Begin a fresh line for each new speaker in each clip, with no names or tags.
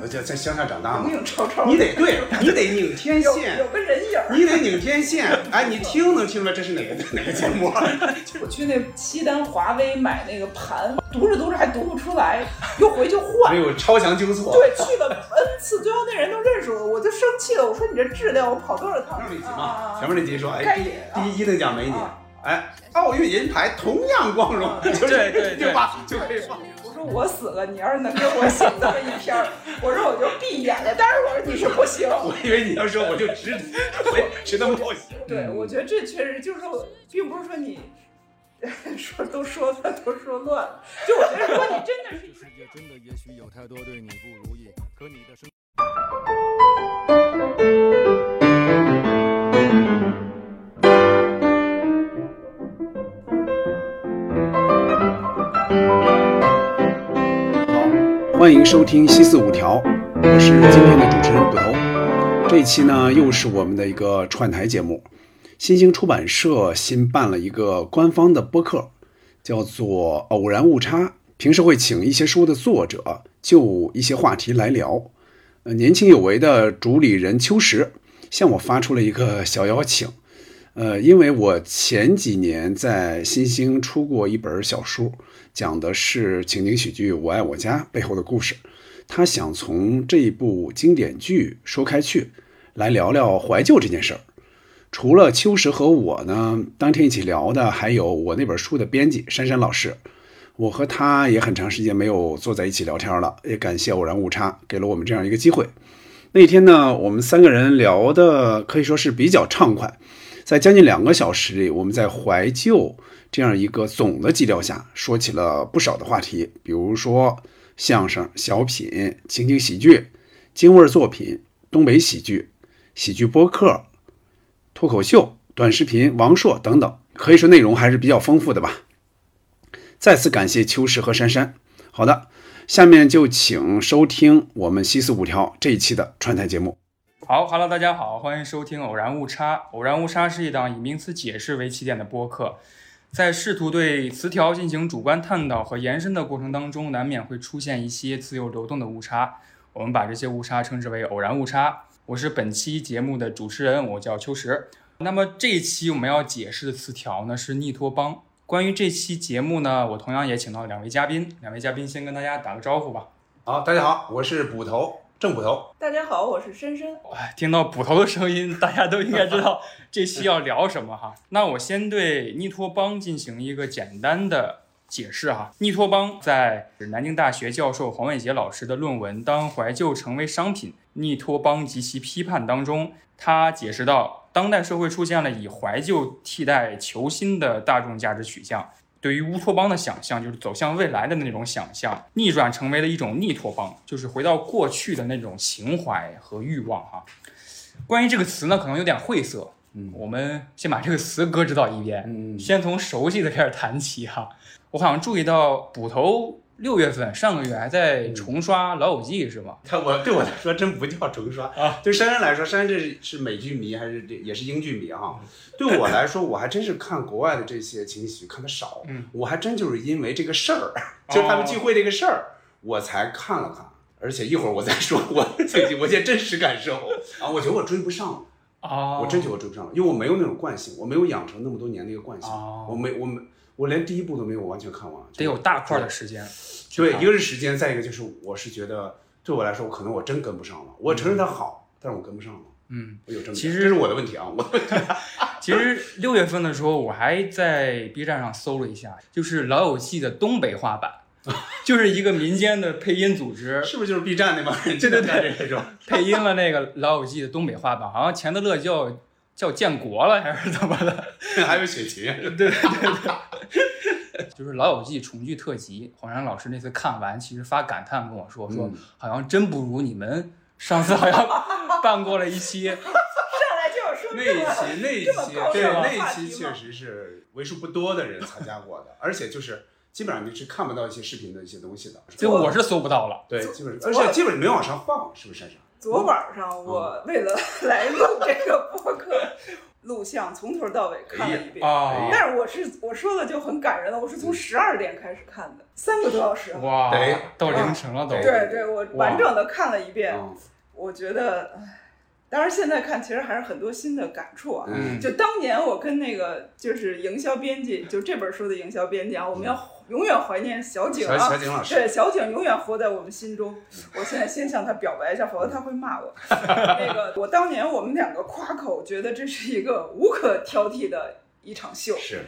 我就在乡下长大嘛
永，远吵吵。
你得对，啊你得拧天
有
线，
有个人影儿。
你得拧天线。哎，你听能听出来这是哪个哪个节目？啊
我去那西单华威买那个盘，读着读着还读不出来，又回去换
没。有超强纠错。
对，去了 N 次，最后那人都认识我，我就生气了。我说你这质量，我跑多少趟？
前面那集
啊
嘛，前面那集说，
该
哎，
你啊
第一等奖没你
啊，
哎，奥运银牌同样光荣，
对
就是
对对
对吧？就可以放。
我说我死了，你要是能给我写这么一篇 儿，我说我就闭眼了。但是我说你是不行。
我以为你要说我就直， 我只能冒险。
对，我觉得这确实就是说，并不是说你 说都说的都说乱了，就我觉得如果你真的是
这世界真的也许有太多对你不如意，可你的生。
欢迎收听西四五条，我是今天的主持人捕头。这一期呢，又是我们的一个串台节目。新兴出版社新办了一个官方的播客，叫做《偶然误差》，平时会请一些书的作者就一些话题来聊。呃，年轻有为的主理人秋实向我发出了一个小邀请。呃，因为我前几年在新兴出过一本小书，讲的是情景喜剧《我爱我家》背后的故事。他想从这一部经典剧说开去，来聊聊怀旧这件事儿。除了秋实和我呢，当天一起聊的还有我那本书的编辑珊珊老师。我和他也很长时间没有坐在一起聊天了，也感谢偶然误差给了我们这样一个机会。那天呢，我们三个人聊的可以说是比较畅快，在将近两个小时里，我们在怀旧这样一个总的基调下，说起了不少的话题，比如说相声、小品、情景喜剧、京味儿作品、东北喜剧、喜剧播客、脱口秀、短视频、王朔等等，可以说内容还是比较丰富的吧。再次感谢秋实和珊珊。好的，下面就请收听我们西四五条这一期的串台节目。
好，Hello，大家好，欢迎收听《偶然误差》。《偶然误差》是一档以名词解释为起点的播客，在试图对词条进行主观探讨和延伸的过程当中，难免会出现一些自由流动的误差，我们把这些误差称之为偶然误差。我是本期节目的主持人，我叫秋实。那么这一期我们要解释的词条呢是逆托邦。关于这期节目呢，我同样也请到了两位嘉宾，两位嘉宾先跟大家打个招呼吧。
好，大家好，我是捕头郑捕头。
大家好，我是深深。
哎，听到捕头的声音，大家都应该知道这期要聊什么哈。那我先对逆托邦进行一个简单的解释哈。逆托邦在南京大学教授黄伟杰老师的论文《当怀旧成为商品：逆托邦及其批判》当中，他解释到，当代社会出现了以怀旧替代求新的大众价值取向。对于乌托邦的想象，就是走向未来的那种想象，逆转成为了一种逆托邦，就是回到过去的那种情怀和欲望哈、关于这个词呢，可能有点晦涩，
嗯
我们先把这个词搁置到一边，
嗯
先从熟悉的开始谈起哈、我好像注意到捕头六月份上个月还在重刷《老友记》是吗？
他我对我来说真不叫 重刷
啊，
对珊珊来说，珊珊这是是美剧迷还是这也是英剧迷哈、对我来说，我还真是看国外的这些情景喜剧看的少，
嗯哦
我还真就是因为这个事儿，就是他们聚会这个事儿，我才看了看。而且一会儿我再说我的情景，我现在真实感受 啊，我觉得我追不上了。
啊
嗯我真觉得我追不上了，因为我没有那种惯性，我没有养成那么多年那个惯性，
哦
我没我没我连第一部都没有完全看完，
得有大块的时间去
对，
看
一个是时间，再一个就是我是觉得对我来说，可能我真跟不上了，我承认它好，但是我跟不上了，
嗯。
我有这么
其实
这是我的问题啊，我
其实六月份的时候，我还在 B 站上搜了一下，就是《老友记》的东北话 版，就是一个民间的配音组织
是不是就是 B 站那帮人
对对对
干这种？
配音了那个《老友记》的东北话版，好像钱德勒叫叫建国了还是怎么的？
还有雪琴，
就是《老友记》重聚特辑，黄然老师那次看完，其实发感叹跟我说，说
嗯
好像真不如你们上次好像办过了一期
上来就要说
那
这
一
个，
期那一
这么
期
高
对
尚的
那一
话
期
题
确
吗
实是为数不多的人参加过的，而且就是基本上你是看不到一些视频的一些东西的，
最后我是搜不到了。
对，基本上而且基本上没往
哦
上放，是不是珊珊？
昨晚上我为了来录这个播客，录像从头到尾看了一
哎
遍。
啊，
但是我是我说的就很感人了，我是
嗯
从十二点开始看的，三个多小时。
哇
得，
到凌晨了都。
对对，我完整的看了一遍，
嗯
我觉得，唉当然现在看其实还是很多新的感触啊。
嗯，
就当年我跟那个就是营销编辑，就这本书的营销编辑啊，我们要永远怀念小景
嗯小
啊
小，景老师，
对，小景永远活在我们心 中。我现在先向他表白一下，否则他会骂我。那个，我当年我们两个夸口，觉得这是一个无可挑剔的一场秀，
是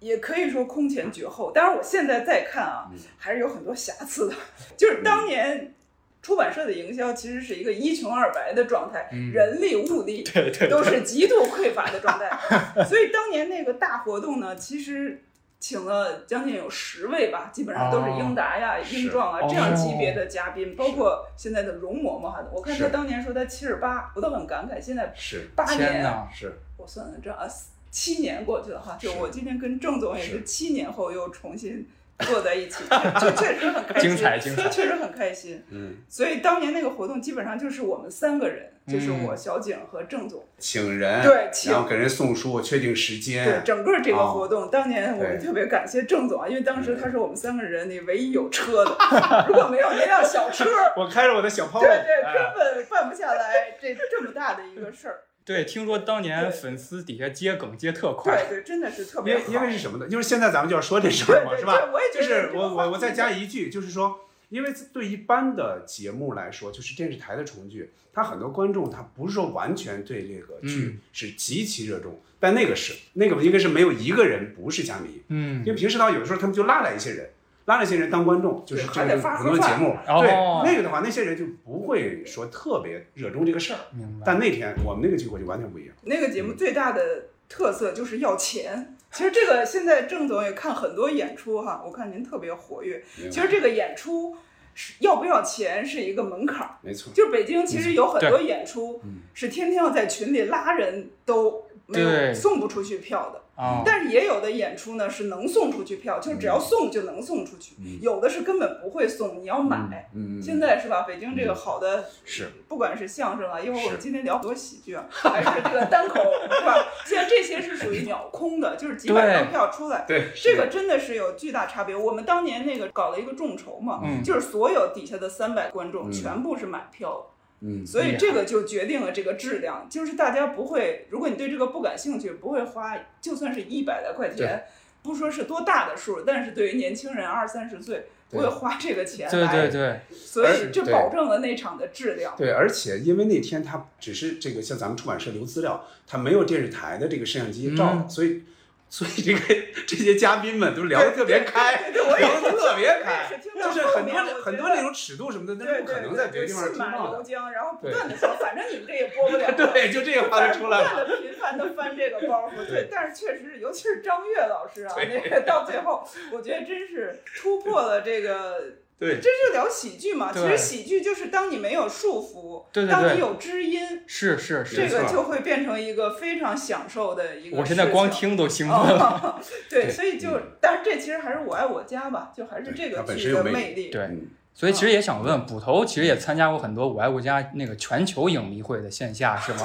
也可以说空前绝后。当然，我现在再看
嗯
啊，还是有很多瑕疵的。 就是当年出版社的营销其实是一个一穷二白的状态，
嗯
人力物力
对对
都是极度匮乏的状态。 所以当年那个大活动呢，其实请了将近有十位吧，基本上都是英达呀、
是
英壮啊
哦
这样级别的嘉宾，包括现在的容嬷嬷哈。我看
是
他当年说他七十八，我都很感慨，现在
是
八
天
年，
哪，
是，
我算算这啊七年过去了哈。就是我今天跟郑总也
是
是七年后又重新坐在一起， 就确实很开心，
精彩精彩
确实很开心。
嗯，
所以当年那个活动基本上就是我们三个人，就是
嗯
我、小景和郑总。
请人，
对请
然后给人送书，确定时
对
哎
间，
整个这个活
哦
动，当年我们
对
特别感谢郑总啊，因为当时他是我们三个人里唯一有车 的，如果没有那辆小车，
我开着我的小泡
哦
对对，
哎
根本办不下来这这么大的一个事儿。
对，听说当年
对
粉丝底下接梗接特快
对，对，真的是特别
因为
好。
因为是什么呢？就是现在咱们就要说这事
对
儿嘛，
对
是
对，
吧？
我也觉
就
得
是
这个
我
话
我
题
我再加一句，就是说，因为对一般的节目来说，就是电视台的重聚，他很多观众他不是说完全对这个剧
嗯
是极其热衷，但那个是那个应该是没有一个人不是虾米，
嗯
因为平时呢有的时候他们就拉来一些人。拉了一些人当观众，就是
对
这
还得
个
发
很多
盒
节
饭
目，
哦
对那个的话，那些人就不会说特别热衷这个事儿。
明白。
但那天我们那个聚会就完全不一样。
那个节目最大的特色就是要钱。其实这个现在郑总也看很多演出哈，我看您特别活跃。
明
其
白
实这个演出是要不要钱是一个门槛儿。
没错，
就北京其实有很多演出是天天要在群里拉人都没
对
有送不出去票的，
啊，
但是也有的演出呢是能送出去票，就只要送就能送出去，有的是根本不会送，你要买。
嗯，
现在是吧？北京这个好的，
是
不管是相声啊，因为我
是
们今天聊很多喜剧啊，还是这个单口，是吧？ 现在这些是属于秒空的，就是几百张票出来，
对
这个真的是有巨大差别。我们当年那个搞了一个众筹嘛，
嗯
就是所有底下的三百观众全部是买票，
嗯
所以这个就决定了这个质量，就是大家不会，如果你对这个不感兴趣，不会花，就算是一百来块钱，不说是多大的数，但是对于年轻人二三十岁不会花这个钱
对
来，
对对，
所
而
以这
对
保证了那场的质量。
对，而且因为那天他只是这个像咱们出版社留资料，他没有电视台的这个摄像机照，
嗯
所以所以这个这些嘉宾们都聊得特别开，
对，我也
聊得特别
我也
开，
是听到
就是
后
很
面我
多
觉得
很多那种尺度什么的，那
对
是不可
对
能在别
对，
的地方
信
听
马
到
由
的。
缰，然后不断的说，反正你们这也播不 了。
对，就这个话就出来
不
了。
断的频繁的翻这个包袱，
对
对，但是确实，尤其是张悦老师啊，那个到最后，我觉得真是突破了这个，
对
这就聊喜剧嘛。其
对
实喜剧就是当你没有束缚，
对对
当
对
你有知音，
是是
这
是，
个
没错
就会变成一个非常享受的一个事情。
我现在光听都兴奋了。
哦，对，
对嗯
所以就，但是这其实还是我爱我家吧，就还是这
对它
个
本身
剧
有
的
魅力
魅力。
对
嗯，
所以其实也想问，捕头其实也参加过很多我爱国家那个全球影迷会的线下，是吗？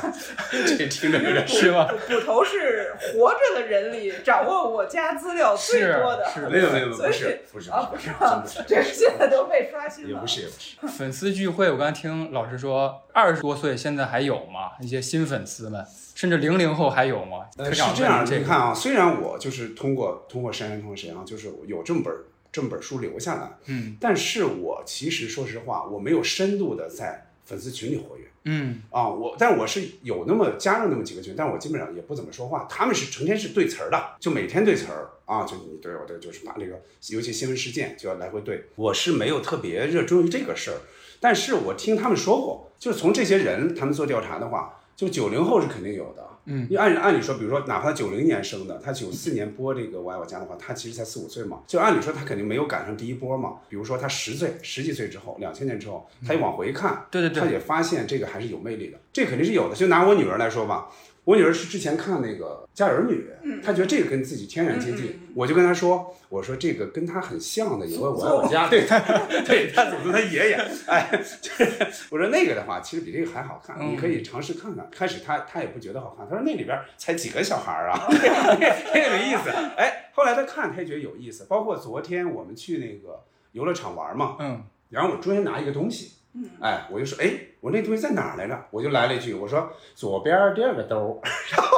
这听着有点
是吗？
捕头是活着的人里掌握我家资料最
是
多的，
是
没有没有没有
所
不
以
是不是
啊，
不
不
是
是
真
吗
不是，
这是现在都被刷新
也
了
不。是也不是，
粉丝聚会，我刚听老师说，二十多岁现在还有吗？一些新粉丝们，甚至零零后还有吗？
呃
特
是
想
这样
问
的，
这
你
个。
看啊，虽然我就是通过通过山山通过沈阳，就是有这么本儿这么本儿书留下来，
嗯
但是我其实说实话，我没有深度的在粉丝群里活跃
嗯，
啊。我，但我是有那么加入那么几个群，但我基本上也不怎么说话。他们是成天是对词儿的，就每天对词儿啊，就你对我对，就是把这个，尤其新闻事件就要来回对。我是没有特别热衷于这个事儿，但是我听他们说过，就是从这些人他们做调查的话，就九零后是肯定有的。
嗯，
因为按按理说，比如说，哪怕九零年生的，他九四年播这个《我爱我家》的话，他其实才四五岁嘛，就按理说他肯定没有赶上第一波嘛。比如说他十岁、十几岁之后，两千年之后，他一往回看，
嗯对对
他
对，
也发现这个还是有魅力的，这肯定是有的。就拿我女儿来说吧，我女儿是之前看那个《家有儿女
嗯》，
她觉得这个跟自己天然接
嗯嗯
近
嗯，
我就跟她说，我说这个跟她很像的，有个我爱
祖
我家，对，她 对，她祖宗她爷爷，哎，就是我说那个的话，其实比这个还好看，
嗯
你可以尝试看看。开始她她也不觉得好看，她说那里边才几个小孩儿啊，这个没意思。哎，后来她看，她也觉得有意思。包括昨天我们去那个游乐场玩嘛，
嗯
然后我中间拿一个东西，
嗯，
哎，我就说，哎，我那东西在哪儿来着？我就来了一句，我说左边儿第二个兜儿， 然后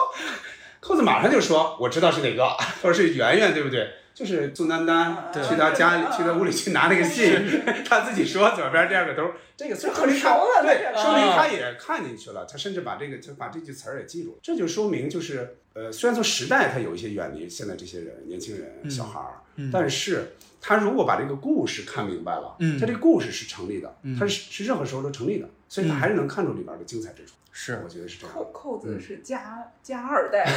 扣子马上就说，我知道是哪个，他说是圆圆，对不对？就是宋丹丹
对
去他家里
啊，
去他屋里去拿那个信， 他自己说左边儿第二个兜儿，这个
这
说明他
很熟了
对
这，个
说明他也看进去了，他甚至把这个就把这句词儿也记住了，这就说明就是呃，虽然从时代他有一些远离现在这些人、年轻人、
嗯
小孩儿，
嗯
但是他如果把这个故事看明白了，
嗯
他这个故事是成立的，
嗯
他是是任何时候都成立的，所以他
嗯
还是能看出里边的精彩之处。
是
我觉得是这样的。
扣扣子
嗯
是加加 二代的，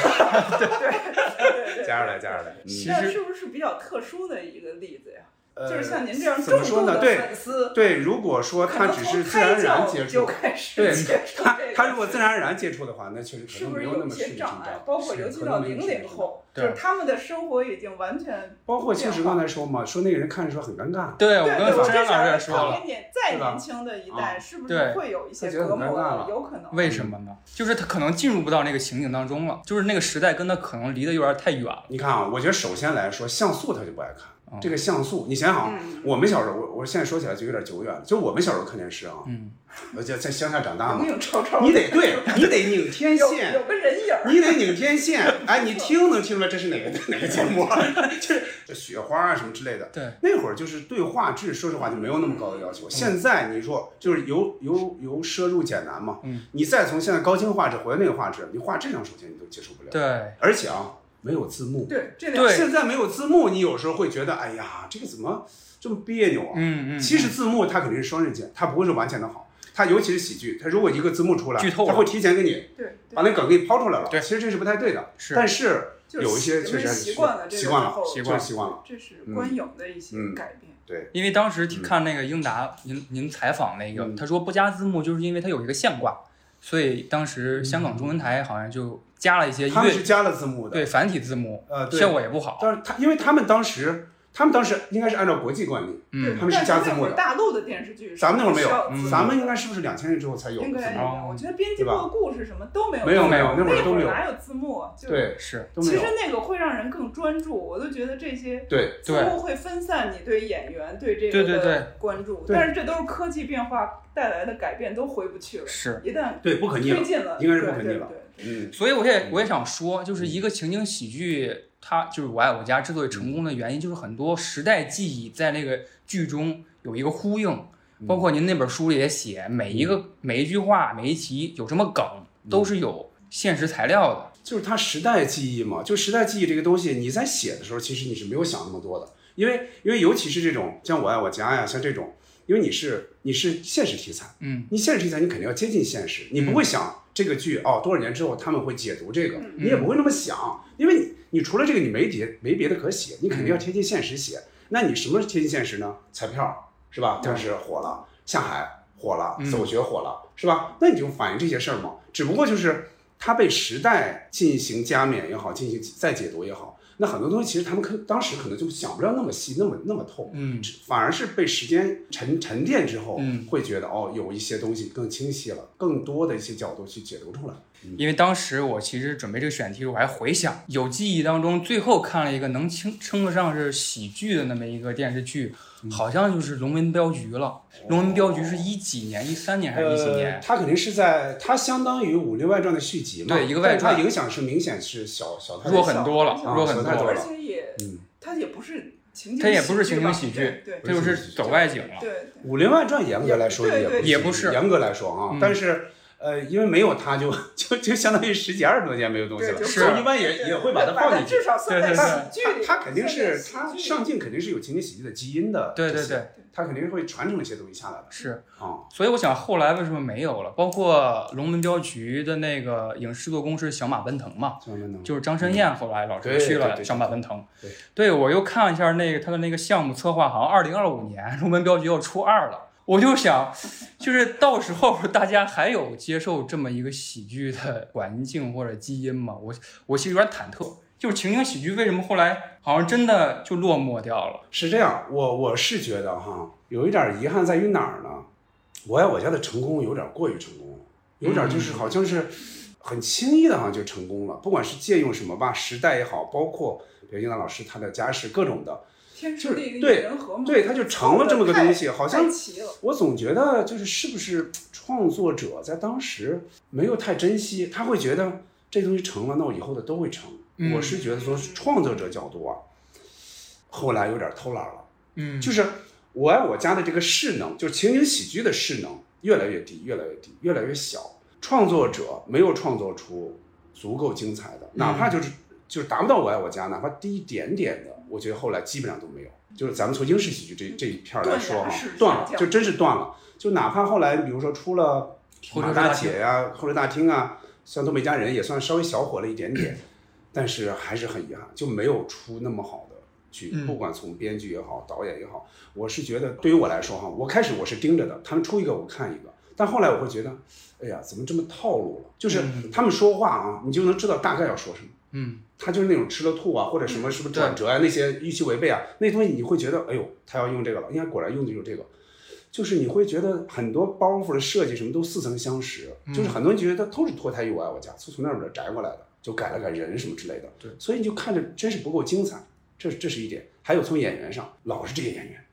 对对对，
加上来，加上来，
嗯其
那
实
是不是比较特殊的一个例子呀？
嗯
就是像您这样
呃怎
重
么说
度
呢
的
对
粉丝，
对，如果说
可
他
能
只
从
是自然而然
开
接
窍就
触，
开始
对
接触
他
这个
他如果自然而然接触的话，那确实
是
可
不
能没
是
有那
有
么顺
些
理
障
成
碍
章？。
包括
是
尤其
可
到
能没有
零
那么顺理
零
成章
后，就
对
是他们的生活已经完全
包括其实
变化
刚才说嘛，说那个人看着说很尴尬，
对我
对，
跟
我
方
就
珊
想
老师也
问
说
考
了，
验
嗯
点再
是吧
年轻的一代，是不是
对
会有一些
他觉得
隔
很尴尬
膜
了？
有可能。
为什么呢？就是他可能进入不到那个情景当中了，就是那个时代跟他可能离得有点太远了。
你看啊，我觉得首先来说，像素他就不爱看。
嗯
这个像素，你想想啊，
嗯
我们小时候，我我现在说起来就有点久远了。就我们小时候看电视啊，
嗯，
而且在乡下长大
有
嘛
没，有抽抽？
你得对，你得拧天
有
线，
有个人影儿，
你得拧天线。哎，你听能听出来这是哪个哪个节目啊？ 就是这雪花啊什么之类的。
对，
那会儿就是对画质，说实话就没有那么高的要求。现在你说就是由由由奢入俭难嘛，
嗯，
你再从现在高清画质回到那个画质，你画质量首先你都接受不了，
对，
而且啊没有字幕，
对，这
对
两
现在没有字幕，你有时候会觉得，哎呀，这个怎么这么别扭啊？
嗯嗯，
其实字幕它肯定是双刃剑，它不会是完全的好。它尤其是喜剧，它如果一个字幕出来，
剧透了
它会提前给你
对对
把那梗给你抛出来了。
对
其实这是不太对的。
是
但是
就是
有一些
人们
确实还是
习惯了这个
习惯了
之，后
习
就是习惯了。
这是
嗯
观影的一些
嗯
改变。
因为当时
嗯
看那个英达，您您采访那个，
嗯
他说不加字幕就是因为它有一个现挂，所以当时香港中文台好像就加了一些
他们是
粤
加了字幕的，
对繁体字幕，
呃，对
效。果也不好。
但是他因为他们当时，他们当时应该是按照国际惯例，
对
嗯，
他们是加字幕的
但那会儿大陆的电视剧是
咱们那会儿没
需要
有，
字幕
嗯
咱们应该是不是两千年之后才有
应
字
该
幕？啊
有。我觉得编辑部
对
的故事什么都没有，
没有
哦没有
那会儿
那
都没有
哪有字幕？啊就，
对，
是，
都没
其
有
实。那个会让人更专注。我都觉得这些
对，
字幕会分散你对演员对这
对
个
对对
的关注，
对
但是这都是科技变化带来的改变，都回不去了。
是。
一旦
对，不可逆了
推。进了，
应该是不可逆了
对对对
嗯，
所以我也我也想说，就是一个情景喜剧，它就是《我爱我家》之所以成功的原因，就是很多时代记忆在那个剧中有一个呼应。
嗯
包括您那本书里也写，每一个每一句话、每一集有什么梗，
嗯
都是有现实材料的。
就是它时代记忆嘛，就时代记忆这个东西，你在写的时候，其实你是没有想那么多的，因为因为尤其是这种像《我爱我家》呀，像这种，因为你是你是现实题材，
嗯，
你现实题材你肯定要接近现实，你不会想这个剧哦多少年之后他们会解读这个，
嗯
你也不会那么想，因为你你除了这个你没别没别的可写，你肯定要
嗯
贴近现实写。那你什么贴近现实呢？彩票是吧？当时火了，下海火了
嗯，
走学火了是吧？那你就反映这些事儿嘛，只不过就是它被时代进行加冕也好，进行再解读也好，那很多东西其实他们可当时可能就想不了那么细，那么那么透，
嗯，
反而是被时间沉沉淀之后，
嗯
会觉得哦，有一些东西更清晰了，更多的一些角度去解读出来。
因为当时我其实准备这个选题，我还回想有记忆当中最后看了一个能称称得上是喜剧的那么一个电视剧，好像就是《龙门镖局》了。《龙门镖局》是一几年？一三年还是一几
呃，
年？
它肯定是在它相当于《武林外传》的续集嘛，
对一个外
但它
传
影响是明显是小小太
弱
多。
很多了，
小
弱很多
小
而
了。
且也
嗯，
它也不是情景喜剧吧，
它也不是情景喜剧
对
这就是走外景
啊
了。
对
《武林外传》严格来说
对对
不
也
也
不是
严格来说啊，
嗯
但是呃，因为没有它就 就就相当于十几二十多年没有东西
对，
了，
就
就是
所以
是
一般也也会把它放进去
至。少算在
对对
喜剧里。
它肯定
算在
是
喜
它
剧里
上镜肯定是有情景喜剧的基因的，
对哦对对，，
它肯定会传承一些东西下来的
是。
啊。
所以我想后来为什么没有了？包括《龙门镖局》的那个影视做工是小马奔腾嘛，
这样能
就是张申燕后来老师
嗯对
去
对
了
对
小马奔腾
对。
对，我又看了一下那个他的那个项目策划，好像二零二五年《龙门镖局》要出二了。我就想，就是到时候大家还有接受这么一个喜剧的环境或者基因吗？我我其实有点忐忑，就是情景喜剧为什么后来好像真的就落寞掉了？
是这样，我我是觉得哈，有一点遗憾在于哪儿呢？我爱我家的成功有点过于成功了，有点就是好像是很轻易的，好像就成功了。不管是借用什么吧，时代也好，包括比如英达老师他的家世各种的，
天
就
时
是
地利
对
人和嘛，
对，他就成了这么个东西，
太
好像
太齐了。
我总觉得就是是不是创作者在当时没有太珍惜，他会觉得这东西成了，那我以后的都会成。
嗯
我是觉得说是创作者角度啊，后来有点偷懒了，
嗯
就是我爱我家的这个势能，就是情景喜剧的势能越来越低，越来越低，越来越小。创作者没有创作出足够精彩的，哪怕就是就是达不到我爱我家，哪怕低一点点的，我觉得后来基本上都没有。就是咱们从英式喜剧这这一片儿来说哈
断崖式下，
断了
降
就真是断了。就哪怕后来，比如说出了
后
马
车
大
大
姐
姐
呀、后车大厅啊，像东北家人也算稍微小火了一点点，但是还是很遗憾，就没有出那么好的剧。
嗯
不管从编剧也好，导演也好，我是觉得对于我来说哈，我开始我是盯着的，他们出一个我看一个，但后来我会觉得，哎呀，怎么这么套路了？就是
嗯
他们说话啊，你就能知道大概要说什么。
嗯
他就是那种吃了吐啊，或者什么什么转折啊，那些预期违背啊，那东西你会觉得，哎呦，他要用这个了，应该果然用的就是这个，就是你会觉得很多包袱的设计什么都似曾相识，就是很多人觉得都是脱胎于我爱我家，是从那边摘过来的，就改了改人什么之类的，
对
所以你就看着真是不够精彩，这这是一点。还有从演员上，老是这个演员，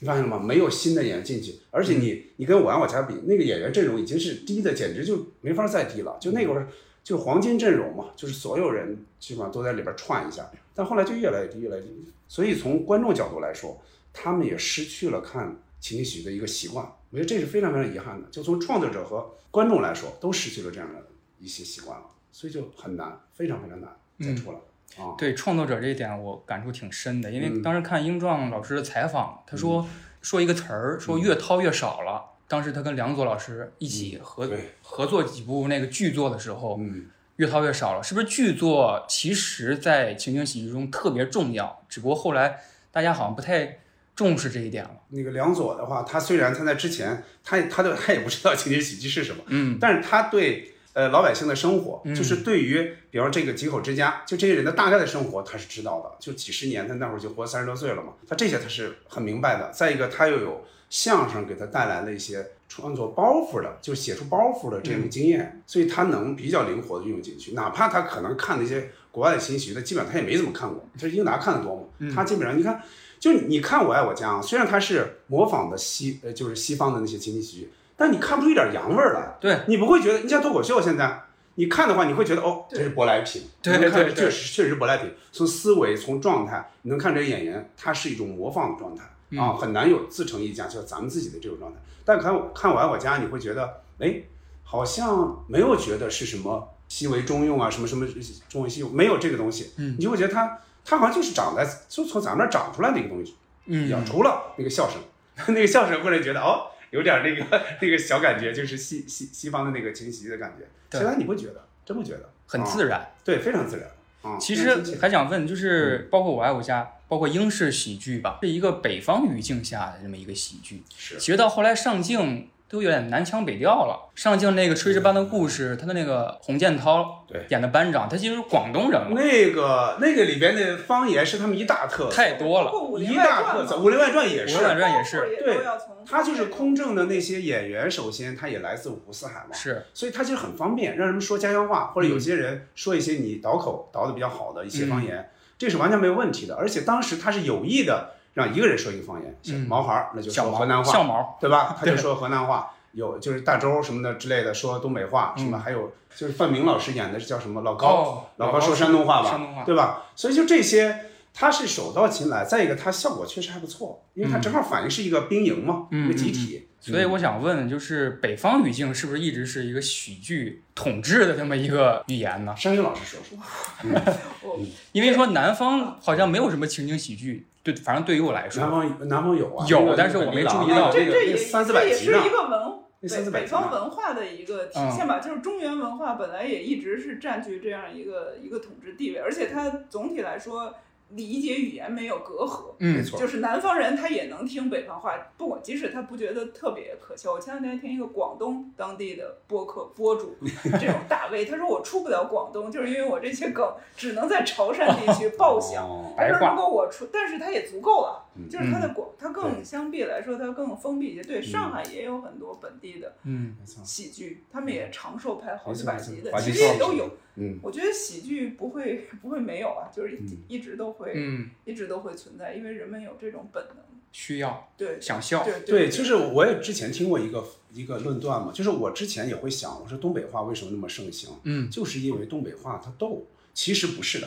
你发现了吗？没有新的演员进去，而且你你跟我爱我家比，那个演员阵容已经是低的，简直就没法再低了，就那会儿。就是黄金阵容嘛，就是所有人基本上都在里边串一下，但后来就越来越低，越来越低。所以从观众角度来说，他们也失去了看情景喜剧的一个习惯，我觉得这是非常非常遗憾的。就从创作者和观众来说，都失去了这样的一些习惯了，所以就很难，非常非常难再出来、啊。
对创作者这一点，我感触挺深的，因为
嗯
当时看英壮老师的采访，他说、说一个词儿，
嗯
说越掏越少了。当时他跟梁左老师一起合、
嗯对
合作几部那个剧作的时候，
嗯，
越掏越少了。是不是剧作其实在情景喜剧中特别重要？只不过后来大家好像不太重视这一点了。
那个梁左的话，他虽然他在之前，他他的他也不知道情景喜剧是什么，
嗯，
但是他对呃老百姓的生活，
嗯
就是对于比方这个几口之家，就这些人的大概的生活，他是知道的。就几十年，他那会儿就活三十多岁了嘛，他这些他是很明白的。再一个，他又有相声给他带来了一些创作包袱的，就写出包袱的这
嗯
种经验，所以他能比较灵活的运用进去。哪怕他可能看那些国外的新喜剧，他基本上他也没怎么看过，
嗯
就是英达看的多嘛，他基本上你看。就你看《我爱我家》啊，虽然他是模仿的西，呃，就是西方的那些情景喜剧，但你看不出一点洋味儿来。
对，
你不会觉得，你像脱口秀现在，你看的话，你会觉得哦，这是舶来品，
对
你能看
对对
确实确实是舶来品。从思维，从状态，你能看这个演员，他是一种模仿的状态
嗯
啊，很难有自成一家，就是咱们自己的这种状态。但看我看我爱我家，你会觉得，哎，好像没有觉得是什么西为中用啊，什么什么中为西用，没有这个东西，
嗯
你就会觉得他他好像就是长在就从咱们那儿长出来的一个东西，
嗯
养除了那个笑声， 那个笑声会让你觉得哦，有点那个 那个小感觉，就是西西西方的那个情袭的感觉。
对
其他你不觉得，真不觉得，
很
啊
自然。
对，非常自然。啊，
其
非常亲
实
切嗯
还想问，就是包括《我爱我家》，包括英式喜剧吧，是一个北方语境下的这么一个喜剧。
是
其实到后来上镜都有点南腔北调了。上镜那个《炊事班的故事》，他的那个洪建涛
嗯对
演的班长，他其实是广东人了，
那个那个里边的方言是他们一大特色，
太多了。
过武林
一
外
大
传
特色，《
嘛
武林外传》也
《
是
我。反传》也
包
是，
袱
对
也都要从
他就是空政的那些演员，首先他也来自五湖四海嘛，
是
所以他其实很方便，让人们说家乡话，或者有些人说一些你倒口倒的比较好的一些方
嗯
言，这是完全没有问题的。而且当时他是有意的让一个人说一个方言，像
嗯
毛孩儿那就
小
说
毛
河南
小
话，
毛，
对吧？他就说河南话，有就是大周什么的之类的说东北话，什么
嗯
还有就是范明老师演的是叫什么老高，
哦，
老高说山东话吧，
山东话，
对吧？所以就这些，他是手到擒来。再一个，他效果确实还不错，因为他
嗯
正好反映是一个兵营嘛，
嗯
一个集体。
所以我想问，就是北方语境是不是一直是一个喜剧统治的这么一个语言呢？
山山老师说说，
我
因为说南方好像没有什么情景喜剧，对，反正对于我来
南
说，
方南方有啊，
有
那个
但是我没注意
那
到
个
啊这
那
这
个那
也
个三四
这
百
也
集
是
呢
一，个文
那三四
北
百
北
集呢嗯
方文化的一个体现吧，就是中原文化本来也一直是占据这样一个一个统治地位，而且它总体来说理解语言没有隔阂。
没
嗯，
错，
就是南方人他也能听北方话，不管即使他不觉得特别可笑。我前两天听一个广东当地的播客播主这种 大 V，他说我出不了广东，就是因为我这些梗只能在潮汕地区爆响。
哦
他
白
说
话
如果我出，但是他也足够了，
嗯
就是他的
嗯
广，他更
对嗯
相比来说，他更封闭一些。对，上海也有很多本地的
嗯，
没错，
喜剧，他们也长寿拍好
嗯没
几
错
百
没错
集的，
话
其
剧
实也
社
都有。
嗯，
我觉得喜剧不会不会没有啊，就是一
嗯
一直都会、
嗯，
一直都会存在，因为人们有这种本能。
需要
对，
想笑，
对
对，就是我也之前听过一个一个论断嘛，就是我之前也会想，我说东北话为什么那么盛行？
嗯
就是因为东北话它逗，其实不是的，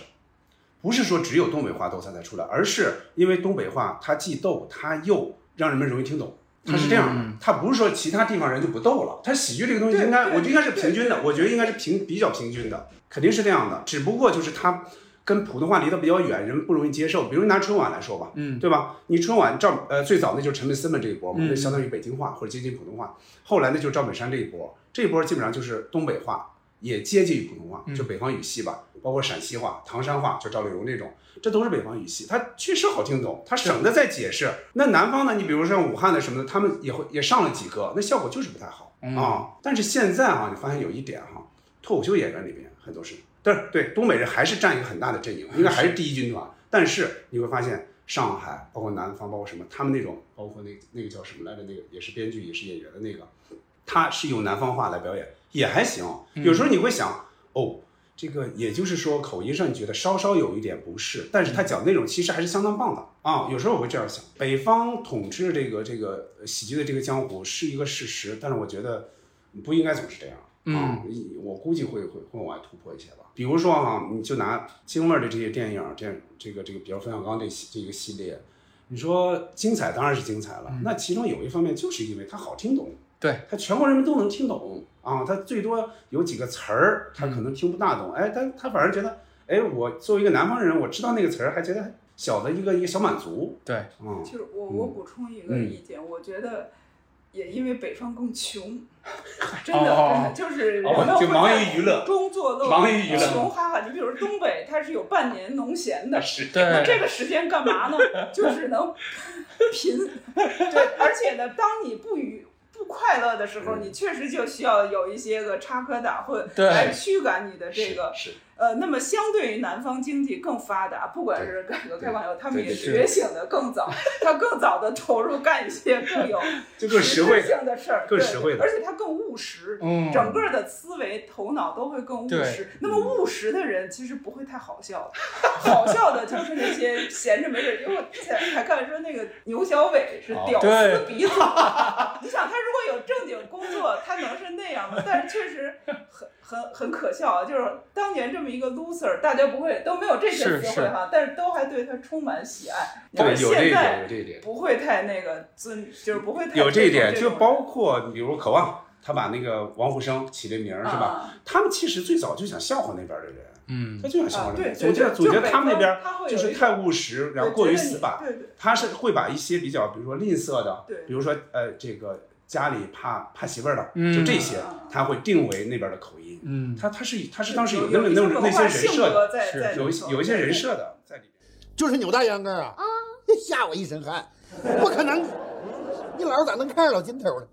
不是说只有东北话逗它才出来，而是因为东北话它既逗，它又让人们容易听懂。它是这样的
嗯，
它不是说其他地方人就不逗了。它喜剧这个东西
对
应该，
对
我觉得应该是
对
平均的
对，
我觉得应该是平比较平均的，肯定是这样的。只不过就是它跟普通话离得比较远，人们不容易接受。比如拿春晚来说吧，
嗯，
对吧？你春晚赵呃最早那就是陈佩斯们这一波嘛，
嗯
那相当于北京话或者接近普通话。后来那就是赵本山这一波，这一波基本上就是东北话，也接近于普通话，
嗯
就北方语系吧，包括陕西话、唐山话，就赵丽蓉这种，这都是北方语系，它确实好听懂，它省得再解释。那南方呢？你比如像武汉的什么的，他们也会也上了几个，那效果就是不太好啊、
嗯
但是现在啊，你发现有一点哈、脱口秀演员里边很多是，但是对东北人还是占一个很大的阵营，应该还是第一军团。但是你会发现，上海包括南方，包括什么，他们那种包括那那个叫什么来着，那个也是编剧也是演员的那个，他是用南方话来表演，也还行。有时候你会想，哦，这个也就是说口音上你觉得稍稍有一点不适，但是他讲内容其实还是相当棒的啊、有时候我会这样想，北方统治这个这个呃喜剧的这个江湖是一个事实，但是我觉得不应该总是这样。啊，我估计会会会往外突破一些吧。比如说哈、你就拿京味儿的这些电影，这样这个这个，比如冯小刚这系这个系列，你说精彩当然是精彩了。那其中有一方面就是因为它好听懂，
对，
它全国人民都能听懂啊。它最多有几个词儿，他可能听不大懂，哎，但他反而觉得，哎，我作为一个南方人，我知道那个词儿，还觉得小的一个一个小满足，
对，
嗯，
其实我我
嗯
补充一个
嗯
意见，我觉得也因为北方更 穷，真的真
哦
的 就是人
哦
们
就
会
忙
在
于娱乐
工作都
忙于娱乐
穷哈哈。你比如说东北，它是有半年农闲的。
是
那
对，
这个时间干嘛呢？ 就是能贫，对，而且呢，当你不愉不快乐的时候，
嗯
你确实就需要有一些个插科打诨
对
来驱赶你的这个
是
呃，那么相对于南方经济更发达，不管是改革开放以后，他们
对
也
对
觉醒的更早，他更早的投入干一些更有
就更实惠的
性的事儿，
更
对
实惠的
而且他更务实。
嗯，
整个的思维、头脑都会更务
对
实。那么务实的人其实不会太好笑的，好笑的就是那些闲着没事儿。因为我之前还看说那个牛小伟是
哦
屌丝
对
鼻祖，你想他如果有正经工作，他能是那样吗？但是确实很很很可笑啊！就是当年这么一个 loser，大家不会都没有这些
是
词汇哈，但是都还对他充满喜爱。
对，有这一
现
点，
在
有这一点。
不会太那个尊，就是不会太
有这一点，
种
就包括比如《渴望》，他把那个王沪生起这名儿是吧？？
啊
他们其实最早就想笑话那边的人，
嗯
他，就想笑
啊
话，那边。
对，
总觉得
对
总觉得他们那边，
他会有
就
一
是
种
太务实，然后过于死板。
对对对
他是会把一些比较，比如说吝啬的，
对
比如说呃这个家里怕怕媳妇儿的，
嗯
就这些
啊啊啊，
他会定为那边的口音。
嗯，
他他是他是当时有
有
那么那
有一
么
种
那些
文化
人
性
设的，
格在
是
在
有
里
一
头
有一些
对
人
对
设的在里面。
就是扭大秧歌啊啊， 吓我一身汗，不可能，你老咋能看上老金头呢？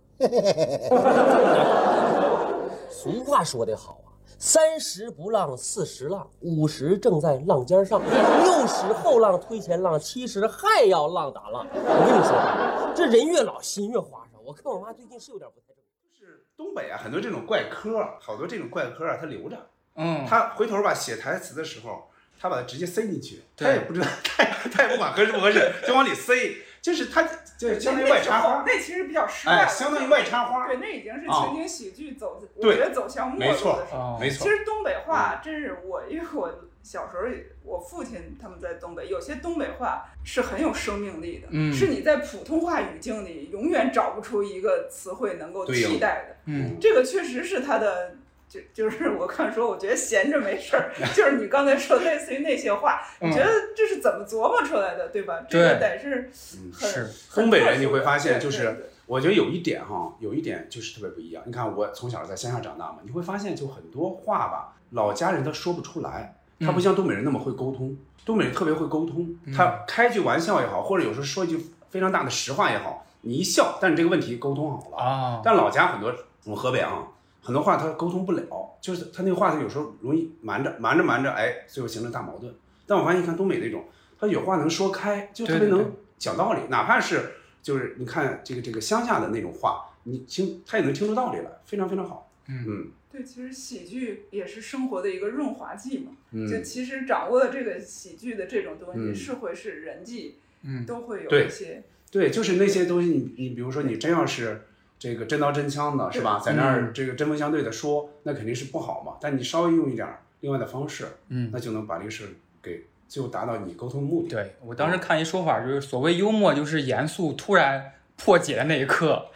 俗话说得好啊，三十不浪，四十浪，五十正在浪尖上，六十后浪推前浪，七十还要浪打浪。我跟你说啊，这人越老心越花哨。我看我妈最近是有点不太正常。
东北啊，很多这种怪科儿，好多这种怪科儿啊，他留着。
嗯，
他回头吧写台词的时候，他把它直接塞进去，
对
他也不知道， 他也他也不管合适不合 适，就往里塞，就是他就相当于
那
外插花，
那其实比较失败
哎，
了，
相当于外插花
对，，那已经是
啊
情景喜剧走，我
对
觉得走向没
没错
哦
没
其
错，嗯
实东北话真是我，因为我小时候也我父亲他们在东北，有些东北话是很有生命力的，
嗯
是你在普通话语境里永远找不出一个词汇能够
对应
替代的。
嗯，
这个确实是他的，就就是我看说，我觉得闲着没事 儿，就是你刚才说类似于那些话，
嗯
你觉得这是怎么琢磨出来的，对吧？这个
对
得是
嗯
很
是
很
东北
特
人
殊
你会
的
发现
对
就是
对对
我觉得有一点哈，有一点就是特别不一样。你看我从小在乡下长大嘛，你会发现就很多话吧，老家人他说不出来，他不像东北人那么会沟通，东北人特别会沟通，他开句玩笑也好，或者有时候说一句非常大的实话也好，你一笑，但是这个问题沟通好了。
啊，
但老家很多，我们河北啊，很多话他沟通不了，就是他那个话他有时候容易瞒着瞒着瞒着，哎，最后形成大矛盾。但我发现，你看东北那种，他有话能说开，就特别
对对
能讲道理，哪怕是就是你看这个这个乡下的那种话，你听他也能听出道理来，非常非常好。
嗯
嗯
对，其实喜剧也是生活的一个润滑剂嘛。就
嗯，
其实掌握了这个喜剧的这种东西，
嗯
是会是人际
嗯，
都会有
对
一些
对，就是那些东西你，你比如说你真要是。这个真刀真枪的是吧，在那
嗯
儿这个针锋相对的说，那肯定是不好嘛。但你稍微用一点儿另外的方式，
嗯
那就能把这个事儿给最后达到你沟通的目的。
对我当时看一说法，就是所谓幽默，就是严肃突然破解的那 一刻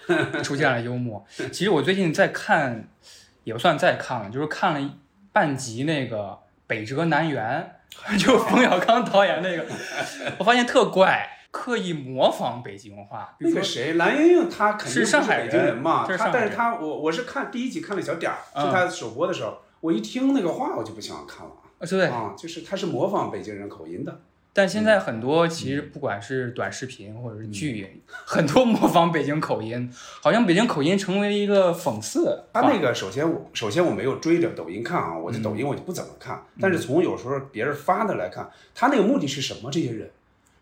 出现了幽默。其实我最近在看，也不算在看了，就是看了半集那个《北辙南辕》， 就冯小刚导演 那个，我发现特怪，刻意模仿北京话，比
那
如说
个谁，蓝盈莹她肯定
是
不
上海人
北京人嘛，
这是
她
上海
但
人
是她我我是看第一集看了小点儿，
嗯
就她首播的时候，我一听那个话我就不想看了
啊，对，
啊，就是她是模仿北京人口音的，
但现在很多其实不管是短视频或者是剧，很多模仿北京口音，好像北京口音成为了一个讽刺。
她啊那个首先我首先我没有追着抖音看啊，我这
啊嗯
抖音我就不怎么看，但是从有时候别人发的来看，她那个目的是什么？这些人。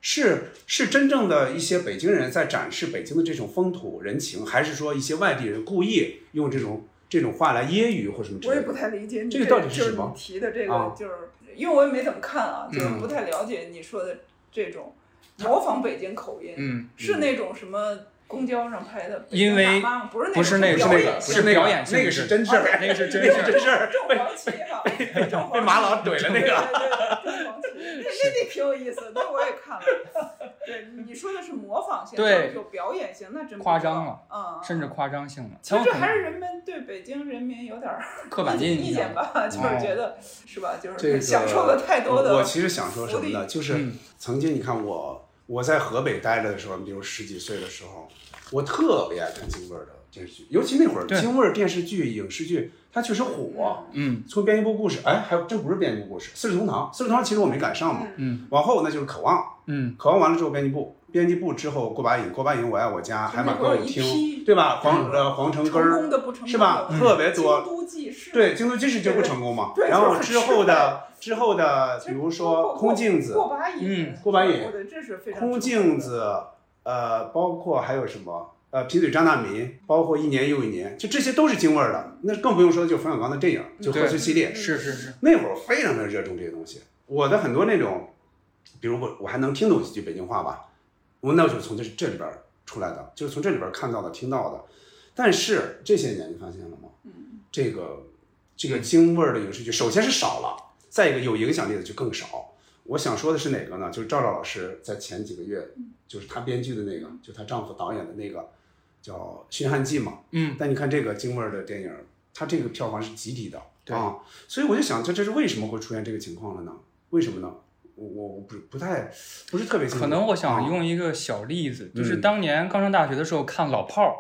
是是真正的一些北京人在展示北京的这种风土人情，还是说一些外地人故意用这种这种话来揶揄或什么之
我
类的？
也不太理解你
这
这
个到底是
就是
什么
你提的这
啊
个，就是因为我也没怎么看啊，就是
嗯
不太了解你说的这种
嗯
模仿北京口音，
嗯，
是那种什么公交上拍的北京
因为
大妈吗？不是
不是
那
那个，
种
不是那
表
个
演
不
性
是那个
表演性质，
那个是真事儿
那个是真
这
事
是
儿。
真事儿，
正黄旗嘛，正
被马老怼了那
对对
个。
对，正黄旗，那那那挺有意思，那我也看了。对，你说的是模仿性，
对
或者有表演性，那真不
夸张
知
了
道，嗯，
甚至夸张性了，
其实
他
这
们
还
可
是
能
人们对北京人民有点儿
刻板印
意
象
见。
哦
吧， 就是觉得是吧，就是享受了太多
我我
的
其实想说什么
福
呢？
利
就是曾经你看我我在河北待着的时候，比如十几岁的时候，我特别爱看京味儿的电视剧，尤其那会儿
对
京味儿电视剧、影视剧，它确实火。
嗯
从编辑部故事，哎，还有这不是编辑部故事，四世同堂，四世同堂其实我没赶上嘛。
嗯
往后那就是渴望，
嗯，
渴望完了之后编辑部，编辑部之后锅巴瘾，锅巴瘾我爱我家，海马歌舞
就那会儿有一
厅，
批嗯
对吧？黄呃黄城
成
根儿
功的不成功的
是吧？特别多
京，都记事，
对，京都知识就不成功嘛。
对对
然后
就是
之后的之后的，比如说空镜子、
过把瘾，
嗯
过把瘾
我的这是非常
空镜子，呃，包括还有什么？呃，贫嘴张大民，包括一年又一年，就这些都是京味儿的。那更不用说，就是冯小刚的电影，就
嗯对
贺岁系列，
是是是，
那会儿非常的热衷这些东西。我的很多那种，比如我我还能听懂几句北京话吧，我那就是从这这里边儿出来的，就是从这里边儿看到的、听到的。但是这些年你发现了吗？
嗯
这个这个京味儿的影视剧，首先是少了，再一个有影响力的就更少。我想说的是哪个呢？就是赵照老师在前几个月，就是她编剧的那个，就她丈夫导演的那个叫《寻汉记》嘛。
嗯，
但你看这个京味儿的电影，它这个票房是极低的
对
啊，所以我就想，这这是为什么会出现这个情况了呢？为什么呢？我我我不不太不是特别清楚。
可能我想
啊
用一个小例子，
嗯
就是当年刚上大学的时候看《老炮儿》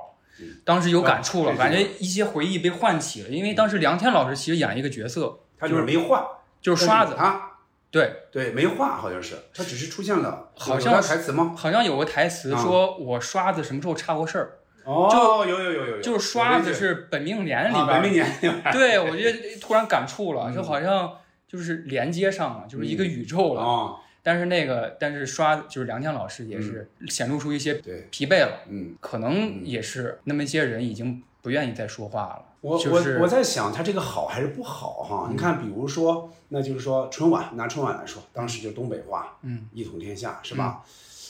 嗯，
当时有感触了，
啊
感觉一些回忆被唤起了，因为当时梁天老师其实演一个角色，
他就是没换，
就是刷
但
子
有，他
对，
对没换好像是，他只是出现了，
好
有
像
他
是
台词吗？
好像有个台词说我刷子什么时候插过事儿，
哦，有有有有有，
就是刷子是本命年里
啊，
边
白
儿
明年，
对，我觉得突然感触了，
嗯
就好像就是连接上了，就是一个宇宙了。
哦，嗯
但是那个，但是刷就是梁天老师也是显露出一些
对，
疲惫了，
嗯，
可能也是那么一些人已经不愿意再说话了。
我
就是嗯
我我在想他这个好还是不好哈？你看，比如说，那就是说春晚，拿春晚来说，当时就东北话，
嗯，
一统天下是吧？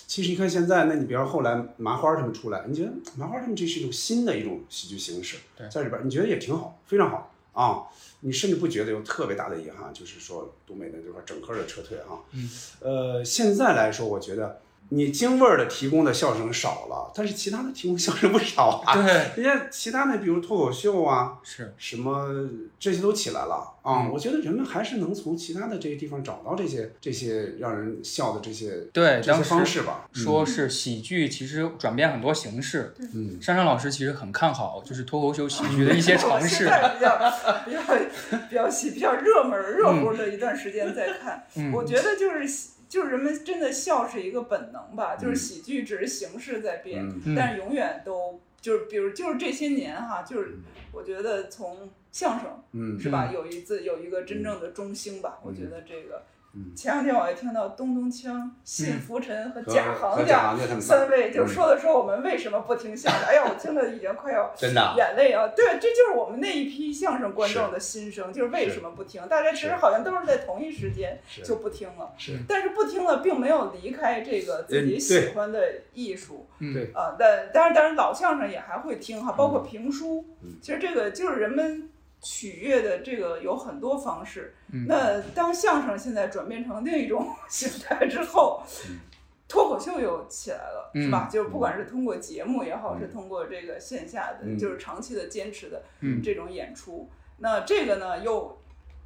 其实你看现在，那你比方后来麻花他们出来，你觉得麻花他们这是一种新的一种喜剧形式
对，
在里边你觉得也挺好，非常好啊。你甚至不觉得有特别大的遗憾，就是说东北的这块整个的撤退啊。
嗯，
呃，现在来说，我觉得你京味儿的提供的笑声少了，但是其他的提供笑声不少啊。
对，
人家其他的，比如脱口秀啊，
是
什么这些都起来了啊、
嗯
我觉得人们还是能从其他的这些地方找到这些这些让人笑的这些
对
这些
当时嗯
方式吧。
说是喜剧，其实转变很多形式。
嗯，
珊珊老师其实很看好，就是脱口秀喜剧的一些尝
我现
试。
在比较比较比较喜比较热门儿
嗯
热乎的一段时间在看，
嗯，
我觉得就是喜就是人们真的笑是一个本能吧，就是喜剧只是形式在变，
嗯
嗯
但是永远都就是比如就是这些年哈，就是我觉得从相声
嗯
是吧，有一次有一个真正的中兴吧，我觉得这个
嗯
前两天我还听到东东锵、信浮尘和
和
贾
和贾
行家
行家他们
三位就
嗯
说的说我们为什么不听相声，哎呀，我听的已经快要。
真的啊
眼泪啊，对，这就是我们那一批相声观众的心声，就是为什么不听？大家其实
是
好像都是在同一时间
是
就不听了，
是嗯
但是不听了并没有离开这个自己喜欢的艺术
嗯
对
啊。但当然，当然老相声也还会听哈，包括评书
嗯，
其实这个就是人们取悦的这个有很多方式。
嗯
那当相声现在转变成另一种 形态之后
嗯。
脱口秀又起来了，是吧？就是不管是通过节目也好，
嗯
是通过这个线下的，
嗯
就是长期的坚持的
嗯
这种演出。那这个呢，又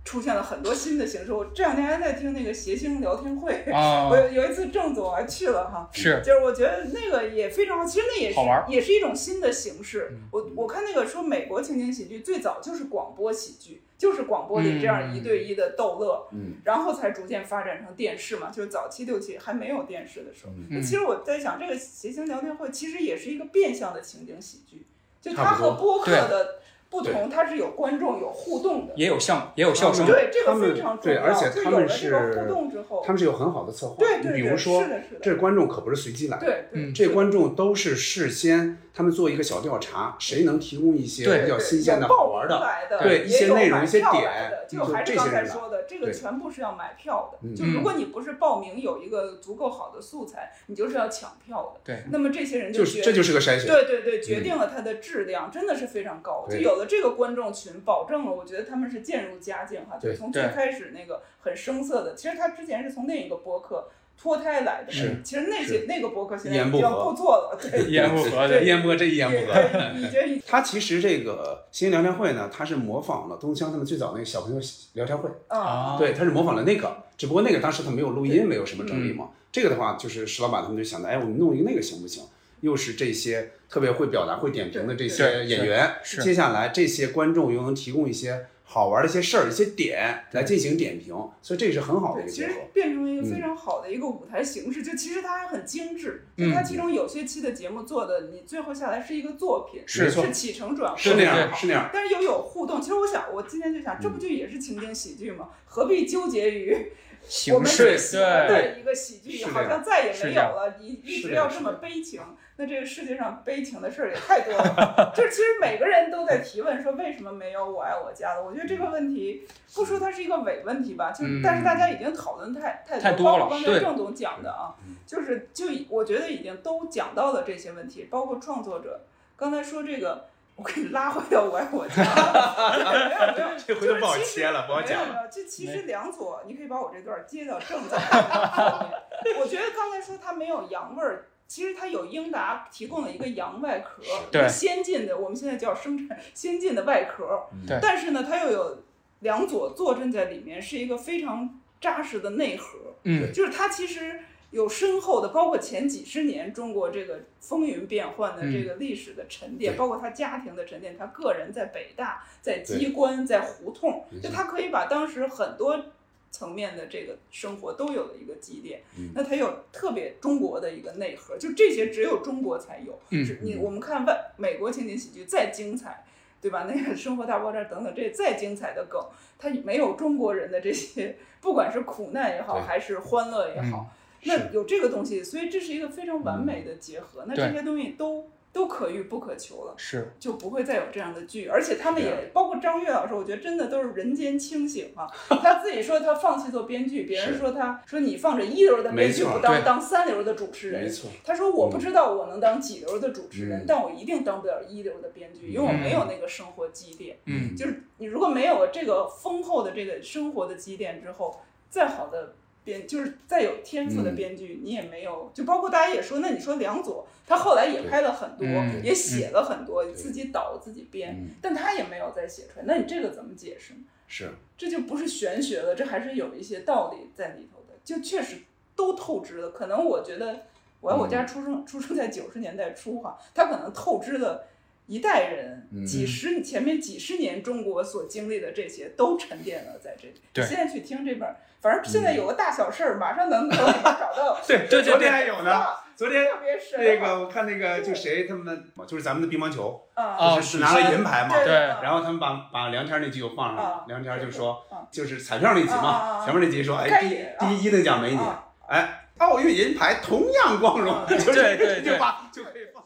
出现了很多新的形式。我这两天还在听那个谐星聊天会，
哦
啊
我，有有一次郑总还去了哈。
是
就是我觉得那个也非常好，其实那也是
好玩儿嗯
也是一种新的形式。我我看那个说美国情景喜剧最早就是广播喜剧，就是广播里这样
嗯
一对一的逗乐，
嗯
然后才逐渐发展成电视嘛。就是早期六七还没有电视的时候，
嗯
嗯
其实我在想，这个谐星聊天会其实也是一个变相的情景喜剧，就它
差不多
和播客
对
的不同，它是有观众、有互动的。
也有笑，也有
啊
笑声。
对，这
他
个
们
非常重
对，
要。
而且
就
他
有
们
了这个
是
互动之后，
他们是有很好的策划，
对对
你比
对
如说
是的是的
这观众可不是随机来的，
对对
嗯
这观众都是事先他们做一个小调查，谁能提供一些
对
比较
对
新鲜的、
有报
好玩
名
的？
来的，
对
也
一些
有
内容
买
一些
票
点
来的就
就
还是
这
刚
些
才
人来
说的，这个
对
全部是要买票的。
嗯
就如果你不是报名有一个足够好的素材，你就是要抢票的。
对
那么这些人
就
觉
是这就是个筛选。
对对对，决定了它的质量，真的是非常高。就
对
有了这个观众群，保证了我觉得他们是渐入佳境哈，就
对
从最
对
开始那个很生涩的，其实他之前是从另一个播客脱胎来的，
是
其实那些那个播客现在
一言
已
不
经
合
不做了，对，
一言不合的
一言不合，这一言不合。
对已经已 经
他其实这个新聊天会呢，他是模仿了东乡他们最早那个小朋友聊天会，
啊，
啊，
对，他是模仿了那个，只不过那个当时他没有录音，没有什么整理嘛。这个的话，就是石老板他们就想的，哎，我们弄一个那个行不行？又是这些特别会表达、会点评的这些
对
演员，
是
接下来这些观众又能提供一些好玩的一些事儿、一些点来进行点评，所以这是很好的一
对，
个
其
结
实
合。嗯
变成一个非常好的一个舞台形式，就其实它还很精致，就
嗯
它其中有些期的节目做的，你最后下来是一个作品，
是
是起承转合，
是那
对
样，嗯
对
是那样。
但是又有互动。其实我想，我今天就想，这不就也是情景喜剧吗？何必纠结于我
形
们
式
最喜欢
对
的一个喜剧，
是这
好
样
像再也
是
没
这
有
样
了，一一
是
直
这
要
样
这
是
么
这样
悲情。那这个世界上悲情的事儿也太多了， 就是其实每个人都在提问说为什么没有我爱我家的？我觉得这个问题不说它是一个伪问题吧，就是
嗯
但是大家已经讨论太太
太
多，包括
多了
刚才
对
郑总讲的啊，就是就已我觉得已经都讲到了这些问题，包括创作者刚才说这个。我给你拉回到我爱 我家，没有没 有，
这回都不好切了，不好
没有
讲
没
了。
有，这其实梁左，你可以把我这段接到正在后面。我觉得刚才说他没有洋味儿，其实他有英达提供了一个洋外壳，
对
先进的，我们现在叫生产先进的外壳。
嗯
对
但是呢，它又有梁左坐镇在里面，是一个非常扎实的内核。
嗯，
就是它其实有深厚的，包括前几十年中国这个风云变幻的
嗯
这个历史的沉淀，
对
包括他家庭的沉淀，他个人在北大、在机关、在胡同，就他可以把当时很多层面的这个生活都有了一个积淀。
嗯
那它有特别中国的一个内核，就这些只有中国才有。
嗯
只你我们看外美国情景喜剧再精彩，对吧？那个《生活大爆炸》等等这再精彩的梗，它没有中国人的这些，不管是苦难也好，
对嗯
还是欢乐也好，那有这个东西，所以这是一个非常完美的结合。那这
对
些东西都都可遇不可求了。
是
就不会再有这样的剧，而且他们
啊
也包括张悦老师，我觉得真的都是人间清醒啊。他自己说他放弃做编剧，别人
是
说他说你放着一流的编剧
没错
不当，
对
当三流的主持人
没。错，
他说我不知道我能当几流的主持人，
嗯
但我一定当不了一流的编剧，因为我没有那个生活积淀。
嗯
就是你如果没有这个丰厚的这个生活的积淀之后，再好的编，就是再有天赋的编剧，你也没有。就包括大家也说，那你说梁左，他后来也拍了很多，
嗯
也写了很多，自己导自己编，
嗯
但他也没有再写出来。那你这个怎么解释呢？
是
这就不是玄学了，这还是有一些道理在里头的，就确实都透支了。可能我觉得，我要我
嗯
家出生、出生在九十年代初哈，他可能透支了一代人、
嗯。
几十前面几十年中国所经历的这些都沉淀了在这里。
对
现在去听这本儿，反正现在有个大小事儿，马上能从里面找到
对对
对
昨天还有呢，
啊
昨天
特别深
那个我看那个就谁他们就是咱们的乒乓球，
啊，
就是拿了银牌嘛，
对，
对
哦然后他们把把梁天那集又放上
啊
了，梁天就说
啊
就是彩票那集
啊啊
嘛，
啊
前面那集说哎
看
第
一眼啊
第一等奖没你
啊，
哎奥运银牌同样光荣，
啊
就是
对
这
对
个
对
就把就可以放。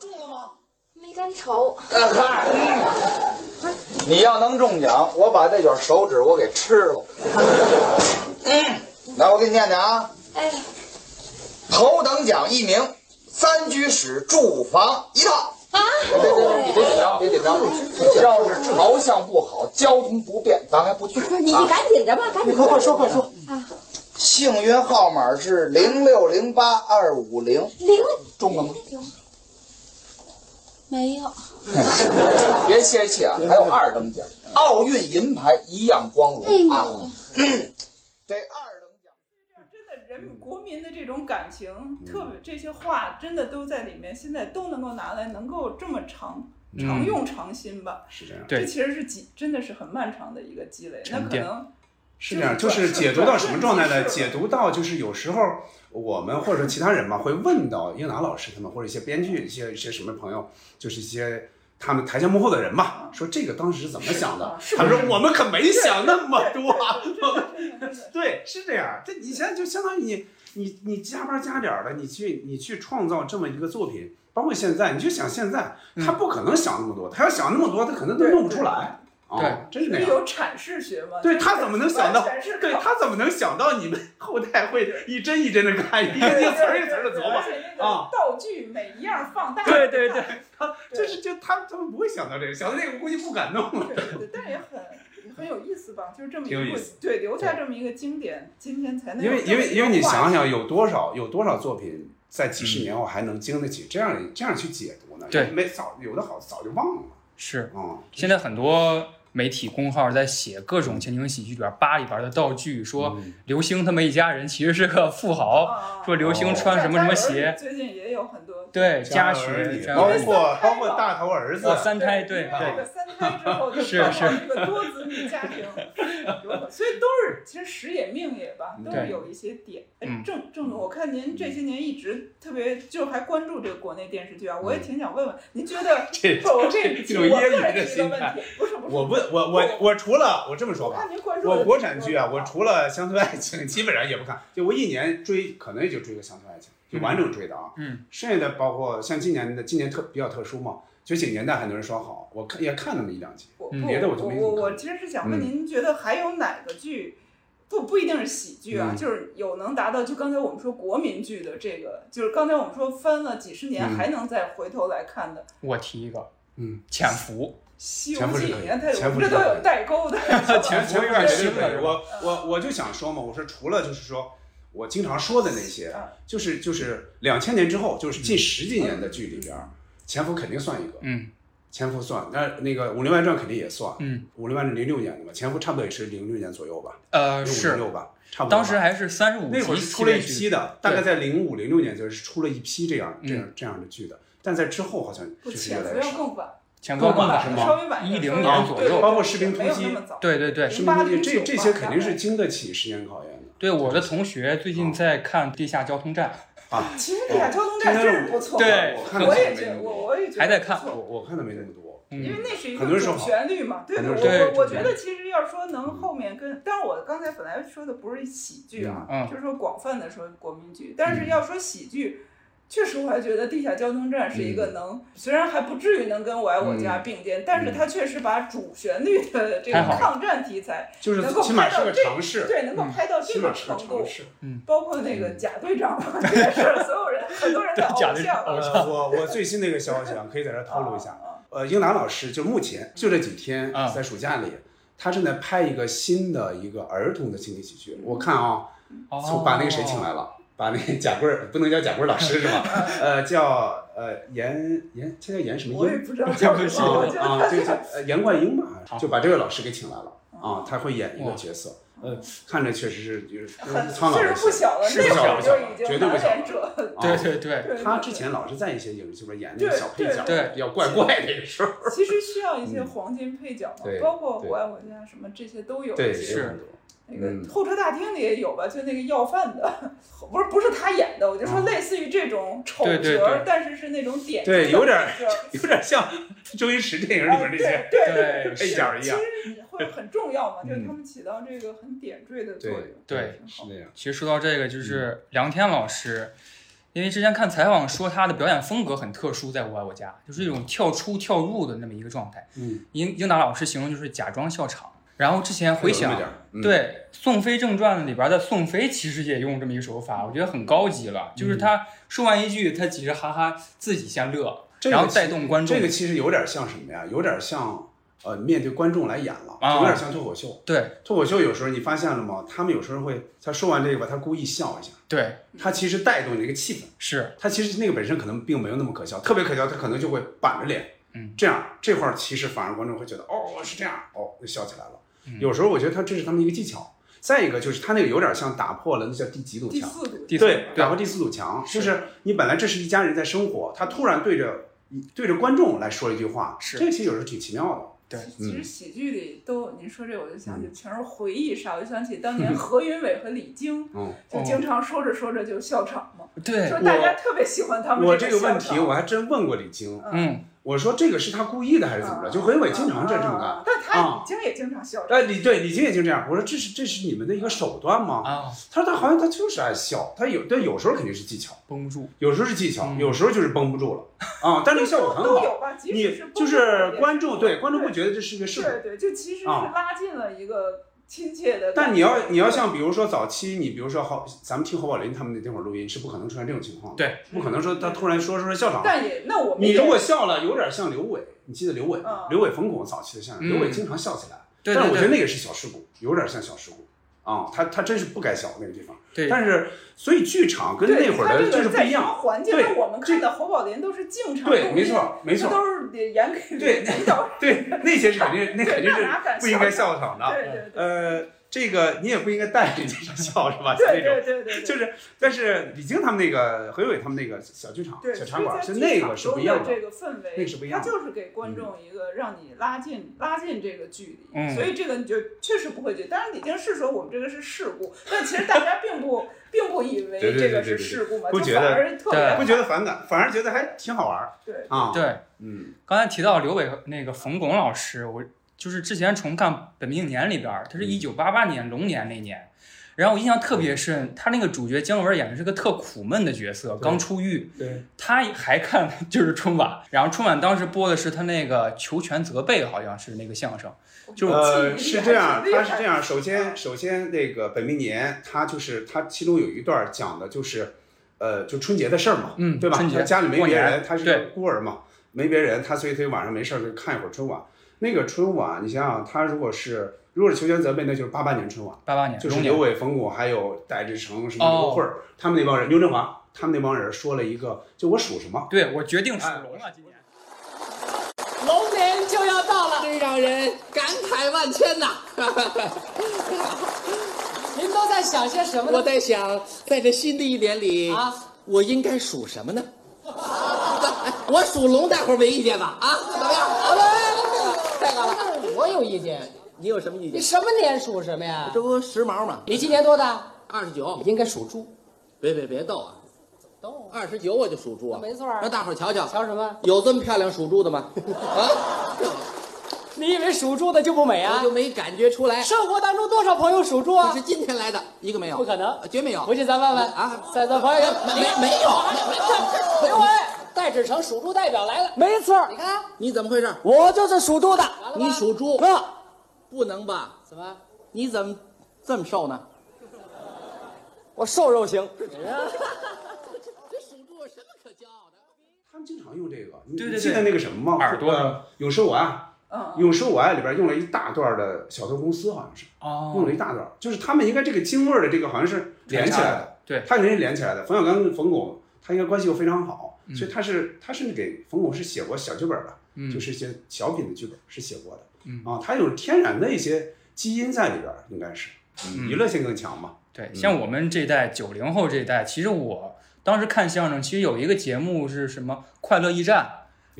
没敢瞅，
你要能中奖，我把这卷手指我给吃了。来，我给你念念啊。
哎，
头等奖一名，三居室住房一套。啊！你别紧张，别紧张。要是朝向不好，交通不便，咱还不去。
你
啊
你赶紧着吧，赶紧着吧。
快说。幸运号码是零六零八二五零，
零
中了吗？
没有，
别泄气啊，还有二等奖，奥运银牌一样光荣啊！这二等奖。
真的人国民的这种感
嗯
情，特别这些话真的都在里面，现在都能够拿来，能够这么长
嗯
常用常新吧。
是这样，
对
这其实是积，真的是很漫长的一个积累。那
沉
可
淀
能
是这样，就
就是
是解读到什么状态呢？
转瞬即逝
解读到就是有时候我们或者说其他人嘛，会问到英达老师他们或者一些编剧、一些一些什么朋友，就是一些他们台前幕后的人吧，说这个当时是怎么想的？
是
他
是
们说我们可没想那么多啊，
真的真的真的
对，是这样。这你现在就相当于你你你加班加点儿的，你去你去创造这么一个作品，包括现在，你就想现在他不可能想那么多，他要想那么多，他可能都
嗯对
弄不出来。啊，真是那
这
样。
有阐释学嘛？
对他怎么能想到
完全是？
对
靠
他怎么能想到你们 后代会一针一针的看，一
对
个一
对
个词儿
对
一个词儿的
对
琢
而
磨？
且那个
啊
道具每一样放大，
对对对，
他就是就他他们不会想到这个，想到这个估计不敢 弄了。
对对，但也很也很有意思吧？就是这么一
挺有意
部
思
对留下这么一个经典，今天才能
因为
有这
因
么
为
一
因为
个
你
话
想
题嗯
想，有多少有多少作品在几十年后还能经得起这样这样去解读呢？
对
没早有的好早就忘了
是
啊。
现在很多媒体公号在写各种情景喜剧里边扒里边的道具，说
嗯
刘星他们一家人其实是个富豪，
啊
说刘星穿什么什么鞋，
最近也有很多
对，家
儿
学
女
这
包
样。
括包括大头儿子
哦，三胎
因
对
为这
对
个三胎之后就是包括
是
这个多子女家 庭，有很所以都是其实时也命也吧，都是
对
有一些点。哎
嗯，
郑郑总，我看您这些年一直特别就还关注这个国内电视剧啊，我也挺想问问，您觉得
嗯这
我这个
这种
我个
揶揄
人
的
提的
心
问
态
题，不是不是，
我问我我我除了我这么说
我
吧，
看您关注的
我国产剧啊，我
挺
除了《乡村爱情》， 基本上也不看。就我一年追，可能也就追个《乡村爱情》，就完整追的啊。
嗯，
剩下的包括像今年的，今年特比较特殊嘛，《觉醒年代》很多人说好，我看也看那么一两集。
多
嗯
不
别的我就没怎么
我我
看
其实是想问
嗯
您，觉得还有哪个剧？不不一定是喜剧啊，
嗯
就是有能达到就刚才我们说国民剧的这个，就是刚才我们说翻了几十年
嗯
还能再回头来看的《
我提一个
嗯，
潜伏，
西游
前夫
记
是》，
你
可以
看它
前
有
夫
这
是
都
可以
有代 沟的，
前
夫
前有
有点
点
新
新
了是
了。
吧
我我我就想说嘛，我说除了就是说我经常说的那些
啊，
就是就是两千年之后，就是近十几年的剧里边儿，潜伏肯定算一个，
嗯
潜伏算，那那个《武林外传》肯定也算，
嗯，
《武林外传》零六年的吧，潜伏差不多也是零六年左右吧。
呃
五
是，
六吧，差不多吧。
当时还是三十五
那会儿
集
是
系
出了
列
一批
剧，
的，
对嗯
大概在零五零六年就是出了一批这样这样这样的剧的，但在之后好像
不
就是越
潜
来
伏
越
要
少。
更晚，
潜伏
更
更
晚
晚
是
稍微
吗？
晚
一
一
零
点
年
啊
左
对对
右，
包括士兵
对没有
突击
那么早
对对对，
是
08
不
零
是
九
这这
吧
些肯定
大
是
概
经得起十年考验的。
对我的同学最
哦
近在看《地下交通站
啊，
其实《地下交通站》
今
真
天
是不错，
对
我看的
我也
没
觉
那
得
么
我
多，
我也觉得
还在
不
看
错
我我看的没那么多。》，
因
嗯
为那是一个
很多人
主
说好
旋律嘛，对
很多人
我
说
我我
对
觉得其实要说
嗯
能后面跟，但是我刚才本来说的不是喜剧啊，
嗯嗯
就是说广泛的说国民剧，但
嗯
是要说喜剧，确实我还觉得《地下交通站》是一
嗯
个能，虽然还不至于能跟《我爱我家》并肩，但是
嗯
它确实把主旋律的这
太
个
好了
抗战题材，
就是
能够
起码
拍到
是个
这
尝试，嗯
对，能够拍到这
起
个
码是
程
个
度
尝，试。嗯
包括那个贾队长嘛，也是所有人很多人的
贾
偶
队
像啊，
长
呃， 我我最新的一个消息啊，可以在这儿透露一下
啊。
呃，英达老师就目前就这几天
啊
在暑假里，他正在拍一个新的一个儿童的情景喜剧。我看啊，
哦
从把那个谁请来了，把那个贾贵儿不能叫贾贵儿老师是吧？呃，叫呃严严，他叫严什么
我也
英？
不 知道叫什么，我觉得
啊啊，
他
就
这
是
个
呃严冠英吧，好像就把这位老师给请来了
哦
啊，他会演一个
哇
角色，呃，看着确实是就是
很
苍老
岁
师
数不小了，
是
那
不
会
小
儿
不
就
小
已经
绝对不
导
小
演者 了。
啊
对对对，
对
他
对
之前老是在一些影视剧里边演那
对
个小配角，
对对
比较怪怪的时候，
其实需要一些黄金配角嘛，
嗯对
包括《
对
我爱我家》啊什么这些都有。
对，
是
也有很多
那个
嗯
候车大厅里也有吧，就那个要饭的，不是不是他演的，我就说
嗯
类似于这种丑
对对
角
对，
但是是那种典型的
对有点儿
配角
有点像 周星驰电影里边那些
啊对对
对
配角一样，
其实会很重要嘛，
嗯
就是他们起到这个很点缀的作用。
对
挺
是
好
那样，
其实说到这
嗯
个，就是梁天老师，因为之前看采访说他的表演风格很特殊，在《我爱我家》就是一种跳出跳入的那么一个状态。
嗯，
英英达老师形容就是假装笑场。然后之前回
有那么
想
点，儿，嗯，
对《宋飞正传》里边的宋飞其实也用这么一手法，我觉得很高级了。
嗯
就是他说完一句，他其实哈哈自己先乐，
这个
然后带动观众。
这个其实有点像什么呀？有点像呃，面对观众来演了，
啊
有点像脱口秀。
对
脱口秀有时候你发现了吗？他们有时候会，他说完这个吧，他故意笑一下，
对
他其实带动你那个气氛。
是，
他其实那个本身可能并没有那么可笑，特别可笑，他可能就会板着脸，
嗯，
这样这块儿其实反而观众会觉得哦是这样，哦就笑起来了。
嗯
有时候我觉得他这是他们一个技巧。再一个就是他那个有点像打破了那叫第几堵
第
墙，
四组
第四
对，打破第四堵墙，就是你本来这是一家人在生活，他突然对着对着观众来说一句话，
是
这个其实有时候挺奇妙的。
对
其
嗯
实喜剧里都，您说这我就想起全是回忆杀，我就想起当年何云伟和李菁，
嗯，
就经常说着说着就笑场嘛，
对
说，大家特别喜欢他们
我
这
这
个
个
笑啊
问题
场
我还真问过李菁，
嗯，
我说这个是他故意的还是怎么着？就何云伟经常这这么
啊
干。
但他
啊
李菁也经常笑场。
哎，李对李菁也经这样。我说这是这是你们的一个手段吗？
啊，
他说他好像他就是爱笑，他有但有时候肯定是技巧，
绷不住，
有时候是技巧，
嗯
有时候就是绷不住了啊。但这个效果很
都有
好，
吧，即使
你
是
就
不同
是
的
观众对观众会
对
觉得这是一个事故。
对对，就其实是
啊
拉近了一个亲切的感觉。
但你要你要像比如说早期你比如说好，咱们听侯宝林他们那会儿录音是不可能出现这种情况的，
对，
不可能说他突然说说笑场了，
但也那我们
你
也
如果笑了，有点像刘伟，你记得刘伟吗
嗯？
刘伟冯巩早期的相声，
嗯
刘伟经常笑起来，
对
但是
对
我觉得
对
那个是小事故，有点像小事故啊，他他真是不该笑那个地方。
对
但是所以剧场跟
对
那会儿
他
的
这个
就是不
在
一
什么
样，
环境，
对
那我们看的侯宝林都是进场
对，
录
没
音，
错，没
这
错，
都是演给
对
领 导。
对，那些是肯定，那肯定
对
是
那哪敢
不应该
笑
笑场的。
对对对
呃，这个你也不应该带着人家笑是吧？就
对
那种
对。对对，
就是，但是李菁他们那个何伟他们那个小剧场、
对
小茶馆，
所
就
以在
那
剧
个
场
是不一
中
样
的
的。
这个氛围，
那个是不一样
它
的嗯
就是给观众一个让你拉近、拉近这个距离，
嗯
所以这个你就确实不会觉得。当然，李菁是说我们这个是事故，但其实大家并不并不以为
对对
这个
对对
是
对
事故嘛，
不
就
觉
反
得
而特别
不觉得反感，反而觉得还挺好玩儿
对
啊。，
对。
嗯，
刚才提到刘伟和那个冯巩老师，我就是之前重看《本命年》里边儿，他是
嗯
一九八八年龙年那年，然后我印象特别深，他那个主角姜文演的是个特苦闷的角色，刚出狱，
对，
他还看 就是春晚，然后春晚当时播的是他那个《求全责备》，好像是那个相声，就是
呃，是这样，
他
他是这样。首先，首先那个本命年，他就是他其中有一段讲的就是，呃，就春节的事儿嘛，
嗯
对吧？
春节
他家里没
过
别
年
人，他是
对
个孤儿嘛，没别人，他所以他晚上没事儿就看一会儿春晚。那个春晚，你想想，他如果是如果是求全责备，那就是八八年春晚，
八八年
就是
龙
刘
年，哦
伟、冯巩还有戴志诚、什么刘慧儿、他们那帮人，牛振华他们那帮人说了一个，就我属什么？
对我决定属龙了，今年
龙年就要到了，真让人感慨万千呐！ 您都在想些什么呢？我在想，在这新的一年里啊，我应该属什么呢？ 我属龙，大伙儿没意见吧？啊，怎么样？太好了，我有意见。你有什么意见？你什么年属什么呀？这不时髦吗？你今年多大？二十九，应该属猪。别别别逗啊！逗，二十九我就属猪啊，没错。让大伙儿瞧瞧，瞧什么？有这么漂亮属猪的吗？ 啊，你以为属猪的就不美啊？我就没感觉出来。生活当中多少朋友属猪啊？可是今天来的一个没有，不可能，绝没有。回去咱问问啊，在咱朋友没没没有，啊刘伟。戴志成属猪代表来了，没错。你看你怎么回事？我就是属猪的，你属猪啊？不能吧？怎么？你怎么这么瘦呢？我瘦肉型。这属猪有什么可骄傲的？
他们经常用这个，你
对对
你记得那个什么吗？
耳朵
呃有时我啊，用《说我爱》里边用了一大段的小偷公司，好像是
哦
用了一大段，就是他们应该这个京味儿的这个好像是连起来的，
对，
他肯定连起来的。冯小刚跟冯巩，他应该关系又非常好，所以他是他甚至给冯巩是写过小剧本的，
嗯
就是一些小品的剧本是写过的，
嗯
啊，他有天然的一些基因在里边儿，应该是、
嗯
娱乐性更强嘛。
对，
嗯
像我们这一代九零后这一代，其实我当时看相声，其实有一个节目是什么《快乐驿站》，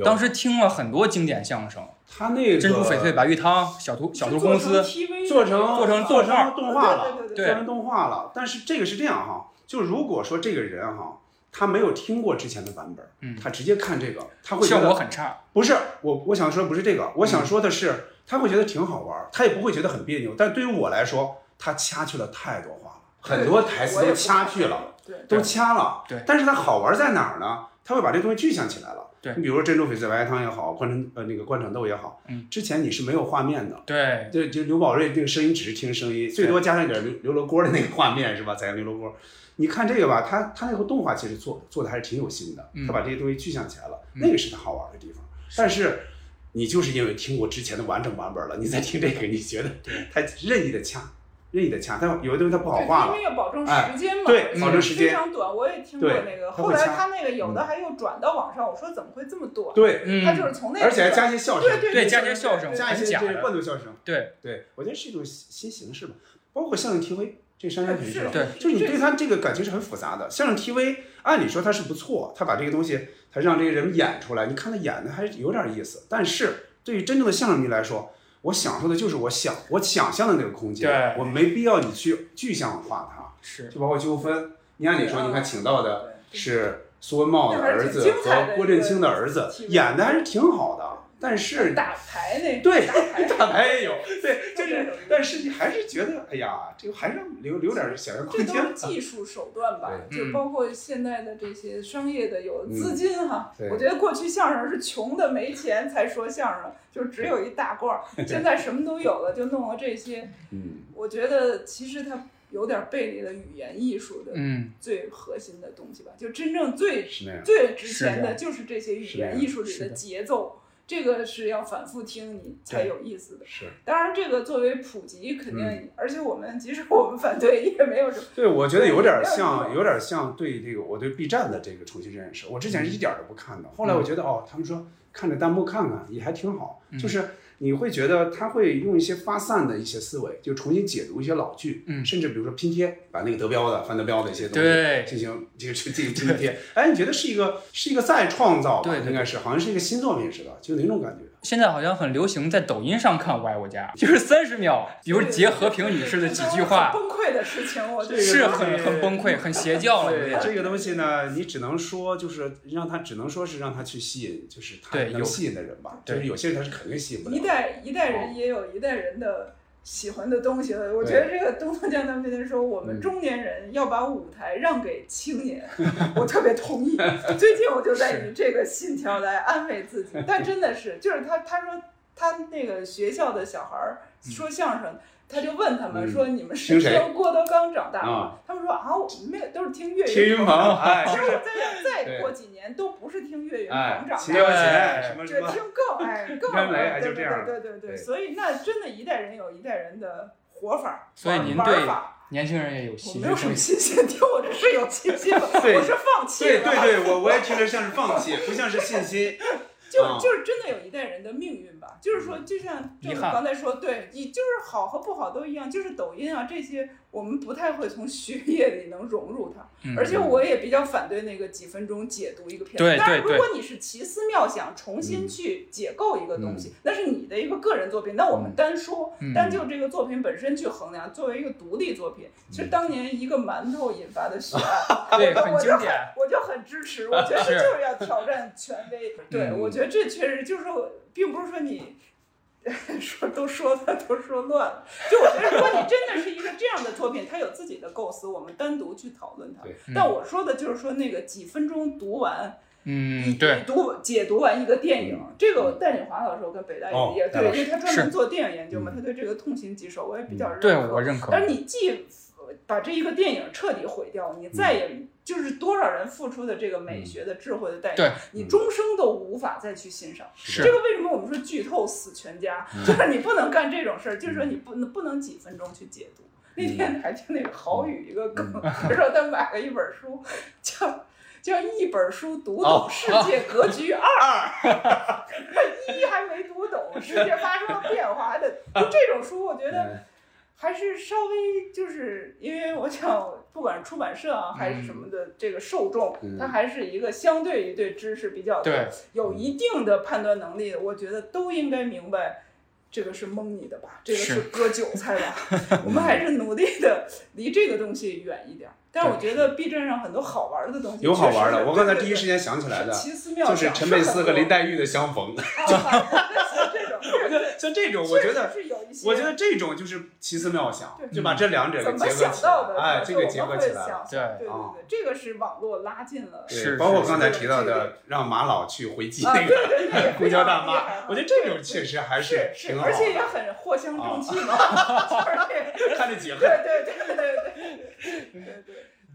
当时听了很多经典相声，
他那个
珍珠翡翠白玉汤、小图小图公司
做成
做成
做
动画
成动画了，
啊对对对对
做成动画了。但是这个是这样哈，就如果说这个人哈，他没有听过之前的版本，
嗯
他直接看这个，他会觉
效
得
果很嗯差。
不是我，我想说的不是这个，我想说的是，他会觉得挺好玩儿，他也不会觉得很别扭。但对于我来说，他掐去了太多话了，
对
很多台词
我也
都
不
掐
看
去了，
对
都掐了。
对
但是它好玩在哪儿呢？它会把这东西具象起来了。
对
你比如说珍珠翡翠白汤也好，灌成呃那个灌肠豆也好，
嗯，
之前你是没有画面的。
对
对，就刘宝瑞那个声音只是听声音，最多加上一点刘刘罗锅的那个画面是吧？宰牛刘罗锅。你看这个吧，他他那个动画其实做做的还是挺有心的
嗯，
他把这些东西具象起来了，
嗯
那个是他好玩的地方。但是你就是因为听过之前的完整版本了，你再听这个，你觉得他任意的掐，任意的掐，但有的东西他不好画了
对，因为要保证
哎
时间嘛，
对
而且
保证时间
非常短。我也听过
对
那个，
它会
后来
掐嗯
他那个有的还又转到网上，我说怎么会这么短？
对
他就是从那
嗯
个
而且还加一些笑声，
嗯对
对加一些笑声
加一些
很假
这
的
个罐头笑声。
对
对，我觉得是一种新形式吧，包括相声 TV，这山
哎
山肯定知道，
对
就是你对他这个感情是很复杂的。相声 TV 按理说它是不错，他把这个东西，他让这个人演出来，你看他演的还有点意思。但是对于真正的相声迷来说，我享受的就是我想我想象的那个空间，
对
我没必要你去具象化它，
是
就包括纠纷。你按理说，你看请到的是苏文茂的
啊那还是
儿
挺
子
精彩的
和
一
郭振
个
清的儿子，
TV
演的还是挺好的，但是
打牌那
对
打牌
大牌也有， 对，就是，但是你还是觉得，哎呀，这个还是留留点想象
这
空
都
间
是。技术手段吧，
对
就
嗯
包括现在的这些商业的有资金哈、
嗯对
我觉得过去相声是穷的没钱才说相声，就只有一大罐儿。现在什么都有了，就弄了这些。
嗯，
我觉得其实它有点背离了语言艺术的
嗯
最核心的东西吧。就真正最
是那样
最值钱
是的
的就是这些语
是那样
言艺术里
是的
的节奏，这个是要反复听你才
对
有意思的。
是，
当然，这个作为普及肯定，
嗯
而且我们即使我们反对也没有什么。
对，我觉得有点像，
对
有点像对这个我对 B 站的这个重新认识。我之前是一点儿都不看的，后来我觉得哦，他们说看着弹幕看看也还挺好，就是你会觉得他会用一些发散的一些思维，就重新解读一些老剧，
嗯
甚至比如说拼贴，把那个德彪的、范德彪的一些东西
对
进行进行进行拼贴，哎，你觉得是一个是一个再创造吧？
对对对
应该是好像是一个新作品似的，就那种感觉。
现在好像很流行在抖音上看《我爱我家》，就是三十秒，比如结和平女士的几句话
这，都是很崩溃的事情，我觉得
是很很崩溃，很邪教了，有
对
点
这个东西呢，你只能说就是让他，只能说是让他去吸引，就是他
对有
能吸引的人吧。
对
就是有些人他是肯定吸引不了
一
的。
代一代
哦
人也有一代人的喜欢的东西了。我觉得这个东东江他们那天说，我
嗯
们中年人要把舞台让给青年， 我特别同意。最近我就在以这个信条来安慰自己，但真的是，就是他他说他那个学校的小孩儿说相声。他就问他们
嗯
说：“你们是
听谁
听郭德纲长大吗
啊？”
他们说：“啊，我们那都是听岳
听
云
云
鹏。”
鹏，哎，
其
就
实我
是
再再
对
过几年都不是听岳云
哎
鹏，长
秦
大
霄贤
的，
什么
就
什么，
听够 哎够
刚来
了，
哎就
对
这
对
样
对对对，
对
所以那真的一代人有一代人的活法，
所以您
玩
对
玩法。
年轻人也有
我
吸
没有什么
引。
信心， 听我这是有信心了，
对
我是放弃
对
了，
对对，我我也听着像是放弃，不像是信心。
就
啊
就是真的有一代人的命运吧，就是
嗯
说，就像
遗
正如
憾
刚才说，对你就是好和不好都一样，就是抖音啊这些，我们不太会从 学业里能融入它，
嗯
而且我也比较反对那个几分钟解读一个片
对
子。当然，
对嗯对
如果你是奇思妙想，重新去解构一个东西，那是你的一个个人作品。那我们单说，
嗯
单就这个作品本身去衡量，作为一个独立作品，其实当年一个馒头引发的血案，
对
我
很
我就
经
很
典
我就很支持。我觉得
是
就是要挑战权威。
嗯
对，我觉得这确实就是说，并不是说你。 说都说的都说乱了，就我觉得，如果你真的是一个这样的作品，它有自己的构思，我们单独去讨论它。
对
但我说的就是说那个几分钟读完、
嗯，对，嗯
读解读完一个电影，这个我戴锦华老师，我跟北大
哦
也、
戴
对，
老
因
师嗯
为他专门
是嗯
做电影研究嘛，他对这个痛心疾首，我也比较认可。
对我认可
但是你既把这一个电影彻底毁掉，你再
嗯
也就是多少人付出的这个美学的智慧的代价，
对
你终生都无法再去欣赏。
是
这个为什么我们们说剧透死全家，就是你不能干这种事儿，就是说你不能不能几分钟去解读。那天还听那个郝宇一个梗，他说他买了一本书，叫叫一本书读懂世界格局二，一还没读懂，世界发生了变化的，就这种书，我觉得。还是稍微就是因为我想，不管是出版社啊还是什么的，这个受众，他还是一个相对于对知识比较
对
有一定的判断能力的，我觉得都应该明白，这个是蒙你的吧，这个
是
是割韭菜吧，我们还是努力的离这个东西远一点儿。但是我觉得 B 站上很多好玩的东西
有好玩
确实
的，
是
我刚才
对对
第一时间想起来的，
是奇思妙
就是
想
陈佩斯和林黛玉的相逢。像这种，我觉得
确实是有一些
我觉得这种就是奇思妙想，
对
就把这两者
怎
给
么
结合
想
起
到
来，
的？
哎，这
就
个
是
结
我
合
们
起
会
来
想
了。
对对对
啊
对，这个是网络拉近了，
对包括刚才提到的让马老去回击 那
啊对对
个公交大妈，我觉得这种确实还是
啊是
挺好
而且也
的。啊
很藿香正气嘛， 就是
看着解恨
对对对对对对对对。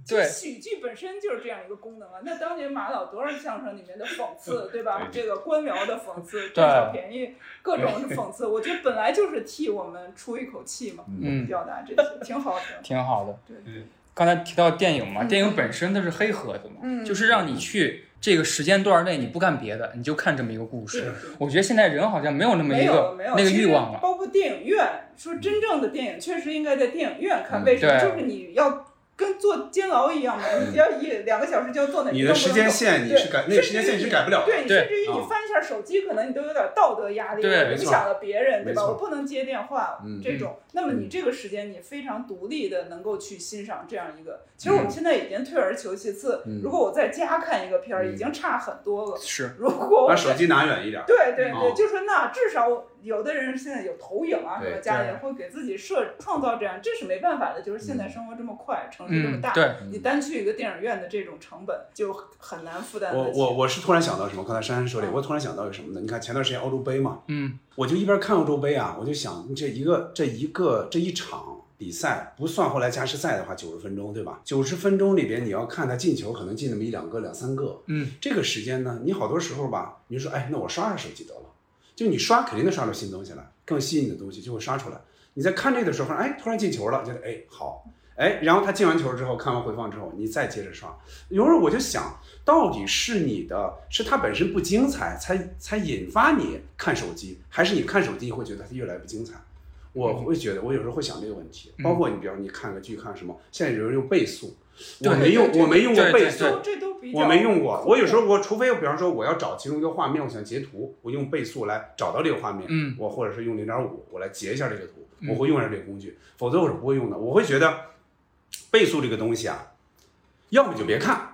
对
喜剧本身就是这样一个功能啊。那当年马老多少相声里面的讽
嗯
刺， 对吧？这个官僚的讽刺，占小便宜，各种讽刺，我觉得本来就是替我们出一口气嘛，
嗯
表达这些挺好的。
挺好的。
对
刚才提到电影嘛，
嗯
电影本身它是黑盒子嘛，
嗯
就是让你去这个时间段内你不干别的，你就看这么一个故事。我觉得现在人好像没有那么
没
一
有
个
了没有
那个
其实
欲望了。
包括电影院，说真正的电影确实应该在电影院看，
嗯
为什
啊
么？
对
就是你要。跟坐监牢一样 嘛，你要一两个小时就要坐那。
你的时间线你是改那个时间线你是改不了的
对你
对
甚至于你
啊
翻一下手机，可能你都有点道德压力，
对
我
没
影
错
响了别人，对吧？
没错
我不能接电话
嗯
这种。那么你这个时间，你非常独立的能够去欣赏这样一个。其实我们现在已经退而求其次
嗯，
如果我在家看一个片儿，已经差很多了。
是
如果我
把
在
手机拿远一点。
对对
啊
对，就说那至少有的人现在有投影啊什么，
对
家里
对
会给自己设创造这样，这是没办法的。就是现在生活这么快，城市这么大
嗯对，
你单去一个电影院的这种成本就很难负担
我
得起。
我我是突然想到什么？刚才珊珊说这个，我突然想到一个什么呢？你看前段时间欧洲杯嘛，
嗯，
我就一边看欧洲杯啊，我就想这一个这一个这一场比赛，不算后来加时赛的话，九十分钟对吧？九十分钟里边你要看他进球，可能进那么一两个、两三个。
嗯，
这个时间呢，你好多时候吧，你就说哎，那我刷刷手机得了。就你刷肯定能刷出新东西来，更吸引你的东西就会刷出来。你在看这个的时候，发现哎，突然进球了，觉得哎好，哎，然后他进完球之后，看完回放之后，你再接着刷。有时候我就想，到底是你的是它本身不精彩，才才引发你看手机，还是你看手机会觉得它越来越不精彩？我
嗯
会觉得，我有时候会想这个问题。包括你，比如你看个剧，看什么，现在有人用倍速，我
对
没用，
对
我没用过
对对
倍速
对，
这都比较
我没用过。我有时候我除非我比方说我要找其中一个画面，我想截图，我用倍速来找到这个画面，
嗯
我或者是用零点五，我来截一下这个图，
嗯
我会用上这个工具，否则我是不会用的。我会觉得倍速这个东西啊，要么就别看。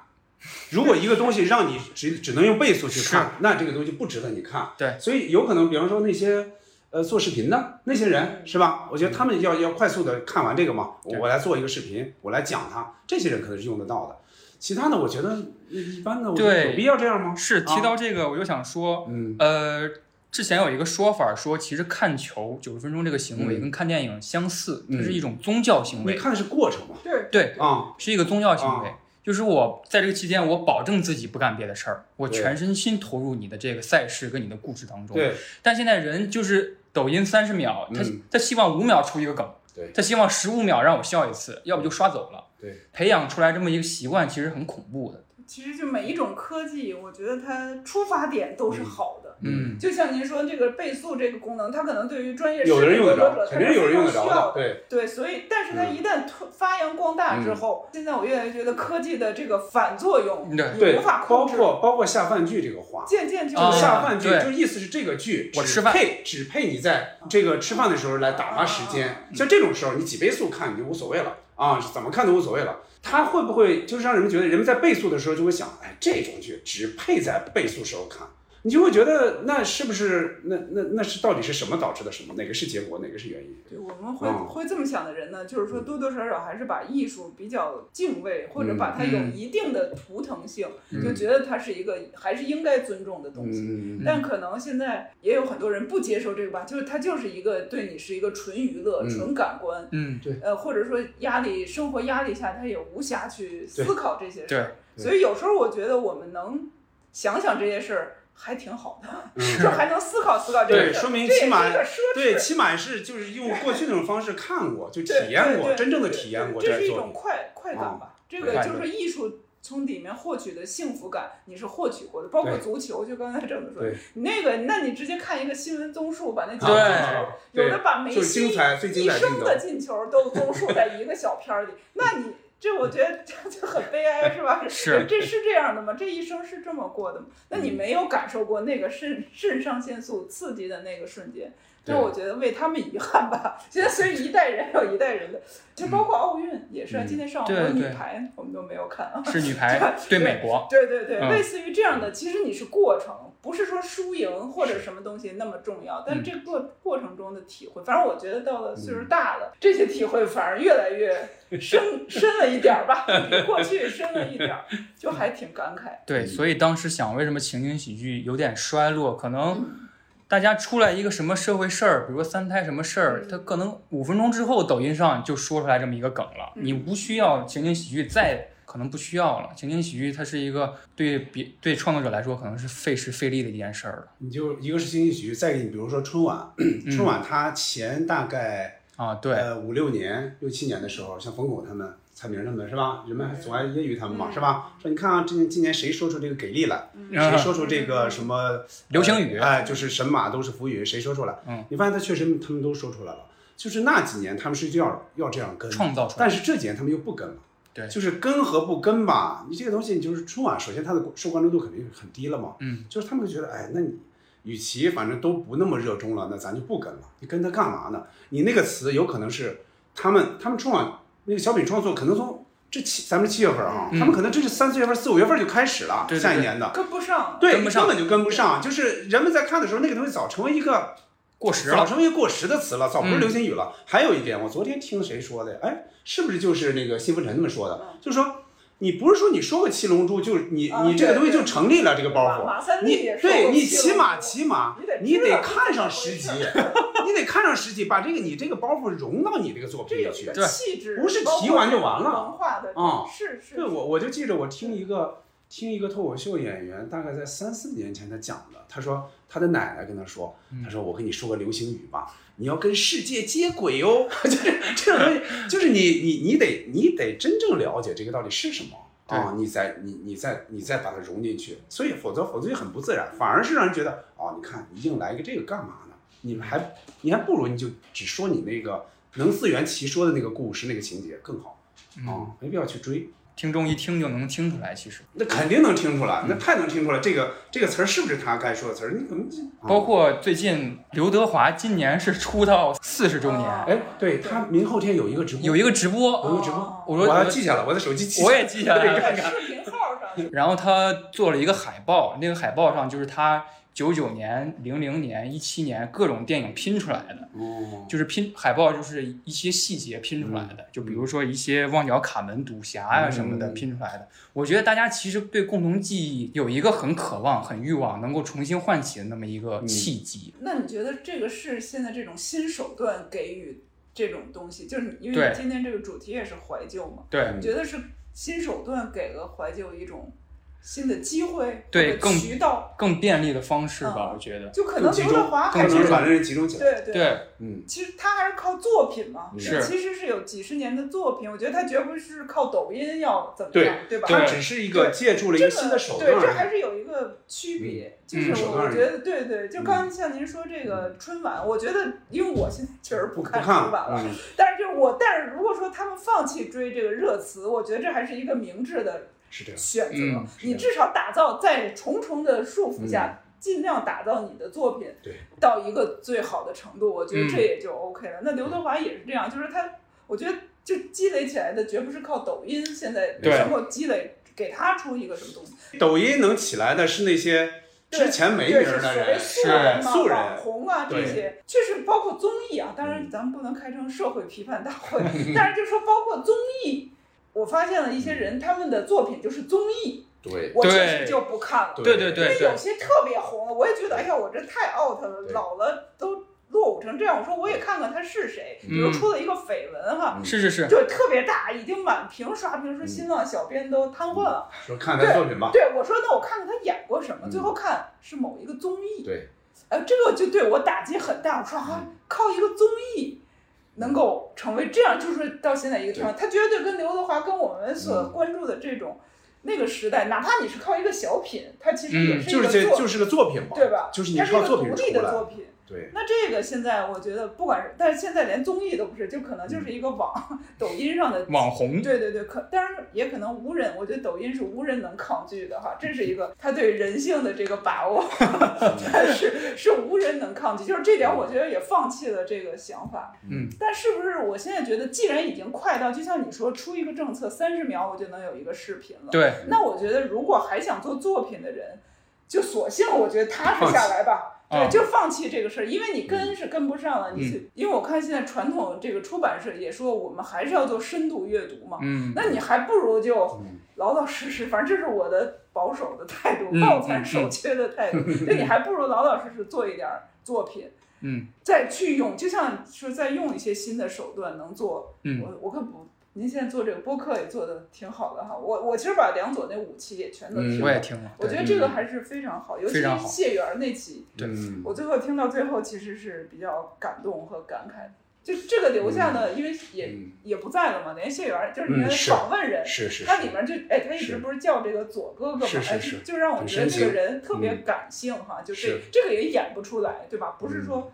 如果一个东西让你只只能用倍速去看，那这个东西不值得你看。
对，
所以有可能，比方说那些呃做视频的那些人
嗯
是吧？我觉得他们要要快速的看完这个嘛，我我来做一个视频，我来讲它，这些人可能是用得到的。其他的，我觉得一般的，我觉得
对，
有必要这样吗？
是
啊
提到这个，我就想说，
嗯，
呃，之前有一个说法说，其实看球九十分钟这个行为
嗯
跟看电影相似，
嗯
它是一种宗教行
你
为。
看的是过程嘛？
对
对
啊，
是一个宗教行为。就是我在这个期间，我保证自己不干别的事儿，我全身心投入你的这个赛事跟你的故事当中。
对，
但现在人就是抖音三十秒，他
嗯
他希望五秒出一个梗，
对
他希望十五秒让我笑一次，要不就刷走了。
对，
培养出来这么一个习惯，其实很恐怖的。
其实就每一种科技，我觉得它出发点都是好的。
嗯，
就像您说这个倍速这个功能，它可能对于专业
有的人
视频
用得着
工作者
肯定有人用得着的
它是非常需要
对
对，所以但是
嗯
它一旦突发扬光大之后，现在我越来越觉得科技的这个反作用
嗯对
你无法，
包
控制，
括包啊括下饭剧这个话，
渐渐就
就下饭剧，
哦对
就意思是这个剧
我
只
吃饭
配只配你在这个吃饭的时候来打发时
哦
间。像这种时候，你几倍速看你就无所谓了啊，怎么看都无所谓了。它会不会就是让人们觉得人们在倍速的时候就会想，哎，这种剧只配在倍速时候看。你就会觉得，那是不是那那那是到底是什么导致的什么？哪个是结果，哪个是原因？
对，我们会、
嗯
会这么想的人呢，就是说多多少少还是把艺术比较敬畏，或者把它有一定的图腾性，
嗯
就觉得它是一个还是应该尊重的东西。
嗯嗯嗯
但可能现在也有很多人不接受这个吧，就是它就是一个对你是一个纯娱乐、
嗯
纯感官，
嗯，
对，
呃，或者说压力生活压力下，他也无暇去思考这些事儿。
对
所以有时候我觉得我们能想想这些事儿，还挺好 的，
嗯
就还能思考思考这个事
对，
儿。
说明
这也是
起码
一个奢侈
对，起码是就是用过去那种方式看过，就体
对
验
对
过，
对
真正的
对
体验过
这
这
是一
作
种
品。
快快感吧。这个
嗯快
就
感
是艺术从里面获取的幸福感，你是获取过的。包括
对
足球，就刚才郑子说
对，
你那个，那你直接看一个新闻综述，把那几个
啊
球，
对
有的把梅
就是
西
精彩最
一
精彩镜
生
头
的进球都综述在一个小片儿 里，那你。这我觉得就很悲哀，是吧？
是
这是这样的吗？这一生是这么过的吗？那
嗯
你没有感受过那个肾肾上腺素刺激的那个瞬间，
对
这我觉得为他们遗憾吧。现在随一代人有一代人的，就包括奥运也是啊。
嗯
今天上午
对
女
对
排我们都没有看 啊，
是女排对美国
对对对，
嗯
类似于这样的，其实你是过程，不是说输赢或者什么东西那么重要，但
嗯
这个过过程中的体会，反正我觉得到了岁数大了，这些体会反而越来越深深了一点 儿吧，比过去深了一点儿，就还挺感慨。
对，所以当时想，为什么情景喜剧有点衰落？可能大家出来一个什么社会事儿，比如说三胎什么事儿，它可能五分钟之后抖音上就说出来这么一个梗了，你不需要情景喜剧再。可能不需要了。情景喜剧它是一个对别对创作者来说可能是费时费力的一件事儿了。
你就一个是情景喜剧，再给你比如说春晚，春晚它前大概
啊对
呃五六年六七年的时候，像冯巩他们、蔡明他们是吧？人们还总爱揶揄他们嘛是吧？说你看啊，今年今年谁说出这个给力来？谁说出这个什么
嗯 流星雨
哎，就是神马都是浮云，谁说出来？
嗯，
你发现他确实他们都说出来了。就是那几年他们是要要这样跟
创造出来
但是这几年他们又不跟了。
对
就是跟和不跟吧，你这个东西你就是春晚，首先它的受关注度肯定很低了嘛，
嗯，
就是他们就觉得，哎，那你与其反正都不那么热衷了，那咱就不跟了，你跟他干嘛呢？你那个词有可能是他们他们春晚那个小品创作，可能从这七咱们七月份啊，
嗯
他们可能这是三四月份、四五月份就开始了，
对对对
下一年的，
跟不上，
对，根本就跟不上，就是人们在看的时候，那个东西早成为一个
过时
早
了
成为过时的词了，早不是
嗯
流行语了。还有一点，我昨天听谁说的？哎，是不是就是那个辛福臣他们说的？就说你不是说你说个七龙珠，就是你、
嗯啊
你这个
对
东西就成立了这个包
马马
袱
三，立
你
也说过
对你
七龙
起
珠
码起码
你
你
得知道
得看上十集，你得看上十集，把这个你这个包袱融到你这个作品里去，
这气质
不是提完就完
包括文
了。
化的
啊
是是，
对我我就记着我听一个听一个脱口秀演员，大概在三四年前他讲的，他说他的奶奶跟他说，他说我跟你说个流行语吧，你要跟世界接轨哦， 就是这种东西，就是你你你得你得真正了解这个到底是什么。啊、你再你你再你再把它融进去，所以否则否则就很不自然，反而是让人觉得哦，你看你硬来一个这个干嘛呢？你还你还不如你就只说你那个能自圆其说的那个故事那个情节更好啊、没必要去追。
听众一听就能听出来，其实
那肯定能听出来，那太能听出来，这个这个词儿是不是他该说的词儿？你怎么这
包括最近刘德华今年是出道四十周年，
哎，对他明后天有一个直播，
有一个直播，
有一个直 播，
我
我
说
要记下来，我的手机记，
我也记下来了
看看。
哦视频号上
然后他做了一个海报，那个海报上就是他九九年、零零年、一七年各种电影拼出来的，
哦
就是拼海报就是一些细节拼出来的，
嗯
就比如说一些旺角卡门赌侠呀、什么的
嗯
拼出来的。我觉得大家其实对共同记忆有一个很渴望、很欲望，能够重新唤起的那么一个
嗯
契机。
那你觉得这个是现在这种新手段给予这种东西，就是你因为
对
你今天这个主题也是怀旧嘛？
对
你觉得是新手段给了怀旧一种新的机会，
对
或者
更
渠道，
更便利的方式吧，
嗯
我觉得。
就可能刘德华
更
还
集中
是
更能把人集中起来。
对对
对，
嗯，
其实他还是靠作品嘛，
是
其实是有几十年的作品，我觉得他绝不是靠抖音要怎么
对
样，对吧？
他只是一个借助了一个新的手段
对，这
而
还
已。
是有一个区别。就
嗯
是
手
我
段嗯
我
而已
觉得，对对，就刚才像您说这个春晚，我觉得，因为我现在确实不看
嗯不
春
看
晚了，
嗯
但是就是我，但是如果说他们放弃追这个热词，我觉得这还是一个明智的
是这样
选择。
嗯
你至少打造在重重的束缚下，尽量打造你的作品
对
到一个最好的程度，我觉得
嗯
这也就 OK 了。那刘德华也是这样，就是他，我觉得就积累起来的绝不是靠抖音现在
对
能够积累给他出一个什么东西。
抖音能起来的是那些之前没名儿的人，
对是所谓人嘛
素
网
人。
红啊这
对嗯
些，确实包括综艺啊。当然，咱们不能开成社会批判大 会，但是就说包括综艺，我发现了一些人他们的作品就是综艺，
对
我确实就不看了。
对
对对
因
对
为
对
有，些特别红了，我也觉得哎呀，我这太 out 了，老了都落吼成这样，我说我也看看他是谁。比如
嗯
出了一个绯闻哈，
嗯
是是是
就特别大，已经满屏刷屏，说新浪小编都瘫痪了。
说看他作品吧。
对，对我说那我看看他演过什么，最后看是某一个综
嗯
艺。
对，嗯
呃，这个就对我打击很大。我说啊，靠一个综艺能够成为这样，就是到现在一个状态，他绝对跟刘德华跟我们所
嗯
关注的这种。那个时代，哪怕你是靠一个小品，它其实也
嗯
是
就是
一个
这
作
就是个作品嘛
对吧？
就是你
它
靠
一个
作品
独立
出
的
来
作品。
对，
那这个现在我觉得，不管是，但是现在连综艺都不是，就可能
嗯
就是一个网抖音上的
网红
对对对，可当然也可能无人，我觉得抖音是无人能抗拒的哈，这是一个他对人性的这个 把握，是是无人能抗拒，就是这点我觉得也放弃了这个想法。
嗯，
但是不是我现在觉得，既然已经快到，就像你说出一个政策三十秒，我就能有一个视频了。
对
那我觉得如果还想做作品的人，就索性我觉得踏实下来吧，
放
对，
弃啊
就放弃这个事儿，因为你跟是跟不上了。你去
嗯，
因为我看现在传统这个出版社也说，我们还是要做深度阅读嘛。
嗯
那你还不如就老老实实，反正这是我的保守的态度，
嗯
抱残守缺的态度。
嗯嗯
就你还不如老老实实做一点儿作品。
嗯，
再去用，就像说再用一些新的手段能做，
嗯
我我可不，您现在做这个播客也做的挺好的哈，我我其实把两左那五期也全都听了，
嗯我也听了
我觉得
对
这个
嗯
还是非常好，尤其
非
是
常好
谢元那期，
对，
嗯
我最后听到最后其实是比较感动和感慨的。就这个留下呢，因为也、也不在了嘛，连谢元就是
嗯
原来
是
访问人，
是是
他
是
里面就哎，他一直
是
不是叫这个左哥哥嘛，
是是
哎，
是
就就让我
很
觉得
深
这个
情
人特别
嗯
感性哈，就这
是
这个也演不出来，对吧？不是说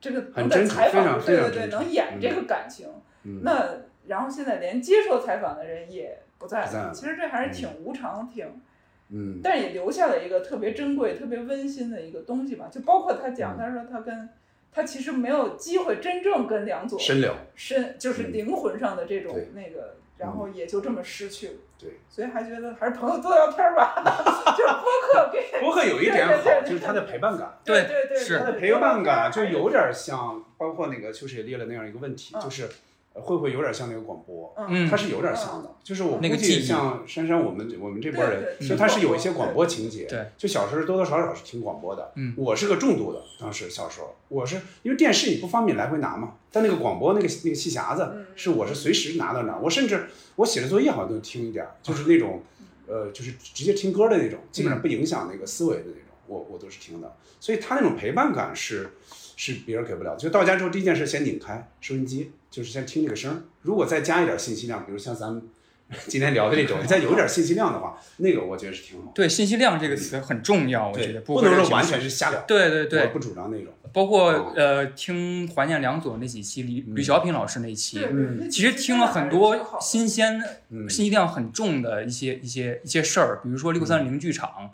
这个
嗯很
能在
真诚
采
非常
访，对
非
对
常
对，
真诚嗯
能演这个感情，那然后现在连接受采访的人也不在
不在
了，
了
其实这还是挺无常，挺。
嗯，
但也留下了一个特别珍贵、特别温馨的一个东西吧。就包括他
嗯
讲，他说他跟他其实没有机会真正跟梁左
深聊
深就是灵魂上的这种
对嗯
那个，然后也就这么失去了。
对，
所以还觉得还是朋友多聊天儿吧， 就是播客给
博客有一点
对对
好，
对
就是它的陪伴感。
对对对是
它的陪伴感啊就有点像，包括那个秋水列了那样一个问题，就是呃会不会有点像那个广播？
嗯
它是有点像的。就是我
那个
估
记
计
忆
像珊珊，我们我们这波
对
人，
对
就
嗯
他是有一些广播情节。
对，
就小时候多多少少是听广播的。
嗯
我是个重度的，当时小时候，我是因为电视你不方便来回拿嘛，但那个广播那个那个戏匣子
嗯
是我是随时拿到那儿，我甚至我写着作业好像都听一点儿，就是那种。呃，就是直接听歌的那种，基本上不影响那个思维的那种，我我都是听的。所以他那种陪伴感是是别人给不了。就到家之后第一件事先拧开收音机，就是先听这个声儿。如果再加一点信息量，比如像咱们 今天聊的这种，再有点信息量的话，那个我觉得是挺好。
对，信息量这个词很重要，我觉得
不
管
能说
什么
完
事
全是瞎聊。
对对对，
我不主啊张那种。
包括呃，听怀念良佐那几期，吕
嗯
吕小品老师那期
对嗯，
其实听了很多新鲜、信息量很重的一些一些一些事儿，比如说六
嗯
三零剧场，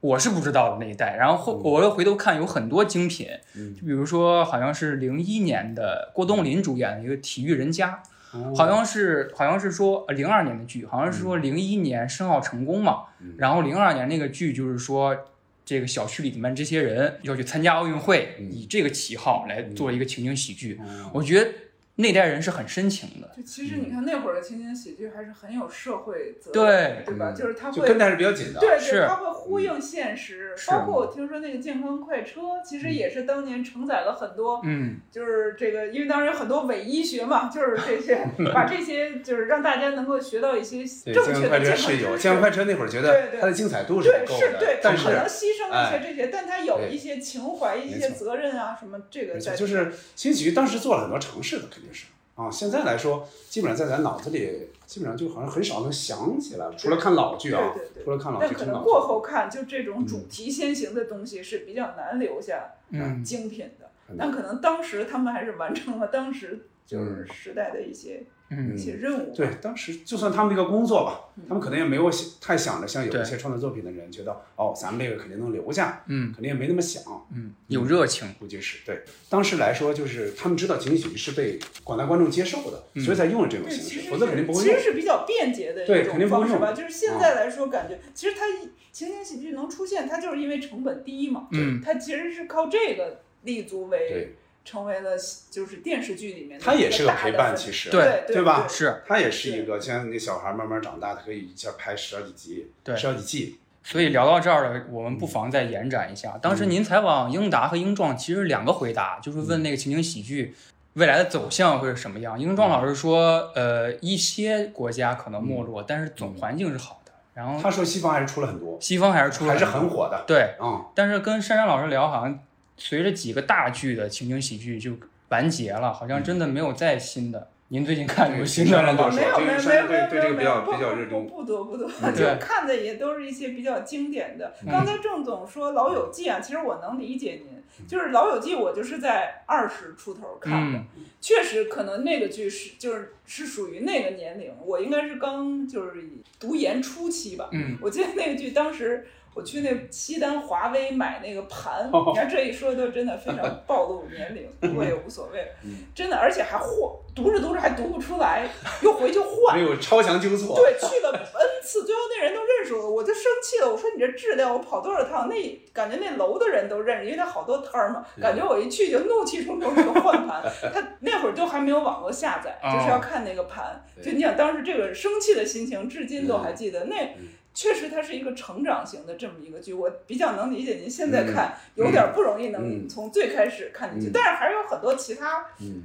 我是不知道的那一代。然后后我又回头看，有很多精品，
嗯
就比如说好像是零一年的郭冬临主演的一个《体育人家》。
嗯
好像是好像是说呃零二年的剧，好像是说零一年申奥成功嘛，然后零二年那个剧就是说这个小区里面这些人要去参加奥运会，以这个旗号来做一个情景喜剧，我觉得那代人是很深情的。
就其
嗯
实你看那会儿的情景喜剧还是很有社会责任
对，
对吧？就是他会
嗯
就
跟的还是比嗯较紧的
对对，
是
他会呼应现实。
是
包括我听说那个健康快车，其
嗯
实也是当年承载了很多，
嗯，
就是这个，因为当时有很多伪医学嘛，就是 这些把这些就是让大家能够学到一些
对，
正
健
确
康
的
快车
健康
是有，
知识
健康快车那会儿觉
对
得
对
它的精彩度是
对
不够
是
的，
对，
但
他
是
可能牺牲一些
哎
这些，但他有
对
一些情怀、一
没
些
错
责任啊什么，这个
而
在
且就是新喜剧当时做了很多尝试的，肯定是啊。现在来说，基本上在咱脑子里，基本上就好像很少能想起来了，除了看老剧啊
对对，对
除了看老
但
剧，
可
真
能
老
过
剧。
后看，就这种主题先行的东西是比较难留下呃
嗯
精品的。
很难
但可能当时他们还是完成了当时就是
嗯
时代的一些、
嗯
一些任务吧。
对，当时就算他们这个工作吧，
嗯
他们可能也没有想太想着像有
对
一些创作作品的人觉得，哦，咱们这个肯定能留下，
嗯
肯定也没那么想，
嗯，有热情，
估计是对。当时来说，就是他们知道情景喜剧是被广大观众接受的，
嗯
所以才用了这种
对，
形
其
式，
实
否则肯定不会
其
用
实。是比较便捷的
对
一
肯
种
定不会
方式吧。
用嗯
就是现在来说，感觉其实它一情景喜剧能出现，它就是因为成本低嘛。
嗯
它其实是靠这个立足为
对
成为了就是电视剧里面的
它也
一
是个
大
陪
的
伴，
分
其实
对
对吧？
对
是，它也是一个，像那小孩慢慢长大，他可以一下拍十好几集，
对
十好几季，
所以聊到这儿了，我们不妨再延展一下。当时您采访英达和英壮，其实两个回答就是问那个情景喜剧未来的走向会是什么样。英壮老师说，呃，一些国家可能没落，但是总环境是好的。然后
他说西方还是出了很多，
西方还是出了
还是很火的。
对，
嗯。
但是跟珊珊老师聊，好像随着几个大剧的情景喜剧就完结了，好像真的没有再新的。您最近看有新的了吗？
没有没有没有没有
对这个比较
没有
比较热衷
不不多不多，
嗯
就
对
看的也都是一些比较经典的。
嗯
刚才郑总说《老友记》啊，其实我能理解您，
嗯
就是《老友记》，我就是在二十出头看的，
嗯
确实可能那个剧是就是是属于那个年龄，我应该是刚就是读研初期吧。
嗯
我记得那个剧当时。我去那西单华威买那个盘，你看这一说都真的非常暴露年龄，不过也无所谓了。真的，而且还换，读着读着还读不出来，又回去换
没。有超强纠错，
对，去了 n 次，最后那人都认识我，我就生气了。我说你这质量，我跑多少趟，那感觉那楼的人都认识，因为他好多摊儿嘛。感觉我一去就怒气冲冲就换盘，他那会儿都还没有网络下载，就是要看那个盘。就你想当时这个生气的心情，至今都还记得。那确实它是一个成长型的这么一个剧，我比较能理解您现在看有点不容易能从最开始看进去，但是还有很多其他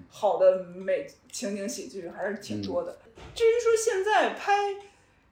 好的美情景喜剧还是挺多的。至于说现在拍，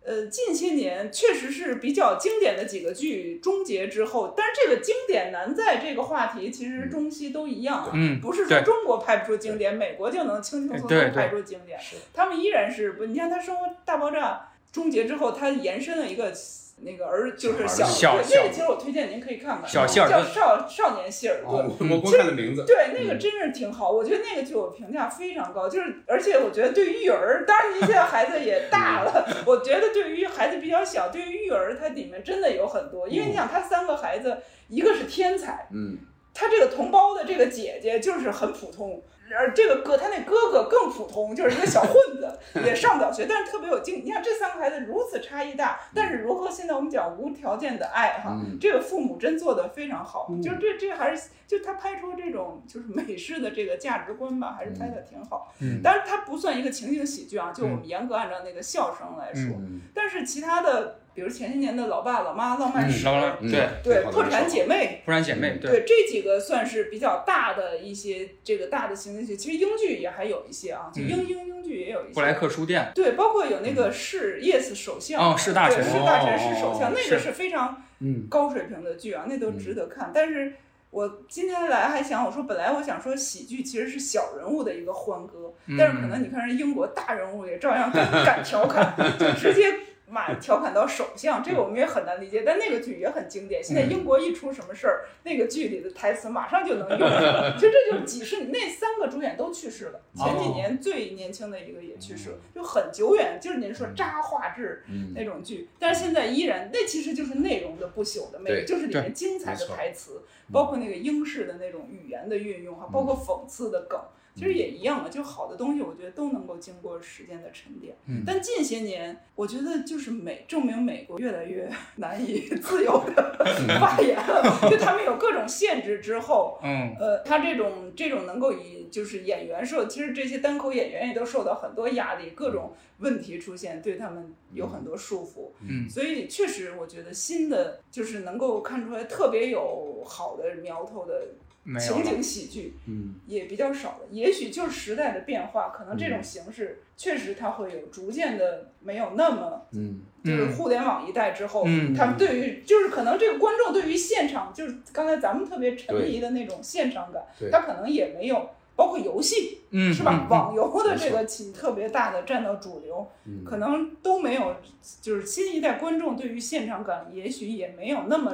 呃，近些年确实是比较经典的几个剧终结之后，但是这个经典难在这个话题其实中西都一样啊，
嗯
不是说
对哎
中国拍不出经典，美国就能轻轻松
对对
松拍出经典，他们依然是不，你看他《生活大爆炸》终结之后，他延伸了一个。那个儿就是小对
小小
这个其实我推荐您可以看看，啊
小希尔
叫
顿
少少年希尔顿
哦，我我光看了名字，
对，那个真是挺好，我觉得那个剧我评价非常高，就是而且我觉得对于育儿，当然您现在孩子也大了，我觉得对于孩子比较小，对于育儿它里面真的有很多，因为你想他三个孩子，一个是天才，
嗯，
他这个同胞的这个姐姐就是很普通，而这个哥他那哥哥更普通，就是一个小混子，也上不了学，但是特别有劲。你看这三个孩子如此差异大，但是如何现在我们讲无条件的爱哈，
嗯
这个父母真做的非常好，就这这还是就他拍出这种就是美式的这个价值观吧，还是拍的挺好。
嗯
但是它不算一个情景喜剧啊，就我们严格按照那个笑声来说，
嗯
但是其他的，比如前些年的老爸老妈浪漫
嗯，
史，
老老对
对破产姐妹。
破产姐妹
对这几个算是比较大的一些这个大的情景剧，其实英剧也还有一些啊，就英
嗯
英英剧也有一些。
布莱克书店
对，包括有那个是 Yes 首相
哦是大
对
臣
是大臣
哦
是首相，那
是
个是非常
嗯
高水平的剧啊，那都值得看。但是我今天来还想，我说本来我想说喜剧其实是小人物的一个欢歌，
嗯
但是可能你看人英国大人物也照样敢敢调侃，就直接。马调侃到首相，
嗯
这个我们也很难理解，但那个剧也很经典。现在英国一出什么事儿，那个剧里的台词马上就能用上。其实这就是几十那三个主演都去世了，前几
哦
年最年轻的一个也去世了，就很久远，就是您说
嗯
渣画质那种剧，但是现在依然，那其实就是内容的不朽的魅
对
力，就是里
对
面精彩的台词，包
嗯
括那个英式的那种语言的运用哈，包括讽刺的梗，其
嗯
实也一样嘛，就好的东西，我觉得都能够经过时间的沉淀。
嗯
但近些年，我觉得就是美证明美国越来越 难以自由的 发言了，就他们有各种限制之后，
嗯
呃，他这种这种能够以就是演员受，其实这些单口演员也都受到很多压力，各种问题出现，对他们有很多束缚。
嗯
所以确实，我觉得新的就是能够看出来特别有好的苗头的
没有
情
了
景喜剧，嗯，也比较少了。也许就是时代的变化，可能这
嗯
种形式确实它会有逐渐的没有那么，嗯，就是
嗯
互联网一代之后，
嗯
他们对于就是可能这个观众对于现场，就是刚才咱们特别沉迷的那种现场感
对，
他可能也没有。包括游戏，
嗯
是吧
嗯？嗯
网游的这个起特别大的占到主流，
嗯
可能都没有，就是新一代观众对于现场感，也许也没有那么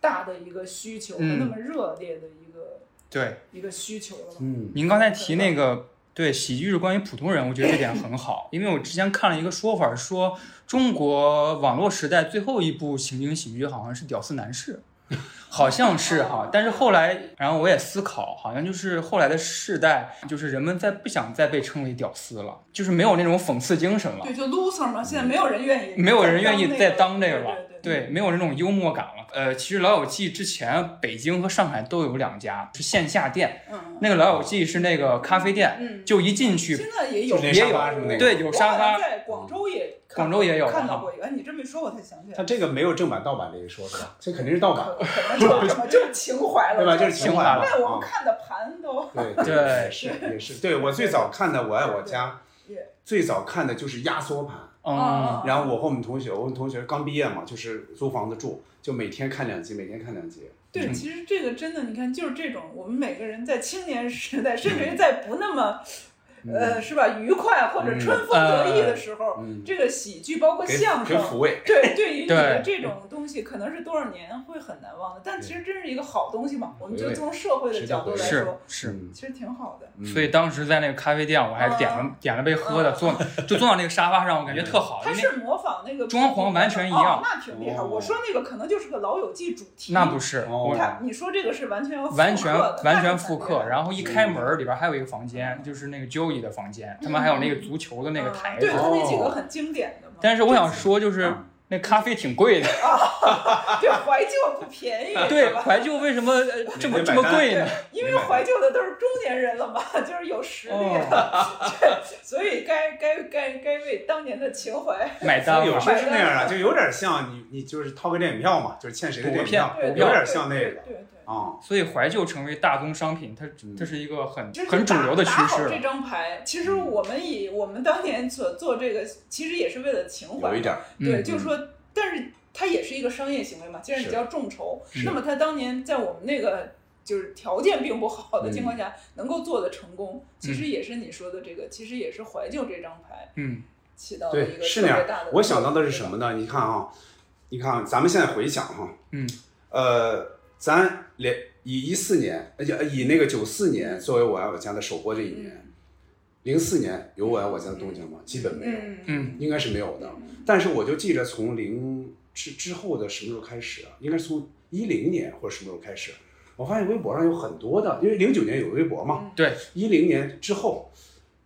大的一个需求和
嗯
那么热烈的一个、
对。
一个需求了吧。
嗯，
您刚才提那个对喜剧是关于普通人，我觉得这点很好，因为我之前看了一个说法，说中国网络时代最后一部情景喜剧好像是《屌丝男士》。 好像是哈，但是后来，然后我也思考，好像就是后来的世代，就是人们再不想再被称为屌丝了，就是没有那种讽刺精神了
对，，就 loser 嘛，现在没有人愿意，
没有人愿意再
再
当这
这
个了，
对
对，没有那种幽默感了。呃，其实《老友记》之前，北京和上海都有两家是线下店，
嗯
那个《老友记》是那个咖啡店，
嗯
就一进去
现在也有
就是那
也
沙
有
发什么那个
对，有沙
我好像
发，
在广州也看
广州也有
看到
啊。
过一个，哎你这么一说我才想起来。
他这个没有正版盗版这一说， 是吧？这肯定是盗版，
什么就是情怀了，
对吧就是情嗯怀了
那我们看的盘都
对
对
也是也是。对我最早看的《我爱我家》，最早看的就是压缩盘。
嗯
然后我和我们同学，我们同学刚毕业嘛，就是租房子住，就每天看两集，每天看两集。
对，其实这个真的，你看，就是这种，我们每个人在青年时代，甚至于在不那么，呃，是吧，愉快或者春风得意的时候，
嗯
这个喜剧包括
给
相
给
声，
抚慰
对，对于你的
对
这种东西，可能是多少年会很难忘的，但其实真是一个好东西嘛。我们
回
就
味
从社会的角度来
嗯是
说，
是，
嗯
其实挺好的。
所以当时在那个咖啡店，我还点
嗯
了点了杯喝的，坐就坐到那个沙发上，我感觉特好，
嗯它
因为
是模仿那个
装潢完全一
哦
样哦
那挺厉害。我说那个可能就是个《老友记》主题，
那不是
哦
我
你看，你说这个是完全要复刻的
完全完全复刻。然
嗯
后一开门，
那
儿里边还有一个房间，就是那个 Joey 的房间，他们还有那个足球的那个台
很嗯
子。
对，
哦
它那几个很经典的嘛，
但是我想说，就是
嗯
那咖啡 挺贵的。
对，怀旧不便宜，
对
是，吧
怀旧为什么呃这么
没
这么贵呢？
因为怀旧的都是中年人了嘛， 就是有实力
哦
了，对，所以该该该该为当年的情怀
有时候是那样
买
的，
单
就有点像你你就是掏个电影票嘛，就是欠谁的电影票，
补
有
个票
点像那个
对对
啊。
所以怀旧成为大宗商品，它
嗯
它是一个很
就是
很主流的趋
打好
势
这
了。嗯
张牌，其实我们以我们当年所做这个，其实也是为了情怀嘛，
有一点儿
对，
嗯
就是说，但是它也是一个商业行为嘛。既然你
是
叫众筹，
是
那么它当年在我们那个就是条件并不好的
嗯
情况下，能够做的成功，其实也是你说的这个，其实也是怀旧这张牌
嗯，
起到了一
对，
个
是
特
那
别
样
大的。。
我想到的是什么呢？你看啊，你看啊，咱们现在回想哈，
嗯，
呃，咱连以一四年，呃，以那个九四年作为《我爱我家》的首播这一年，
嗯
零四年有《我爱我家》的动静吗？基本没有，
嗯，
应该是没有的。但是我就记着从零之之后的什么时候开始啊？应该是从一零年或者什么时候开始，我发现微博上有很多的，因为零九年有微博嘛，
嗯对，
一零年之后，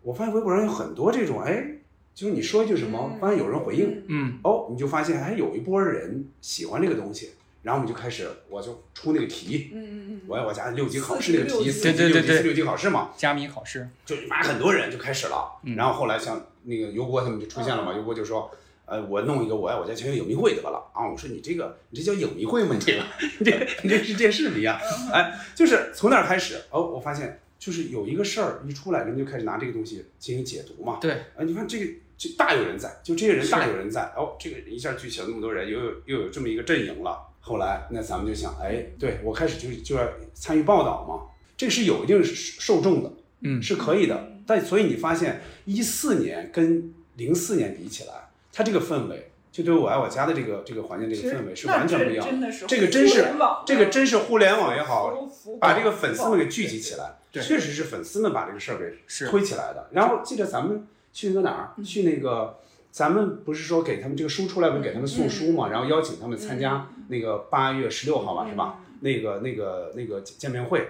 我发现微博上有很多这种，哎，就是你说一句什么，发现有人回应，
嗯，
哦，你就发现哎，有一波人喜欢这个东西，然后我们就开始，我就出那个题，
嗯嗯
我要我家六级考
四
试
级
那个题，
六级
四级
对对
六
对
级
对
四六级考试嘛，
加密考试，
就妈很多人就开始了，然后后来像那个油锅他们就出现了嘛，油锅就说。呃，我弄一个我爱我家全球影迷会得了啊！我说你这个，你这叫影迷会吗？你这个，你这 你这是电视迷啊！哎，就是从那儿开始，哦，我发现就是有一个事儿一出来，人们就开始拿这个东西进行解读嘛。
对，
啊，你看这个这大有人在，就这些人
是
大有人在。哦，这个人一下聚起了那么多人，又有又有这么一个阵营了。后来那咱们就想，哎，对我开始就就要参与报道嘛，这是有一定受众的，
嗯，
是可以的。但所以你发现一四年跟零四年比起来，它这个氛围。就对我爱我家的这个这个环境这
其
个
实
氛围是
那
完全
这
不一样
真的是
这个真是
互联网
这个真是互联网也好
浮，
把
浮
这个粉丝
浮
们给聚集起来，
对
确实是粉丝们把这个事儿给推起来的。然后记得咱们去那个哪儿，
嗯
去那个咱们不是说给他们这个书出来，不是给他们送书
嗯
嘛，然后邀请他们参加那个八月十六号吧，是吧？
嗯
那个那个那个见面会。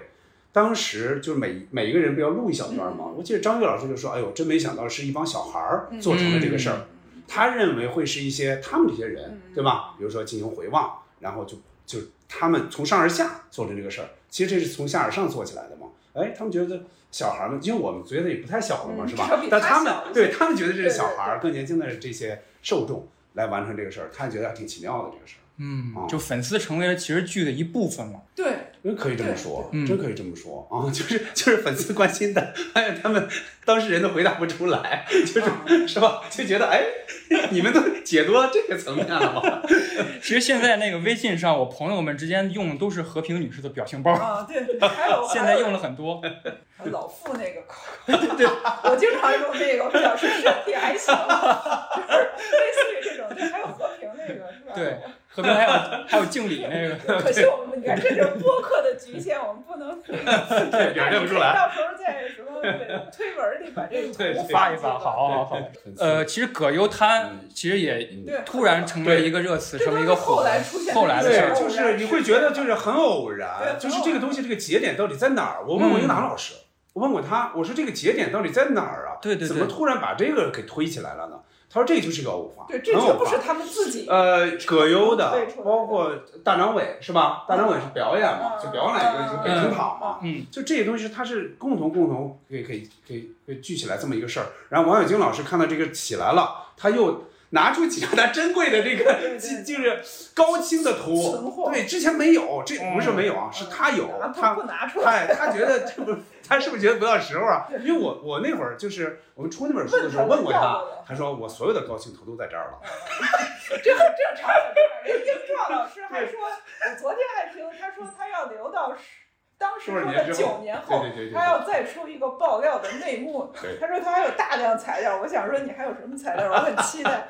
当时就是每每一个人不要录一小段嘛，
嗯
我记得张悦老师就说：“哎呦，真没想到是一帮小孩儿做成了这个事儿。
嗯
他认为会是一些他们这些人，对吧？比如说进行回望，然后就就他们从上而下做成这个事儿，其实这是从下而上做起来的嘛。哎，他们觉得小孩儿们，因为我们觉得也不太小了嘛，
嗯
是
至少
吧
比？
但
他
他们
小一些
对他们觉得这是小孩儿，更年轻的这些受众来完成这个事儿，他觉得挺奇妙的这个事儿。
嗯，
哦
就粉丝成为了其实剧的一部分了。
对，
真可以这么说，
对
真可以这么说啊！ 就是就是粉丝关心的，哎呀，他们当事人都回答不出来，
嗯
就是是吧？就觉得哎，你们都解读到这个层面了吗？
其实现在那个微信上，我朋友们之间用的都是和平女士的表情包，
啊，对，还有
现在用了 很多。
老傅那个口，对，我经常用那个表示身体还行，就是类似于这种。对，还有和平那个是吧？
对，和平还有还有敬礼那个，
可惜我们你看，这就是播客的局限，我们不能
对表现不出来
到时候在什么推文里把这个图
对
放
发一
进
发，
来
好好好。呃，其实葛优他
嗯
其实也突然成为一个热词，成为一个火，后来的
对，
事儿，
就是你会觉得就是很偶然，就是这个东西这个节点到底在哪儿？我问过
嗯
英达老师，我问过他，我说这个节点到底在哪儿啊？对
对对
怎么突然把这个给推起来了呢？他说这就是个偶发，
对，这
很
绝
偶
不
发
是他们自己。
呃，葛优的
对，
包括大张伟是吧？大张伟是表演嘛，就表演了一个就北京跑嘛，
嗯，
就这些东西它是共同共同可以可以可以可以聚起来这么一个事儿。然后王小晶老师看到这个起来了，他又拿出几张他珍贵的这个就就是高清的图，对，之前没有，这不
嗯
是没有啊，是他有，他
不拿出
来，他觉得这不，他是不是觉得不到时候啊？因为我我那会儿就是我们出那本书的时候问过他，他说我所有的高清图都在这儿了。
这很正常，人英壮老师还说，我昨天还听他说他要留到十。当时说的九年后，他要再出一个爆料的内幕。他说他还有大量材料，我想说你还有什么材料？我很期 待。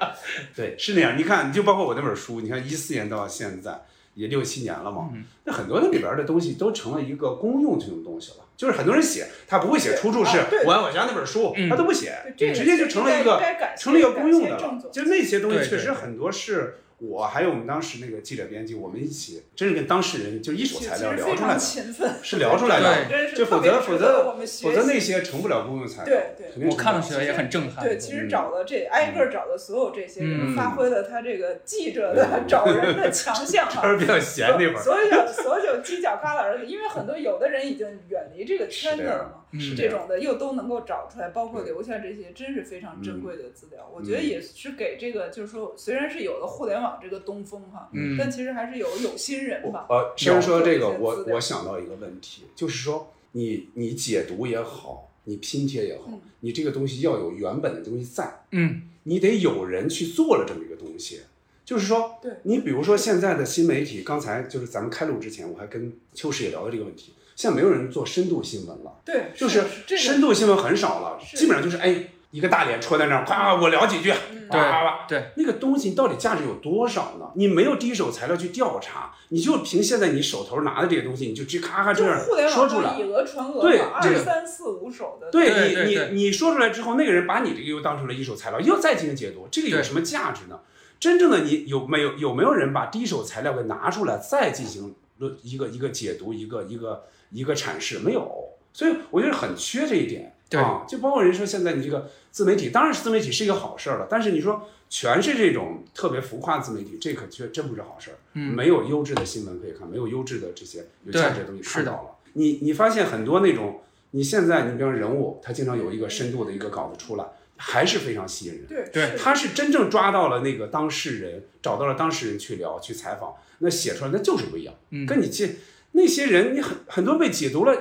对，是那样。你看，你就包括我那本书，你看一四年到现在也六七年了嘛，那、嗯、很多那里边的东西都成了一个公用这种东西了。就是很多人写，他不会写出处是我爱我家那本书，他都不写，直接就成了一个成了一个公用的了。就那些东西确实很多是。我还有我们当时那个记者编辑，我们一起，真是跟当事人就一手材料聊出来的， 是聊出来的，就否则否则否则那嗯些成不了公用材料。
对对，
我看了时候也很震撼。嗯
对，
嗯
其实找了这挨个找的所有这些人，发挥了他这个记者的
嗯
找人的强项啊。
比较闲那会儿。
所有所有犄角旮旯的，因为很多有的人已经远离这个圈子了
嗯
嘛，这种的又都能够找出来，包括留下这些，真是非常
嗯
珍贵的资料。我觉得也是给这个，就是说，虽然是有了互联网。往这个东风哈，嗯，但其实还是有有心人吧。
呃，先说这个，我我想到一个问题，就是说你你解读也好，你拼贴也好，嗯、你这个东西要有原本的东西在，
嗯，
你得有人去做了这么一个东西。就是说，
对，
你比如说现在的新媒体，刚才就是咱们开录之前，我还跟秋实也聊到这个问题，现在没有人做深度新闻了，
对，
就是深度新闻很少了，基本上就是哎。一个大脸戳在那儿，夸我聊几句，
对
吧？
对，
那个东西到底价值有多少呢？你没有第一手材料去调查，你就凭现在你手头拿的这些东西，你就直咔咔这样说出来，
以讹传讹，
对，
二三四五手的，
对你你你说出来之后，那个人把你这个又当成了一手材料，又再进行解读，这个有什么价值呢？真正的你有没有有没有人把第一手材料给拿出来，再进行论一个一个解读，一个一个一个阐释？没有，所以我觉得很缺这一点。啊，就包括人说现在你这个自媒体，当然是自媒体是一个好事儿了，但是你说全是这种特别浮夸自媒体，这可却真不是好事儿。
嗯，
没有优质的新闻可以看，没有优质的这些有价值的东西看到了。
是
你你发现很多那种，你现在你比方人物，他经常有一个深度的一个稿子出来，还是非常吸引人。
对
对，
他是真正抓到了那个当事人，找到了当事人去聊去采访，那写出来那就是不一样。
嗯，
跟你这那些人，你很很多被解读了。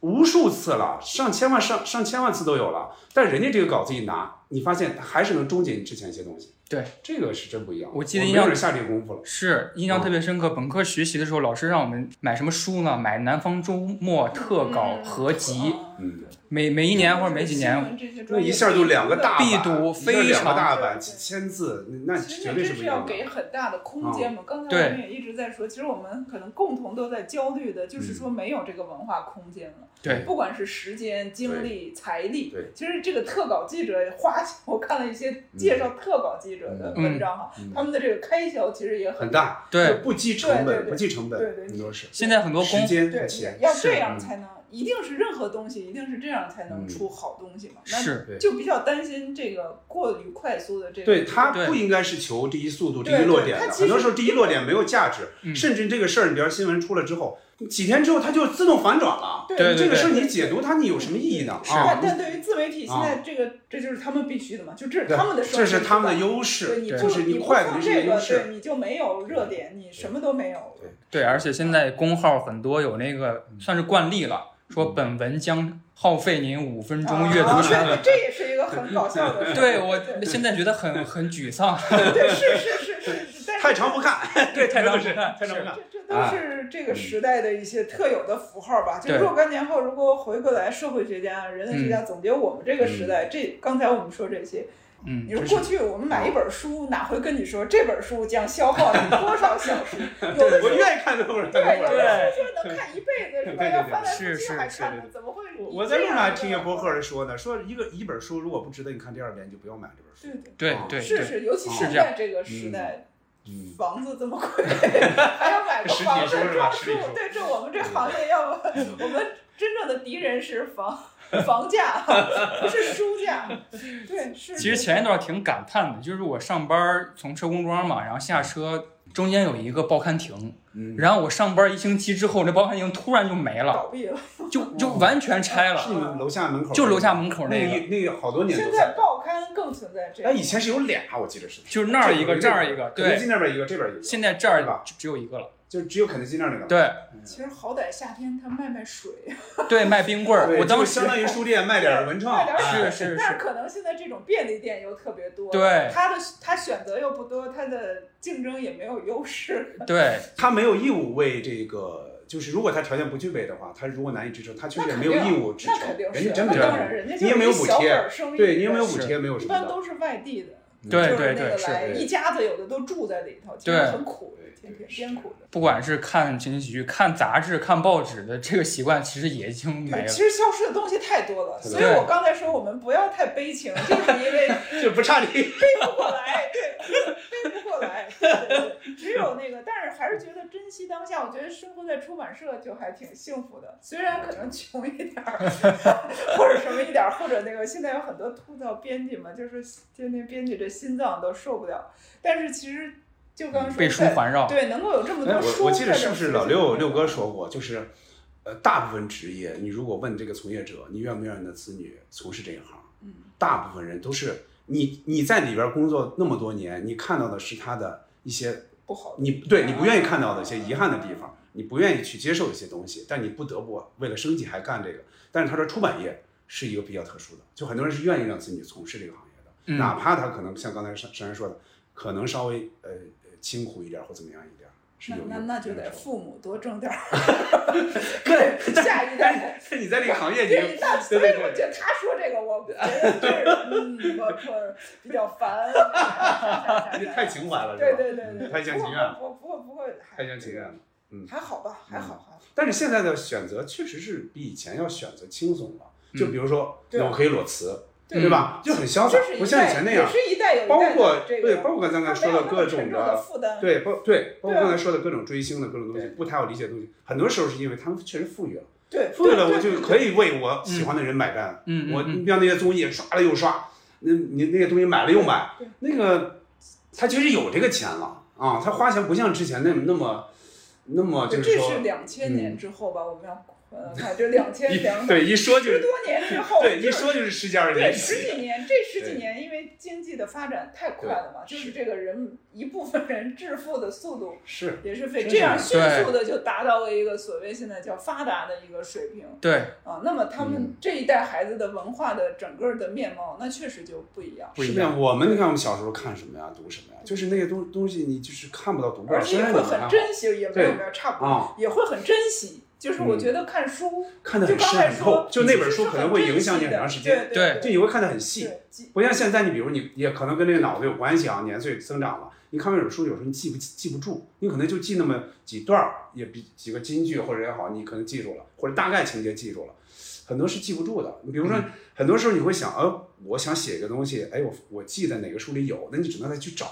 无数次了，上千万、上上千万次都有了，但人家这个稿子一拿，你发现还是能终结你之前一些东西。
对，
这个是真不一样。
我记
得
印象
下这个功夫了，
是印象特别深刻。本科学习的时候，老师让我们买什么书呢？买《南方周末特稿合集》，
啊
嗯，
每每一年或者每几年，
那一下就两个大
必读，非常
大版，几千字，那绝对
是
不
一样。给很大的空间嘛。刚才我们也一直在说，其实我们可能共同都在焦虑的，就是说没有这个文化空间了。
对，
不管是时间、精力、财力，
对，
其实这个特稿记者花， 我看了一些介绍特稿记。者的文章哈，他们的这个开销其实也
很嗯大，
对，
不计成本，不计成本，
对对，
很多是。
现在很多
时间、
对，要这样才能，一定是任何东西，一定是这样才能出好东西嘛。
是，
就比较担心这个过于快速的这个。
对，它不应该是求第一速度、第一落点的，很多时候第一落点没有价值，
嗯
甚至这个事儿，你比如新闻出了之后。几天之后，它就自动反转了。
对
这个事儿，你解读它，你有什么意义呢？啊
但但对于自媒体，现在这个这就是他们必须的嘛，就这是他们的。
这是他们的优势，就是你快肯定是优势。
你就没有热点，你什么都没有。啊
对，而且现在公号很多有那个
嗯
算是惯例了，说本文将耗费您五分
啊
钟阅读全文。
这也是一个很搞笑的。
对我现在觉得很很 沮丧。
对，是是是是。
太啊长不看，
对， 太长
不看，太长不看。
这这都是这个
嗯
时代的一些特有的符号吧。就若干年后，如果回过来，社会学家、人类
嗯
学家总结我们这个时代，这刚才我们说这些，
嗯，
你说过去我们买一本
啊
书，哪会跟你说这本书将消耗你多少 小时？有的
我愿意看这本书，
对，有的书说能看一辈子，是吧？要翻来覆去还看呢，怎么会？
我在路上还听见博客说呢，说一个一本书如果不值得你看第二遍，你就不要买这本
书。
对对对，
是是，尤其
是
在这个时代。
嗯
房子这么贵，还要买个房子装束，对，这我们这行业要，我们真正的敌人是房房价， 不是书价。对，是。
其实前一段挺感叹的，就是我上班从车公庄嘛，然后下车中间有一个报刊亭，然后我上班一星期之后，这报刊亭突然就没
倒
了，
闭了。
就就完全拆了，
是你们楼下门口，
就楼下门口那
那
个
一那个好多年
现
都
在
在。
报刊更存在这
哎，
样。
以前是有俩，我记得是，
就是那儿一个，这儿一个，
肯德基
对，
那边一个，这边一个，
现在这
对
儿
吧
就只有一个了，
就只有肯德基那儿那个。
对
其实好歹夏天他卖卖水，
对，卖冰棍儿，
对，
我当
就
时
相当于书店卖点文创
卖，点
哎
是是
但是
是，
可能现在这种便利店又特别多，
对
他的他选择又不多，他的竞争也没有优势，
对
他没有义务为这个，就是如果他条件不具备的话，他如果难以支撑，他确实也没有
那肯
义
定
务支
那肯
撑，
定
人
是，
家真
那
没有
当然，人家
你
就
也
是
没
一
有补
小
贴
本生意，
对你也没有补
是
贴，没有
一
什么
般
的。
都是外地的，
对
就是
对
那
对
个
是。
来
对
一家子，有的都住在里头，其实
对
很苦的，天天艰苦的。
不管是看情景喜剧、看杂志、看报纸的这个习惯，其实也已经没
对，
了
其。实消失的东西太多了，
对
所以我刚才说我们不要太悲情，就是因为
就不差你。
不过来，对，背不过来，对对对，只有那个，但是还是觉得珍惜当下。我觉得生活在出版社就还挺幸福的，虽然可能穷一点儿，或者什么一点儿，或者那个现在有很多吐槽编辑嘛，就是天天编辑这心脏都受不了，但是其实就刚说
被书
在
环绕
对，能够有这么
哎，
多
我
书，
我记得是不是老六六哥？说过，就是，呃，大部分职业，你如果问这个从业者，你愿不愿意你的子女从事这一行，
嗯，
大部分人都是你你在里边工作那么多年，你看到的是他的一些
不好，
你对你不愿意看到的一些遗憾的地方，你不愿意去接受一些东西，但你不得不为了生计还干这个。但是他说出版业是一个比较特殊的，就很多人是愿意让自己从事这个行业的，
嗯
哪怕他可能像刚才珊珊说的，可能稍微呃呃辛苦一点或怎么样一点，是
那
有
那
有
那就
有
得
人说
父母多挣 点儿，下一代。
是哎你在这个行业里，
对，那所
对
以
对
我
对
觉得他说这个，我觉得就是，嗯，我可比较烦。
你太情怀了，是吧嗯
对对对对，
太像情愿了，
不过不过不过，
太像情愿了。嗯
还好吧，还好还好。
但是现在的选择确实是比以前要选择轻松了，
嗯
就比如说，
对啊
那我可以裸辞，
对
对吧？就很潇洒
这是，一
不像以前那
代，也
样。
是一代有一代
包括
的这个
对，包括刚才咱说的各种
他没有那么沉重的负 担，
对，包对，包括
对啊
刚才说的各种追星的各种东西，
对
不太好理解的东西，很多时候是因为他们确实富裕了，
对，
富裕了
对
我就
对
可以为我喜欢的人买单，
嗯嗯
我
嗯
让那些综艺刷了又刷，那你那些东西买了又买
对，
那个他其实有这个钱了啊，他花钱不像之前那么那么那么啊就
对
是
这
说
是两千年之后吧，我们要呃，看这两千两
一对一说就
十
是
多年之后，
对一
就是
说就是十几二十
对
年
十
前，
几年，这十几年因为经济的发展太快了嘛，
对
就是
是
这个人一部分人致富的速度
是
也是非
真
这
是
样迅速的就达到了一个所谓现在叫发达的一个水平
嗯对，
啊。那么他们
嗯
这一代孩子的文化的整个的面貌，那确实就不一样。
不一
是这
样。
样。我们你看我们小时候看什么呀，读什么呀，就是那些东东西你就是看不到读不
而
了，
且
虽
也
然
会
你还
很
好
珍惜，也没有没有差不多，
啊。
也会很珍惜。就是我
嗯
觉得看书，
看得
就
很
刚
深
才
很
说
透，，就那
其
本
实
书
是
可
很
能会
珍
影响
惜
你很
的
长时间，
对
对
就
对
你会看得很细。
记
不像现在，你比如你也可能跟这个脑子有关系啊，年岁增长了，你看完一本书，有时候你记不记不住，你可能就记那么几段儿，也比几个金句或者也好，你可能记住了，或者大概情节记住了，很多是记不住的。你比
嗯
如说，很多时候你会想，呃，我想写一个东西，哎，我我记得哪个书里有，那你只能再去找，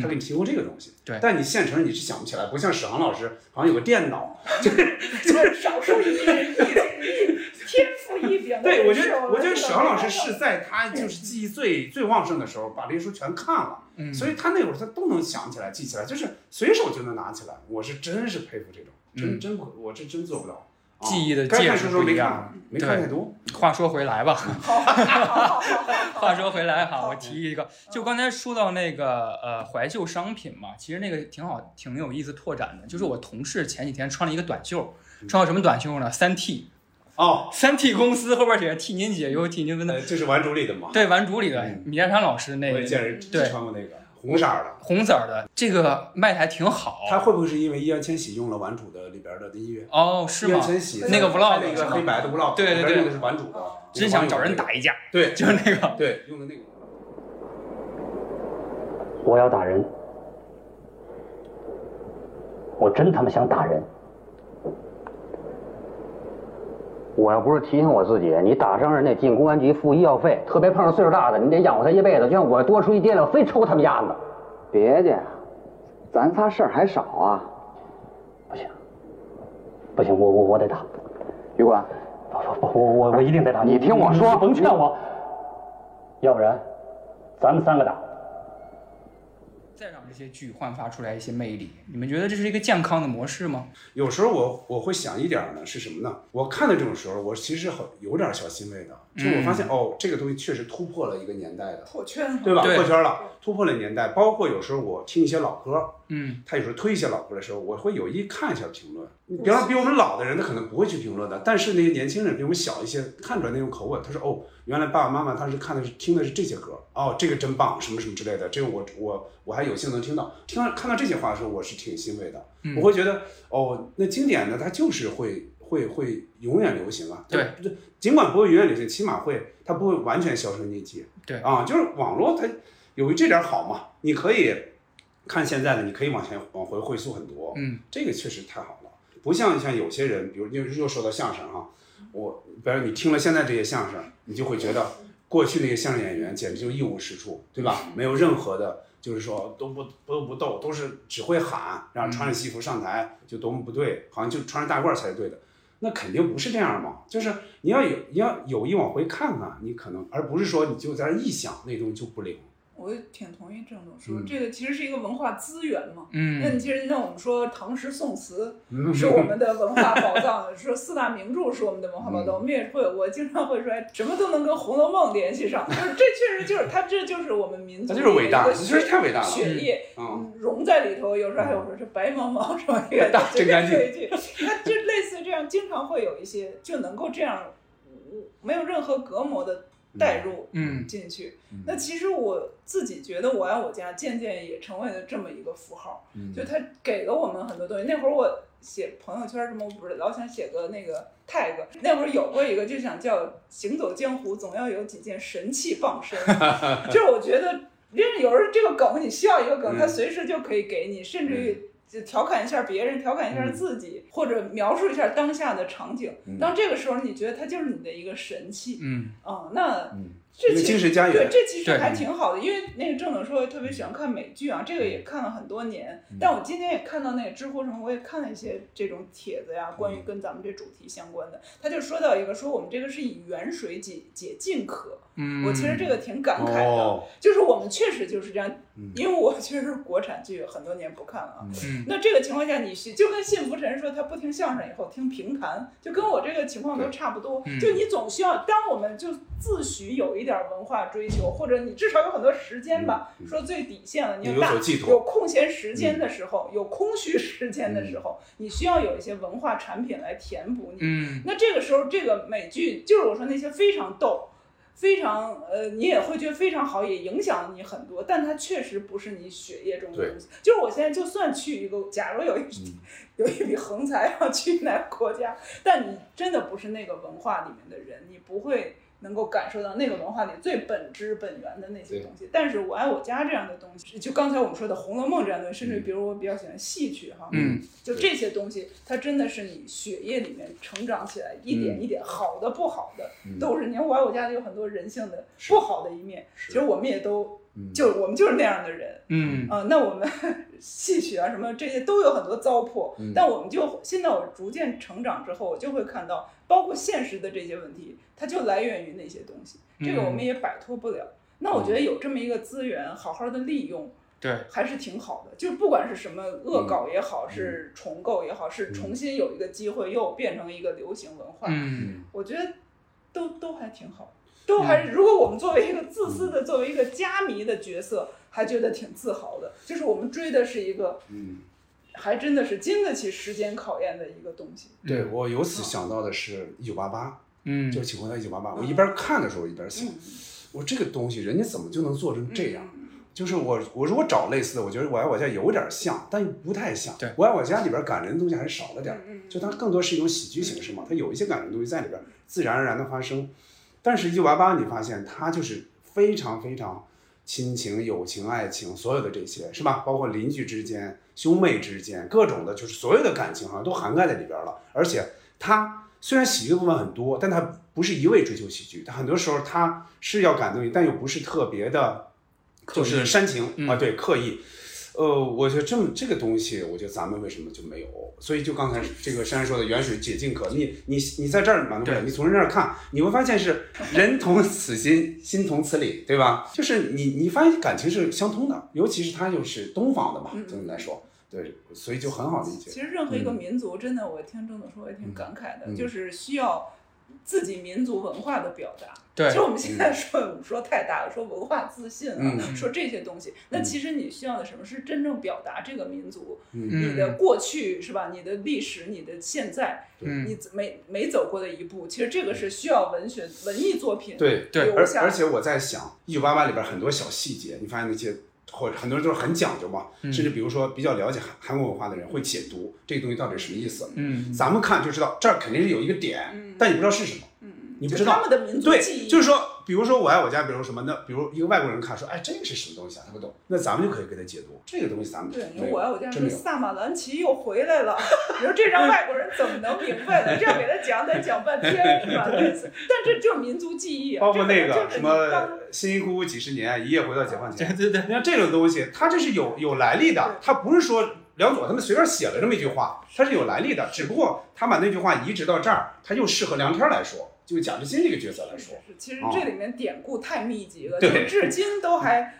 他给
嗯，
你提供这个东西。
对
但你现成你是想不起来，不像史航老师，好像有个电脑，
就是少数一人一一天赋异禀。
对，我觉
是
得我觉得
知道嗯
史航老
这
师
个
是在他就是记忆最最旺盛的时候，把这些书全看了，
嗯
所以他那会儿他都能想起来、记起来，就是随手就能拿起来。我是真是佩服这种，真、
嗯
真不，我这真做不到。啊
记忆的
该看
介质
书时候
不
没
一样
看，没看太多。
嗯话说回来吧，
好好好好好
话说回
哦
来哈，我提一个，
嗯
就刚才说到那个呃怀旧商品嘛，其实那个挺好，挺有意思拓展的。就是我同事前几天穿了一个短袖，
嗯
穿到什么短袖呢？三 T，
哦，
三 T 公司后边写着替您解忧，替您分
呃
担。
这是《玩主》里的嘛，
对，顽主里的
嗯
米家山老师那
我也见
个
人
对哦
穿过那个红色儿的。
红色儿的，这个卖的还挺好。
他会不会是因为易烊千玺用了《玩主》的里边的音乐？
哦，是
易
吗
烊？千玺
那个 vlog
拍了一
是
个
吗
黑白的 vlog，
对对
里边
对
用的是《玩主》的，
真想找人打一架，
对
就是那个。
对，用的那个。
我要打人，我真他妈想打人。我要不是提醒我自己，你打伤人得进公安局付医药费，特别碰上岁数大的，你得养活他一辈子。就像我多出一爹来，我非抽他们丫子。别介，咱仨事儿还少啊。不行，不行，我我我得打。余管，不不不，我我我一定得打。你听我说，甭劝我，要不然咱们三个打。
再让人这些剧焕发出来一些魅力。你们觉得这是一个健康的模式吗？
有时候我我会想一点儿呢，是什么呢？我看到这种时候，我其实很有点儿小欣慰的，就我发现、
嗯
哦，这个东西确实突破了一个年代的
破圈了
对吧？
对
破圈了，突破了年代。包括有时候我听一些老歌，
嗯，
他有时候推一些老歌的时候，我会有意看一下评论。你比方比我们老的人，他可能不会去评论的，但是那些年轻人比我们小一些，看出来那种口吻，他说哦，原来爸爸妈妈当时看的是听的是这些歌，哦，这个真棒，什么什么之类的，这个我我我还有幸能听到，听到看到这些话的时候，我是挺欣慰的，
嗯
我会觉得哦，那经典呢，它就是会会会永远流行啊，
对
它，尽管不会永远流行，起码会它不会完全销声匿迹，
对
啊，就是网络它由于这点好嘛，你可以看现在的，你可以往前往回回溯很多，
嗯，
这个确实太好了，不像像有些人，比如又又说到相声哈、我比如你听了现在这些相声，你就会觉得过去那些相声演员简直就一无是处，对吧？没有任何的，就是说都不都不逗，都是只会喊，然后穿着西服上台就多么不对，好像就穿着大褂才是对的。那肯定不是这样嘛，就是你要有你要有意往回看看，你可能而不是说你就在那儿臆想那东西就不灵。
我挺同意郑总说，
嗯
这个其实是一个文化资源嘛。
嗯
那你其实像我们说唐诗宋词
嗯
是我们的文化宝藏，说四大名著是我们的文化
嗯
宝藏，我们也会，我经常会说哎什么都能跟《红楼梦》联系上，就是这确实就是它，这就是我们民族
它
的
就是伟大
一
这
个
就是太伟大了
血液
嗯
融在里头，有时候还有说是白茫茫什么一个
大真干净
对对，它就类似这样，经常会有一些就能够这样，嗯没有任何隔膜的带入
嗯
进去。那其实我自己觉得《我爱我家》渐渐也成为了这么一个符号，
嗯
就它给了我们很多东西。那会儿我写朋友圈什么，我不是老想写个那个 tag，那会儿有过一个就想叫“行走江湖总要有几件神器傍身”， 就是我觉得。因为有时候这个梗，你需要一个梗，
嗯
它随时就可以给你，甚至于就调侃一下别人，调侃一下自己，或者描述一下当下的场景。
嗯
当这个时候，你觉得它就是你的一个神器。
嗯，
啊，那
一
这
个
其
精神
实
家园
对，这其实
对
还挺好的，因为那个郑总说特别喜欢看美剧
嗯
啊，这个也看了很多年。但我今天也看到那个知乎上，我也看了一些这种帖子
嗯
呀，关于跟咱们这主题相关的。他就说到一个，说我们这个是以远水解解禁渴。
嗯
我其实这个挺感慨的
哦，
就是我们确实就是这样，因为我确实国产剧很多年不看了啊。
嗯
那这个情况下，你是就跟信福臣说他不听相声以后听评弹，就跟我这个情况都差不多
嗯。
就你总需要，当我们就自诩有一点文化追求，或者你至少有很多时间吧，说最底线了，你
有
要大
所寄托嗯
有空闲时间的时候，有空虚时间的时候，你需要有一些文化产品来填补你。
嗯
那这个时候，这个美剧就是我说那些非常逗。非常呃，你也会觉得非常好，也影响你很多，但它确实不是你血液中的
对
东西。就是我现在就算去一个，假如有一、
嗯
有一笔横财要去哪个国家，但你真的不是那个文化里面的人，你不会能够感受到那个文化里最本质本源的那些东西。但是我爱我家这样的东西，就刚才我们说的《红楼梦》这样的东西，甚至比如我比较喜欢戏曲哈，
嗯，
就这些东西，它真的是你血液里面成长起来，一点一点，好的不好的、
嗯
都是。你看我爱我家里有很多人性的不好的一面，其实我们也都。就我们就是那样的人，
嗯
啊、那我们 戏曲啊什么这些都有很多糟粕，
嗯
但我们就现在我逐渐成长之后，我就会看到，包括现实的这些问题，它就来源于那些东西，这个我
嗯
们也摆脱不了。那我觉得有这么一个资源，好好的利用，
对，嗯
还是挺好的。就是不管是什么恶搞也好，是重构也好，是重新有一个机会又变成一个流行文化，
嗯
我觉得都都还挺好，都还
嗯
是如果我们作为一个自私的、作为一个家迷的角色，还觉得挺自豪的。就是我们追的是一个，
嗯，
还真的是经得起时间考验的一个东西。
对我由此想到的是一九八八，
嗯，
就是《请回到一九八八》，我一边看的时候一边想，我这个东西人家怎么就能做成这
嗯
样？就是我我如果找类似的，我觉得《我爱我家》有点像，但又不太像。我爱我家》里边感人的东西还是少了
嗯
点儿，就它更多是一种喜剧形式嘛，它有一些感人的东西在里边，自然而然的发生。但是《一九八八》，你发现它就是非常非常亲情、友情、爱情，所有的这些是吧？包括邻居之间、兄妹之间，各种的，就是所有的感情好像都涵盖在里边了。而且它虽然喜剧的部分很多，但它不是一味追求喜剧，它很多时候它是要感动你，但又不是特别的，
刻
就
意嗯
是煽情、啊，对，刻意。呃，我觉得这么这个东西，我觉得咱们为什么就没有？所以就刚才这个珊珊说的远水解近渴，你你你在这儿满足不了，你从人那儿看，你会发现是人同此心，心同此理，对吧？就是你你发现感情是相通的，尤其是它又是东方的嘛，
嗯
总体来说，对，所以就很好理解。
其实任何一个
嗯
民族，真的，我听郑总说，我也挺感慨的，
嗯
就是需要自己民族文化的表达。
对
其实我们现在说、我们说太大了，说文化自信啊，
嗯
说这些东西。那其实你需要的什么是真正表达这个民族，
嗯
你的过去是吧？你的历史，你的现在，
嗯
你每每走过的一步，其实这个是需要文学文艺作品
对
留
而
下
而且我在想，《一九八八》里边很多小细节，你发现那些或者很多人都是很讲究嘛，
嗯
甚至比如说比较了解韩韩国文化的人会解读这个东西到底什么意思。
嗯
咱们看就知道这儿肯定是有一个点，
嗯
但你不知道是什么。你不知道
就他们的民族记
对，
忆
就是说，比如说我爱我家，比如什么，那比如一个外国人看说，哎，这个是什么东西啊？他不懂，那咱们就可以给他解读这个东西，咱们
对，你
没
说
有
我要我家
真
说
没有。
萨马兰奇又回来了， 你说这让外国人怎么能明白 呢？这样给他讲得讲半天是吧？类似，但这就是民族记忆啊，
包括
这
那个
个就是
什
你
么辛辛苦苦几十年，一夜回到解放前， 对对对，你看这种东西，它这是有有来历的，它不是说梁左他们随便写了这么一句话，它是有来历的，只不过他把那句话移植到这儿，它又适合梁天来说，就贾志新这个角色来说，
其实这里面典故太密集了，
哦对
就至今都还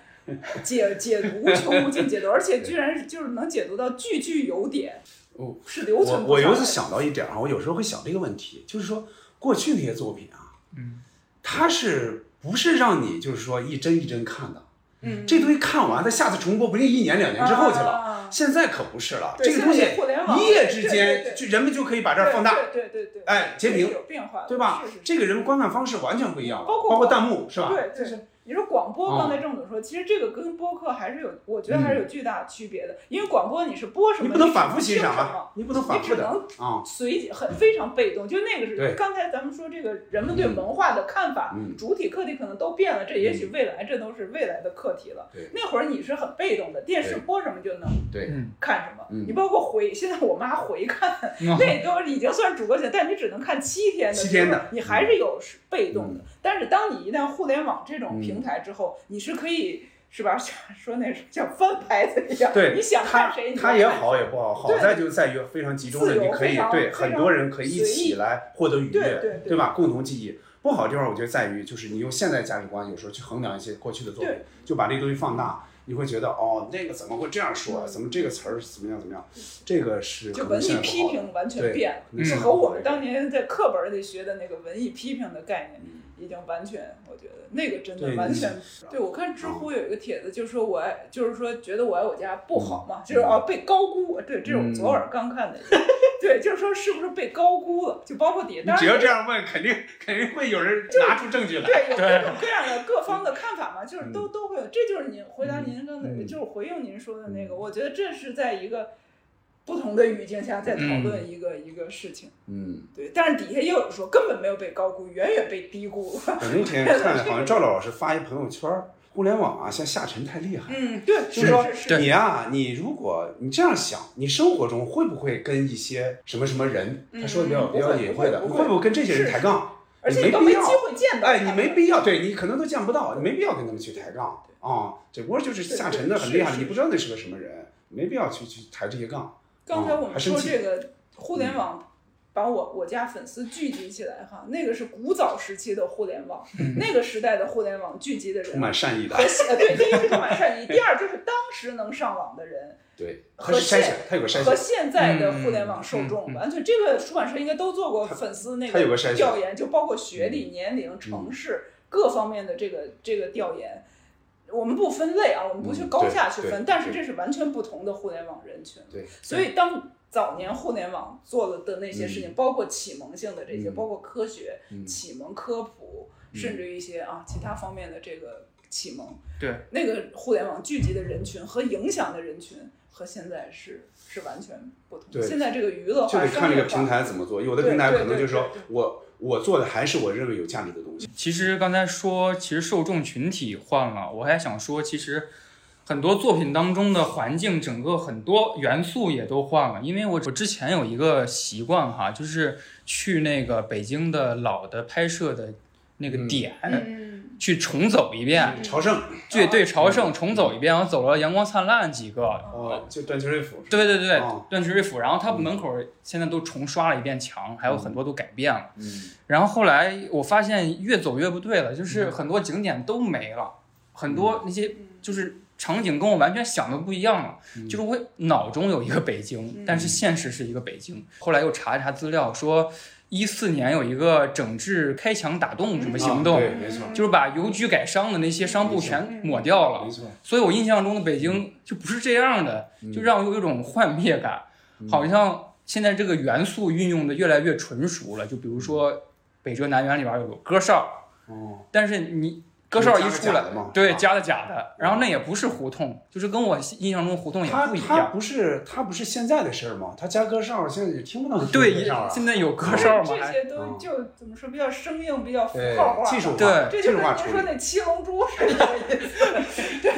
解解读无穷无尽解读，而且居然是就是能解读到句句有典，
哦，
是留存
我
不
我
下
有
来
一次想到一点儿哈，我有时候会想这个问题，就是说过去那些作品啊，
嗯
它是不是让你就是说一帧一帧看的？
嗯，
这东西看完，它下次重播不是一年两年之后去
啊
了，现在可不是了。
对
这个东西
现在有互联网
一夜之
对对
间，
对
就人们就可以把这儿放大，
对对对对，
哎，截
这
屏
是有，变化的，
对吧？
是是
这个人观看方式完全不一样了，
包
包
括
弹幕是吧？
对对，你说广播，
哦嗯
刚才郑总说，其实这个跟播客还是有，我觉得还是有巨大区别的，因为广播你是播什么，
你不能反复欣赏
你只能听什么
啊，你不能反复的
你只
啊
能。随很非常被动，就那个是
对
刚才咱们说这个人们对文化的看法，
嗯
主体客体可能都变了，这也许未来这都是未来的课题了
对。
那会儿你是很被动的，电视
对
播什么就能
对，
看什么，
嗯
你包括回，现在我妈回看，
嗯
那都已经算主播选，但你只能看七天的，
七天的嗯
就是你还是有是被动的。但是当你一旦互联网这种平台之后，你是可以是吧？ 像说那是像翻牌子一样，
对，
你想看谁，你就
他
看
也
谁
好也不好，好在就在于非常集中的，
自由
你可以
非常
对
非常
很多人可以一
随意
起来获得愉
对
悦，
对对
吧？共同记忆。不好的地方，我觉得在于就是你用现在价值观有时候去衡量一些过去的作品
对，
就把这个东西放大，你会觉得哦，那个怎么会这样说？啊怎么这个词儿怎么样怎么样？这个是
嗯就
可能
文艺
现在不
批
好的
评完全
对
变了，
可能
是
现在
和
不好
我
的
们当年在课本里学的那个文艺批评的概念，
嗯
已经完全，我觉得那个真的
对
完
你
全
是。
对我看知
嗯
乎有一个帖子，就说我爱，就是说觉得我爱我家
嗯
不好嘛，就是啊被高估，对，这是我昨晚刚看的一个， 对，就是说是不是被高估了？就包括底下，
你
当然
只要
也
这样问，肯定肯定会有 人拿出证据来。
对，有各种各样的各方的看法嘛，就是都都会有。这就是您回答您刚才，
嗯
就是回应您说的那个，我觉得这是在一个不同的语境下在讨论一个、一个事情。
嗯，
对，但是底下也有人说根本没有被高估，远远被低估。
我那天看好像赵老师发一朋友圈儿，互联网啊，现在下沉太厉害了。
嗯，对，
就是说你啊，你如果你这样想，你生活中会不会跟一些什么什么人，
嗯
他说的比较
嗯
比较
不会
隐晦的，
不
你
会
会不会跟这些人抬杠？
而且
你
你都
必
没
要
机会见到
哎，你没必要，对你可能都见不到，你没必要跟他们去抬杠啊。只不过就是下沉的很厉害，
是是
你不知道那是个什么人，没必要去去抬这些杠。
刚才
啊
我们
还生
说
气
这个互
嗯
联网。把我我家粉丝聚集起来哈，那个是古早时期的互联网，
嗯
那个时代的互联网聚集的人，
充满善意的
和现呃对，第一是充满善意，第二就是当时能上网的人，
对，它
和
是筛
现
选，它有个筛选，
和现在的
嗯
互联网受众完全，这个出版社应该都做过粉丝那
它有个嗯筛选
调研，就包括学历、年龄、城市各方面的这个这个调研。我们不分类啊，我们不去高下
嗯
去
对
分，
对
但是
对
这是完全不同的互联网人群。
对，
所以当早年互联网做了的那些事情，
嗯
包括启蒙性的这些，
嗯
包括科学、
嗯
启蒙科普，
嗯
甚至于一些啊其他方面的这个启蒙，
对，
那个互联网聚集的人群和影响的人群和现在是是完全不同的。
对
现在这个娱乐
就
化、
得看这个
商业化
平台怎么做。有的平台
对
可能就是说
对对对
我我做的还是我认为有价值的东西。
其实刚才说，其实受众群体换了，我还想说，其实很多作品当中的环境，整个很多元素也都换了。因为我我之前有一个习惯哈，
嗯
就是去那个北京的老的拍摄的那个点，去重走一遍
朝圣，
对对朝圣重走一遍，然后走了阳光灿烂几个，
哦，就段祺瑞府，
对对对，
啊
段祺瑞府，然后他门口现在都重刷了一遍墙，还有很多都改变了。
嗯，
然后后来我发现越走越不对了，就是很多景点都没了，很
嗯
多那些就是场景跟我完全想的不一样了。
嗯
就是我脑中有一个北京，但是现实是一个北京。后来又查一查资料，说一四年有一个整治开墙打洞什么行动，
啊对没嗯错
嗯
就是把邮局改商的那些商铺全抹掉了。
没错，
所以我印象中的北
嗯
京就不是这样的，就让我有一种幻灭感，
嗯
好像现在这个元素运用的越来越纯熟了。就比如
嗯
说北辙南辕里边有个歌哨，
哦，
但是你歌哨一出
加
来
的假的嘛，嗯
对，加的假的，然后那也不是胡同，就是跟我印象中胡同也
他
不一
他
样。
不是他不是现在的事儿吗？他加歌哨现在也听不到
对
歌哨啊
现在有歌哨吗
这些都就怎么说比较生硬，比较
嗯
符
对
号化，
技术化
这
对
就
技
是
术化
您
处
说
理
那七龙珠是一个意思。对，这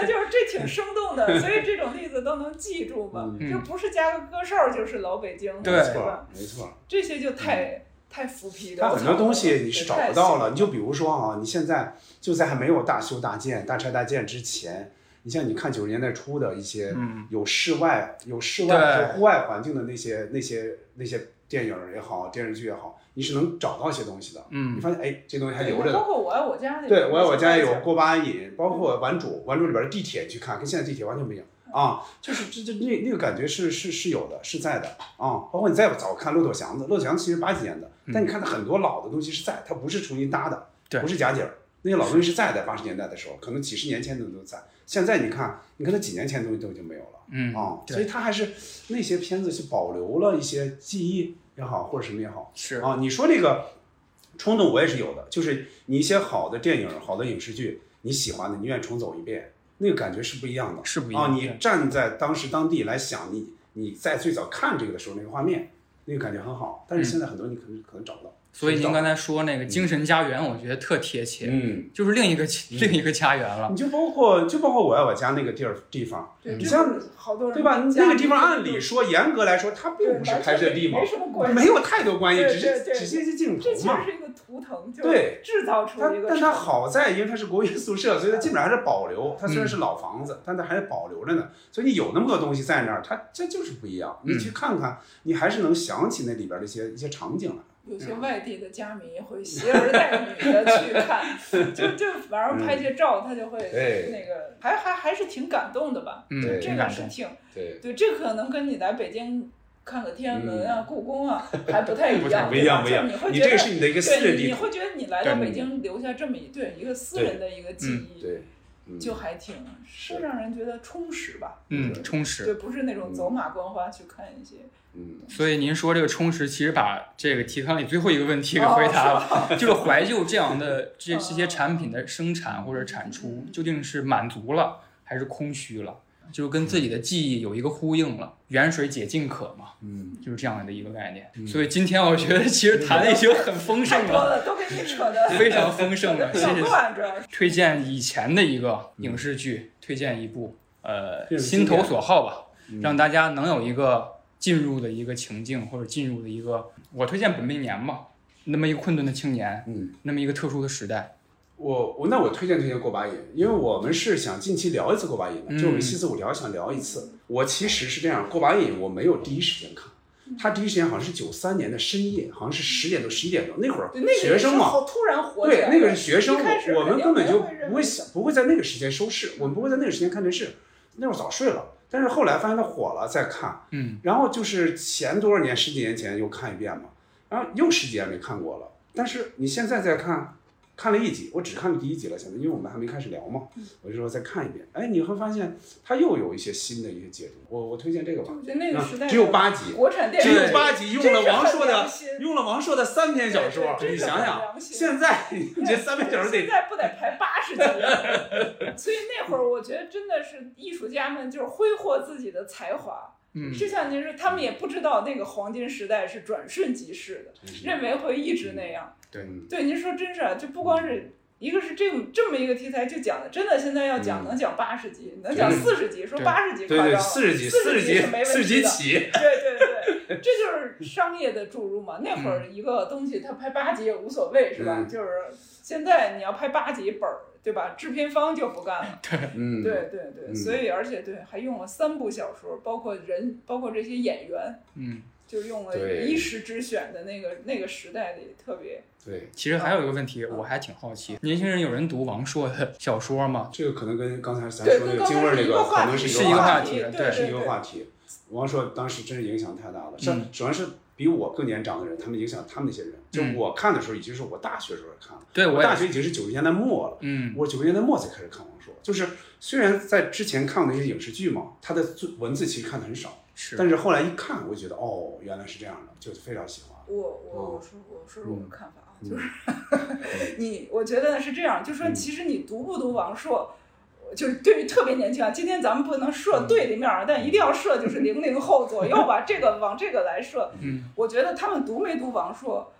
个就是这挺生动的，所以这种例子都能记住嘛。
嗯
就不是加个歌哨就是老北京，
没
是
错
吧？
没错。
这些就太太浮皮了。
它很多东西你是找不到了。
对
你就比如说啊，你现在就在还没有大修大建、大拆大建之前，你像你看九十年代初的一些
嗯
有室外、有室
对
外、有户外环境的那些、那些、那些电影也好、电视剧也好，你是能找到一些东西的。
嗯
你发现哎，这东西还
太
留着呢
包。括我爱我家那
对，
种
我爱我家有
小
过巴安引，包括顽主，顽主里边的地铁，你去看跟现在地铁完全不一样啊，就是这这那那个感觉是是是有的，是在的啊。包括你再早看《骆驼祥子》，《骆驼祥子》其实八几年的，但你看它很多老的东西是在，它不是重新搭的，
嗯对
不是假底儿，那些老东西是在的，八十年代的时候，可能几十年前的都在。现在你看，你看它几年前的东西都已经没有了，
嗯
啊，
对
所以它还是那些片子是保留了一些记忆也好，或者什么也好，
是
啊。你说这个冲动我也是有的，就是你一些好的电影、好的影视剧，你喜欢的，你愿意重走一遍，那个感觉是不一样的，
是不一
啊
样。的
你站在当时当地来想你，你在最早看这个的时候那个画面，那个感觉很好，
嗯
但是现在很多你可能、可能找不到。
所以您刚才说那个精神家园，我觉得特贴切，
嗯，
就是另一个另一个家园了
你。就包括就包括我爱我家那个地儿地方，
对
你
这
像
种好多人
对吧？那个地方按理
说。
说严格来说，它并不是拍摄地嘛，
没什么关系，
没有太多关系，
对
只是
对对
只是一些镜头
这其
嘛
实。是一个图腾，就
对
制造出一个。
但它，好在，因为它是国营宿舍，所以它基本上还是保
嗯
留。它虽然是老房子，但它还是保留着呢。所以你有那么多东西在那儿，它这就是不一样。
嗯
你去看看，你还是能想起那里边的一些一些场景来。
有些外地的家迷会携儿带女的去看， 就就反正拍些照，他就会
嗯对
那个，还还还是挺感动的吧？
嗯
就这
挺
个
感
是
动
挺
对
对，这可能跟你来北京。看个天安门啊，故宫啊，还不太一
嗯 不
样，
太不一
对吧
样不一样
就你会
你
觉得
这个是你的一个私人
对
地
你你
图
会觉得你来到
对
北京留下这么一对一个私人的一个记忆，
嗯对，嗯
就还挺是让人觉得充实吧。
嗯，充
对，
实。
不是那种
嗯
走马观花去看一些。
所以您说这个充实，其实把这个提纲里最后一个问题给回答了， 就是怀旧这样的这这些产品的生产或者产出，究竟是满足了还是空虚了？就是跟自己的记忆有一个呼应了，远水解近渴嘛，
嗯，
就是这样的一个概念。所以今天我觉得其实谈的已经很丰盛
太多
了
了，，都给你 扯的
非常丰盛了，谢
搞
谢
乱主要是。
推荐以前的一个影视剧，推荐一部，呃，
嗯这是
心
经典
头
的
所好吧，
嗯
让大家能有一个进入的一个情境或者进入的一个，我推荐本命年吧，那么一个困顿的青年，
嗯，
那么一个特殊的时代，
我我那我推荐推荐过把瘾，因为我们是想近期聊一次过把瘾的，
嗯
就我们西四五条想聊一次。
嗯
我其实是这样，过把瘾我没有第一时间看，
嗯
他第一时间好像是九三年的深夜，好像是十点多十一点多那会儿
对那个
学生嘛，
也是好突然火起
对
来，
那个是学生
一开，始
我们
肯定
根本就
没人
不会想，不会在那个时间收视，我们不会在那个时间看电视，那会儿早睡了。但是后来发现它火了再看，
嗯，
然后就是前多少年，十几年前又看一遍嘛，然后又十几年没看过了。但是你现在再看，看了一集，我只看了第一集了，现在因为我们还没开始聊嘛，
嗯
我就说再看一遍。哎，你会发现它又有一些新的一些解读。我我推荐这个吧，
我觉得那个时代
嗯只有八集，
国产电视
只有八集，用了王朔
真是很
的
良心
用了王朔的三篇小说，
对对
你
真是
想
很
想
良，心
现在你这三篇小说得
现在不得排八十 集了，所以那会儿我觉得真的是艺术家们就是挥霍自己的才华。
嗯
就像您说，他们也不知道那个黄金时代是转瞬即逝的，认为会一直那样。
对，
对，您说真是啊，就不光是一个是这么这么一个题材就讲的，真的现在要讲能讲八十集，能讲四十集，说八十集
对
夸
对
张了，
40集
四十
40
集
集
是没问题
40
的
集起
对对对，这就是商业的注入嘛。那会儿一个东西它拍八集也无所谓，是吧？
嗯
就是现在你要拍八集本儿，对吧？制片方就不干了。
嗯，
对对对，
嗯
所以而且对还用了三部小说，包括人，包括这些演员，
嗯，
就用了
对
一时之选的那个那个时代里特别。
对，
其实还有一个问题，
嗯
我还挺好奇，年轻人有人读王朔的小说吗？
这个可能跟刚才咱
对
说那
跟
个
刚
京
才
味儿
是
那
一个话
可能
题
一
是
个
一个
话
话题
是
对对
一个
对
话题。王朔当时真是影响太大了，
嗯
像主要是比我更年长的人，他们影响他们那些人。就
嗯
我看的时候，已经是我大学时候看了，
对我
我
也
大
是
学已经是九十年代末了，
嗯，
我九十年代末才开始看王朔。就是虽然在之前看过那些影视剧嘛，他的字文字其实看的很少，
是
但是后来一看，我就觉得哦，原来是这样的，就是非常喜欢。
我我
哦
我说我说说我的看法啊，
嗯
就是 你我觉得是这样，就说其实你读不读王朔，就是对于特别年轻啊，今天咱们不能
嗯
设对立面儿，啊但一定要设就是零零后左右吧，这个往这个来设。
嗯，
我觉得他们读没读王朔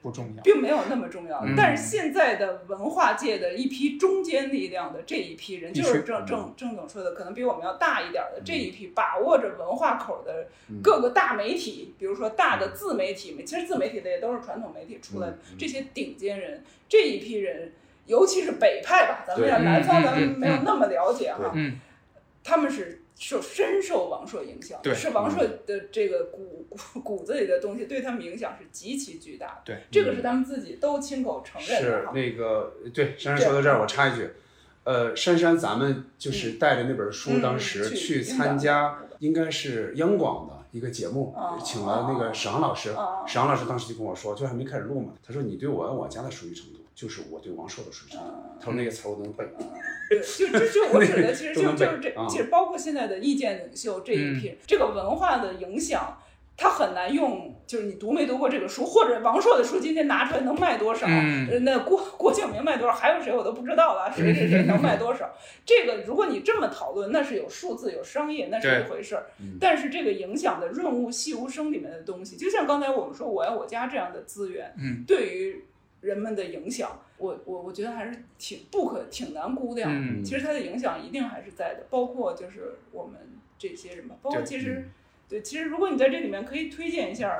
不重要。
并没有那么重要
嗯，
但是现在的文化界的一批中坚力量的这一批人，
必
就
须
是郑郑郑总说的，可能比我们要大一点
嗯
的这一批，把握着文化口的各个大媒体，比如说大的自媒体，
嗯
其实自媒体类都是传统媒体出来的这些顶尖人，这一批人，尤其是北派吧，咱们
对
要南方
嗯
咱们
嗯
没有
嗯
那么了解哈，
嗯，
他们是受深受王朔影响，
对嗯
是王朔的这个骨骨骨子里的东西对他们影响是极其巨大的。
对
嗯
这个是他们自己都亲口承认的啊
是
哈。
那个对，珊珊说到这儿，我插一句，呃，珊珊，咱们就是带着那本书，
嗯
当时去
去冰岛
参加，应该是央广的一个节目
哦，
请了那个史航老师
哦，
史航老师当时就跟我说，就还没开始录嘛，他说你对我爱我家的熟悉程度，就是我对王朔的熟悉程度，
嗯
他说那个词儿我都能背，
对，就就就我指 的其实
都
就
能背
就是这
啊，嗯
其实包括现在的意见领袖这一批，这个文化的影响。它很难用，就是你读没读过这个书，或者王朔的书今天拿出来能卖多少？
嗯
呃那郭郭敬明卖多少？还有谁我都不知道了，谁谁谁能卖多少？
嗯
这个如果你这么讨论，那是有数字有商业，那是
对
一回事儿。
嗯
但是这个影响的润物细无声里面的东西，就像刚才我们说《我爱我家》这样的资源，
嗯
对于人们的影响，我我我觉得还是挺不可挺难估量的。
嗯
其实它的影响一定还是在的，包括就是我们这些人吧，包括
对
其
嗯
实对其实如果你在这里面可以推荐一下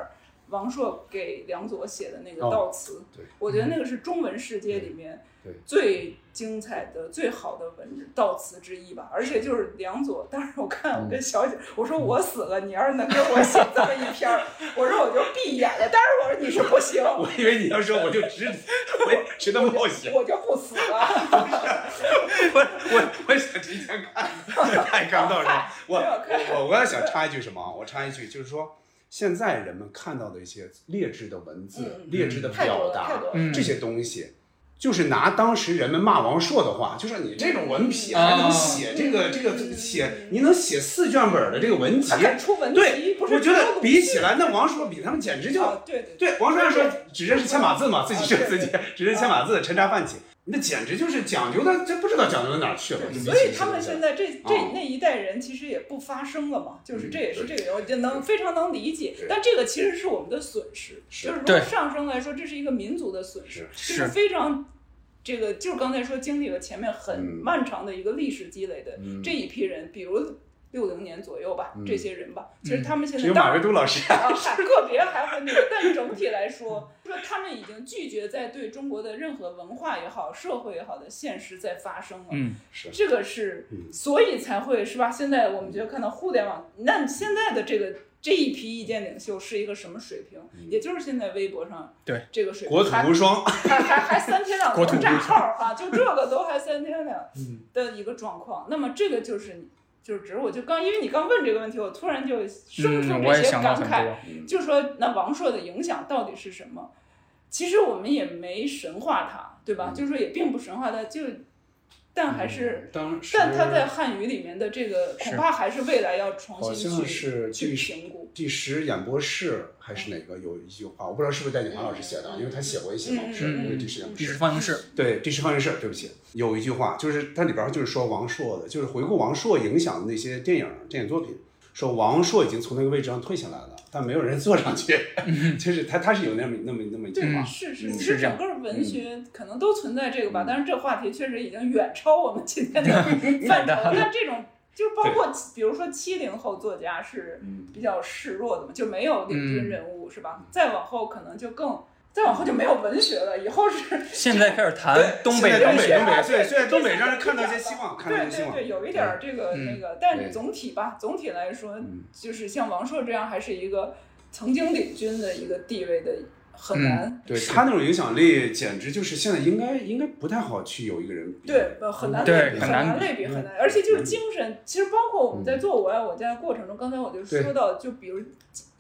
王朔给梁左写的那个
哦
悼词，
对嗯
我觉得那个是中文世界里面
对
最精彩的、最好的文悼词之一吧。而且就是梁左，当时我看
嗯
我跟小姐我说我死了，你要是能给我写这么一篇儿，我说我就闭眼了。当然我说你是不 行，
我以为你要说我就直， 我也直那冒险，
我就不死了。
我 我我想提前看，太看不到这。 我我我刚才想插一句什么啊？我插一句，就是说，现在人们看到的一些劣质的文字、
嗯
劣质的表
太
达
多了太多了、
嗯
这些东西，就是拿当时人们骂王朔的话，就说你这种文痞
啊
还能写这个、这个这个写，你能写四卷本的这个文集
嗯他，敢 出文集
对，
不是
我觉
出
得
鲁
比
迅
起来，那王朔比他们简直就
啊对对对
对，王朔要说只认识签码字嘛，自己
啊
是
对
自
对
己只认识签码字，陈茶饭起，那简直就是讲究的，这不知道讲究到哪儿去了。
所以他们现在这
啊嗯
这那一代人其实也不发声了嘛，就是这也是这个，我就能
对
非常能理解
对。
但这个其实是我们的损失，
是
就是如
对
果上升来说，这是一个民族的损失，
是
就是是非常这个就是刚才说经历了前面很
嗯
漫长的一个历史积累的
嗯
这一批人，比如六零年左右吧
嗯，
这些人吧，其实他们现
只
在
有
当
马
然
未都老师，
啊，嗨 个别还会那个，但整体来
嗯
说，说他们已经拒绝在对中国的任何文化也好、社会也好的现实在发生了。
嗯，
是
这个是，
嗯
所以才会是吧？现在我们觉得看到互联网，那现在的这个这一批意见领袖是一个什么水平？也就是现在微博上
对
这个水
嗯
平，
国土无双，
还还还三天两
国
头
土无
炸
双
号儿啊，就这个都还三天 两
嗯
的一个状况。那么这个就是你就是只是我就刚因为你刚问这个问题，我突然就生出
嗯我
这
也
些
想到
感
很
慨
多，
就说那王朔的影响到底是什么？其实我们也没神化他，对
嗯
吧？就是说也并不神化他，就但还是，
当时
但他在汉语里面的这个恐怕还是未来要重
好
新
像
去
是
去
第
评
十
估。
第十演播室还是哪个有一句话，我不知道是不是戴锦华老师写的，啊因为他写过一些嘛，是
嗯
因为第十演播
历史
室。
方程式，
对，第十方程式，对不起，有一句话就是它里边儿就是说王朔的，就是回顾王朔影响的那些电影电影作品，说王朔已经从那个位置上退下来了，但没有人坐上去，
嗯
就是他他是有那么那么那么一句话，
对，是是，
嗯
其
是
实
这样
整个文学可能都存在这个吧，但是这个话题确实已经远超我们今天的范畴了。但这种就是包括比如说七零后作家是
嗯
比较示弱的嘛，就没有领军人物、是吧？再往后可能就更。再往后就没有文学了，以后是
现在开始谈东
现
北
在东
文
北
学
东北，对，现在东北让人看到一些希望，看到一
对
些希
对
望。
对，有一点儿这个
嗯
那个，但
对嗯
是总体吧，总体来说，就是像王朔这样，还是一个曾经领军的一个地位的，
嗯
很难。
对他那种影响力，简直就是现在应该应该不太好去有一个人比。
对，呃很难
对
类比，
很
很
难嗯
难类比，很难。而且就是精神，其实包括我们在做我爱我家的过程中，刚才我就说到，就比如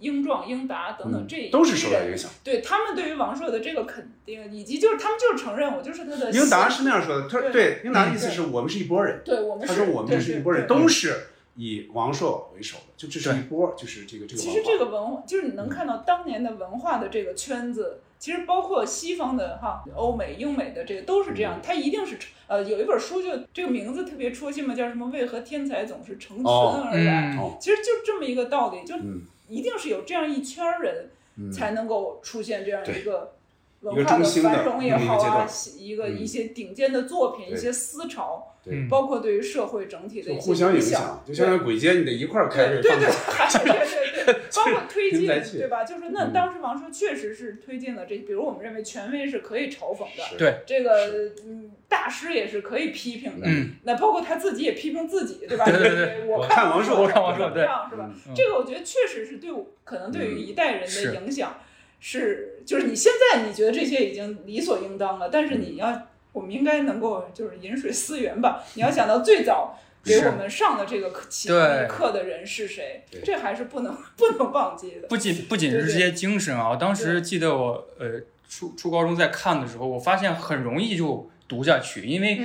英壮、英达等等
嗯
这一
都是受
批
到
人
影响。
对他们对于王朔的这个肯定，以及就是他们就是承认我就是他的。
英达是那样说的，他对
对
英达的意思
对
是我们是一拨人，
对我们
他
是
说我们
对
这是一
对
拨人，
对嗯
都是以王朔为首的，就这是一波，就是嗯这个这个
其
文
实
化。
这个文化，就是你能看到当年的文化的这个圈子，其实包括西方的哈，欧美、英美的这个都是这
嗯
样，它一定是呃有一本书就这个名字特别戳心嘛，叫什么《为何天才总是成群
哦
而来》
嗯哦
其实就这么一个道理，就
嗯
一定是有这样一圈儿人
嗯
才能够出现这样
对
一个。
一个
文化
中心的
繁荣也
这么一个
好
阶
啊
段，
一个
嗯
一些顶尖的作品，一
对
些思潮
对，
包括对于社会整体的一些
互相影
响
响，，就像
对
像鬼街，你得一块儿开会
对
放
对
火。
对对对，包括推进
人才去嗯
对吧？就是那当时王朔确实是推进了这，比如我们认为权威是可以嘲讽的，
对
这个嗯大师也是可以批评的，
嗯
那包括他自己也批评自己，对吧？
对对对
我
我看
王
王朔我看王朔
怎么样
对
是吧
嗯？
这个我觉得确实是对我，可能
嗯
对于一代人
是
的影响是，就是你现在你觉得这些已经理所应当了，
嗯
但是你要。我们应该能够就是饮水思源吧。你要想到最早给
是
我们上的这个课启蒙
对
的课的人是谁
对，
这还是不能不能忘记的。
不仅不仅是这些精神啊，我当时记得我呃初初高中在看的时候，我发现很容易就读下去，因为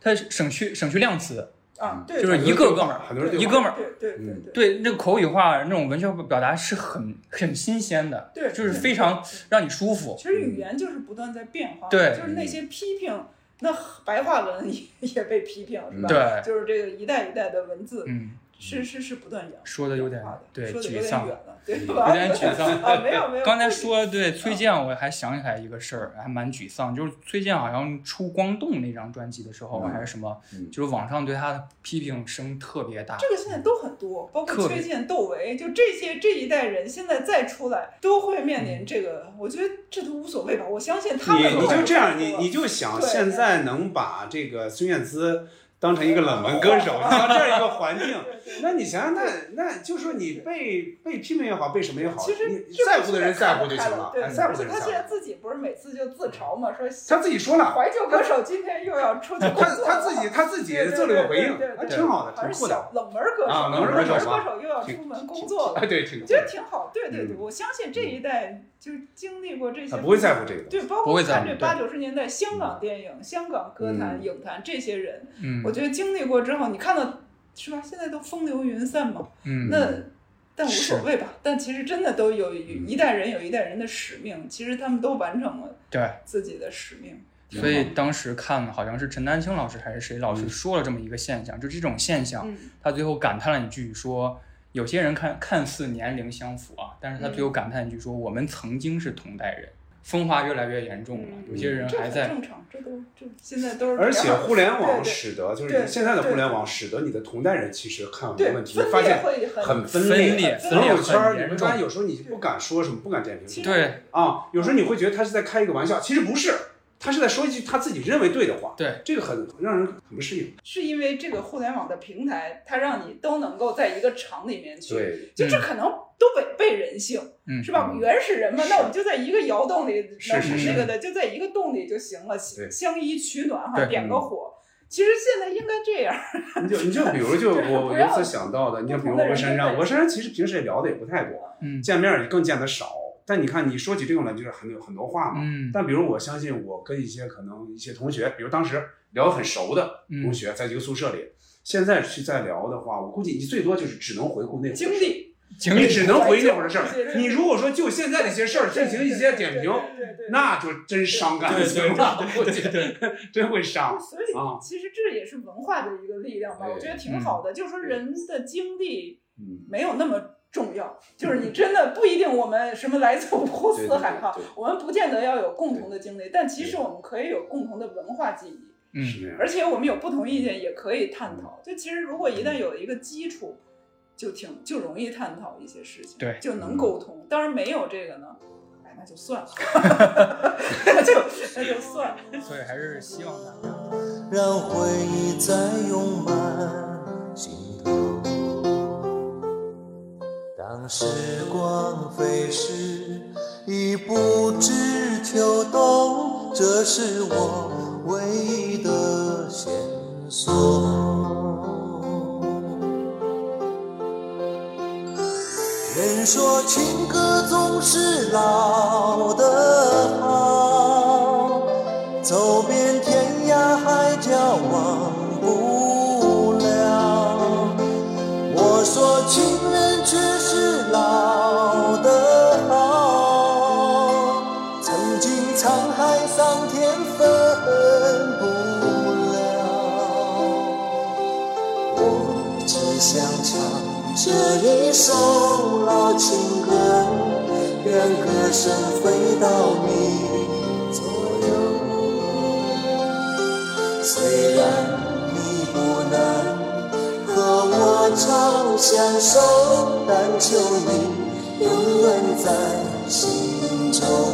它省去省去量词，
嗯啊，对，
嗯就是一个哥们
很多人
儿
对
一
话
哥们儿，
对对对
对那个口语化那种文学表达是很很新鲜的，
对
就是非常让你舒服
其。实语言就是不断在变化，
对
就是那些批评，那白话文也也被批评，是吧？
对
就是这个一代一代的文字，
嗯，
是是是不断演化。
说的有点对
说的有
沮
点
丧
远了，对吧？
有点沮丧
啊，没有没有，
刚才说
嗯
对崔健，我还想起来一个事儿，还蛮沮丧，就是崔健好像出《光动》那张专辑的时候，
嗯
还是什么，就是网上对他的批评声特别大。
这个现在都很多，包
特
括
别
崔健、窦唯，就这些这一代人，现在再出来都会面临这个。我觉得这都无所谓吧，我相信他们
你
都
你
会
就这样，
做
你你就想
对
现在能把这个孙燕姿当成一个冷门歌手，到这样一个环境，那你想想，那那就说你被被批评也好，被什么也好，
其实
你
这
在
不
乎
是
的人
在
在
看
乎就行
看
了，
对，
哎在乎的人
他
在乎
现。在自己不是每次就自嘲嘛，说
他自己说了
怀旧歌手今天又要出去工
他
作了
他自己他自己
对对
做了个
对
回应
对对
还
对
挺好的
还是
挺酷的
小冷门歌手
啊冷门歌
歌
手
冷门歌手又要
挺
出门工作了，
挺对挺
我觉得挺好，对对对，
嗯
我相信这一代就是经历过这些，
他不会在乎这个
对，包
不
括
会在
看
乎
这
对
八九十年代香港电影、香港歌坛、
嗯
影坛这些人，
嗯
我觉得经历过之后，你看到是吧？现在都风流云散嘛，
嗯
那但无所谓吧。但其实真的都有
嗯
一代人有一代人的使命，其实他们都完成了
对，
自己的使命。
所以当时看好像是陈丹青老师还是谁老师说了这么一个现象，就这种现象，
嗯
他最后感叹了一句说。有些人看看似年龄相符啊，但是他最后感叹一句说：“我们曾经是同代人，风化越来越严重了，有些人
这
还
很
在
正常，这都这现在都是
而且
这样
互联网
对对
使得就是
对
现在的互
对
联网使得你的同代人其实看很多
对
问题，
分
发
裂
现
会很
分
分裂分
朋
裂
友
很
圈儿你
严
会发现
重
有时候你不敢说什么，不敢点评。
对
啊，有时候你会觉得他是在开一个玩笑，其实不是，他是在说一句他自己认为对的话。
对，
这个很让人很不适应。
是因为这个互联网的平台，它让你都能够在一个场里面去，
对
就这可能都违背人性，
嗯
是吧？
嗯
原始人嘛，那我们就在一个窑洞里，
是
能
是是
那个的，就在一个洞里就行了，
对
相依取暖哈，
对
点个火。其实现在应该这样，
你就你就比如就
就是
我我
不
有
要
一次想到的，你就比如我珊珊，我珊珊其实平时也聊的也不太多，
嗯，
见面也更见得少。但你看，你说起这种来，就是很有很多话嘛。
嗯
但比如我相信，我跟一些可能一些同学，比如当时聊得很熟的
嗯
同学，在一个宿舍里，现在去再聊的话，我估计你最多就是只能回顾那会儿的事儿
经历经历
你只能回忆那会儿的事
对对
儿。
对
你如果说就现在的一些事儿进行一些点评，那就真伤感
对对
情了，我觉得 真会伤
所以
啊。
其实这也是文化的一个力量吧，
对
我觉得挺好的。就是说人的经历
嗯
没有那么重要，就是你真的不一定我们什么来自五湖四海哈，我们不见得要有共同的经历，但其实我们可以有共同的文化记忆。
嗯，
而且我们有不同意见也可以探讨。就其实如果一旦有一个基础，就挺就容易探讨一些事情，
对
就能沟通。当然没有这个呢，哎，那就算了， 那就那就算了。
所以还是希望大家。
让回忆再涌满心头。当时光飞逝，已不知秋冬，这是我唯一的线索。人说情歌总是老的好。走遍天涯海角忘不了。我说情人却是老的好，曾经沧海桑田分不了。我只想唱这一首老情歌，愿歌声飞到你左右。虽然你不能和我长相守，但求你永远在心中。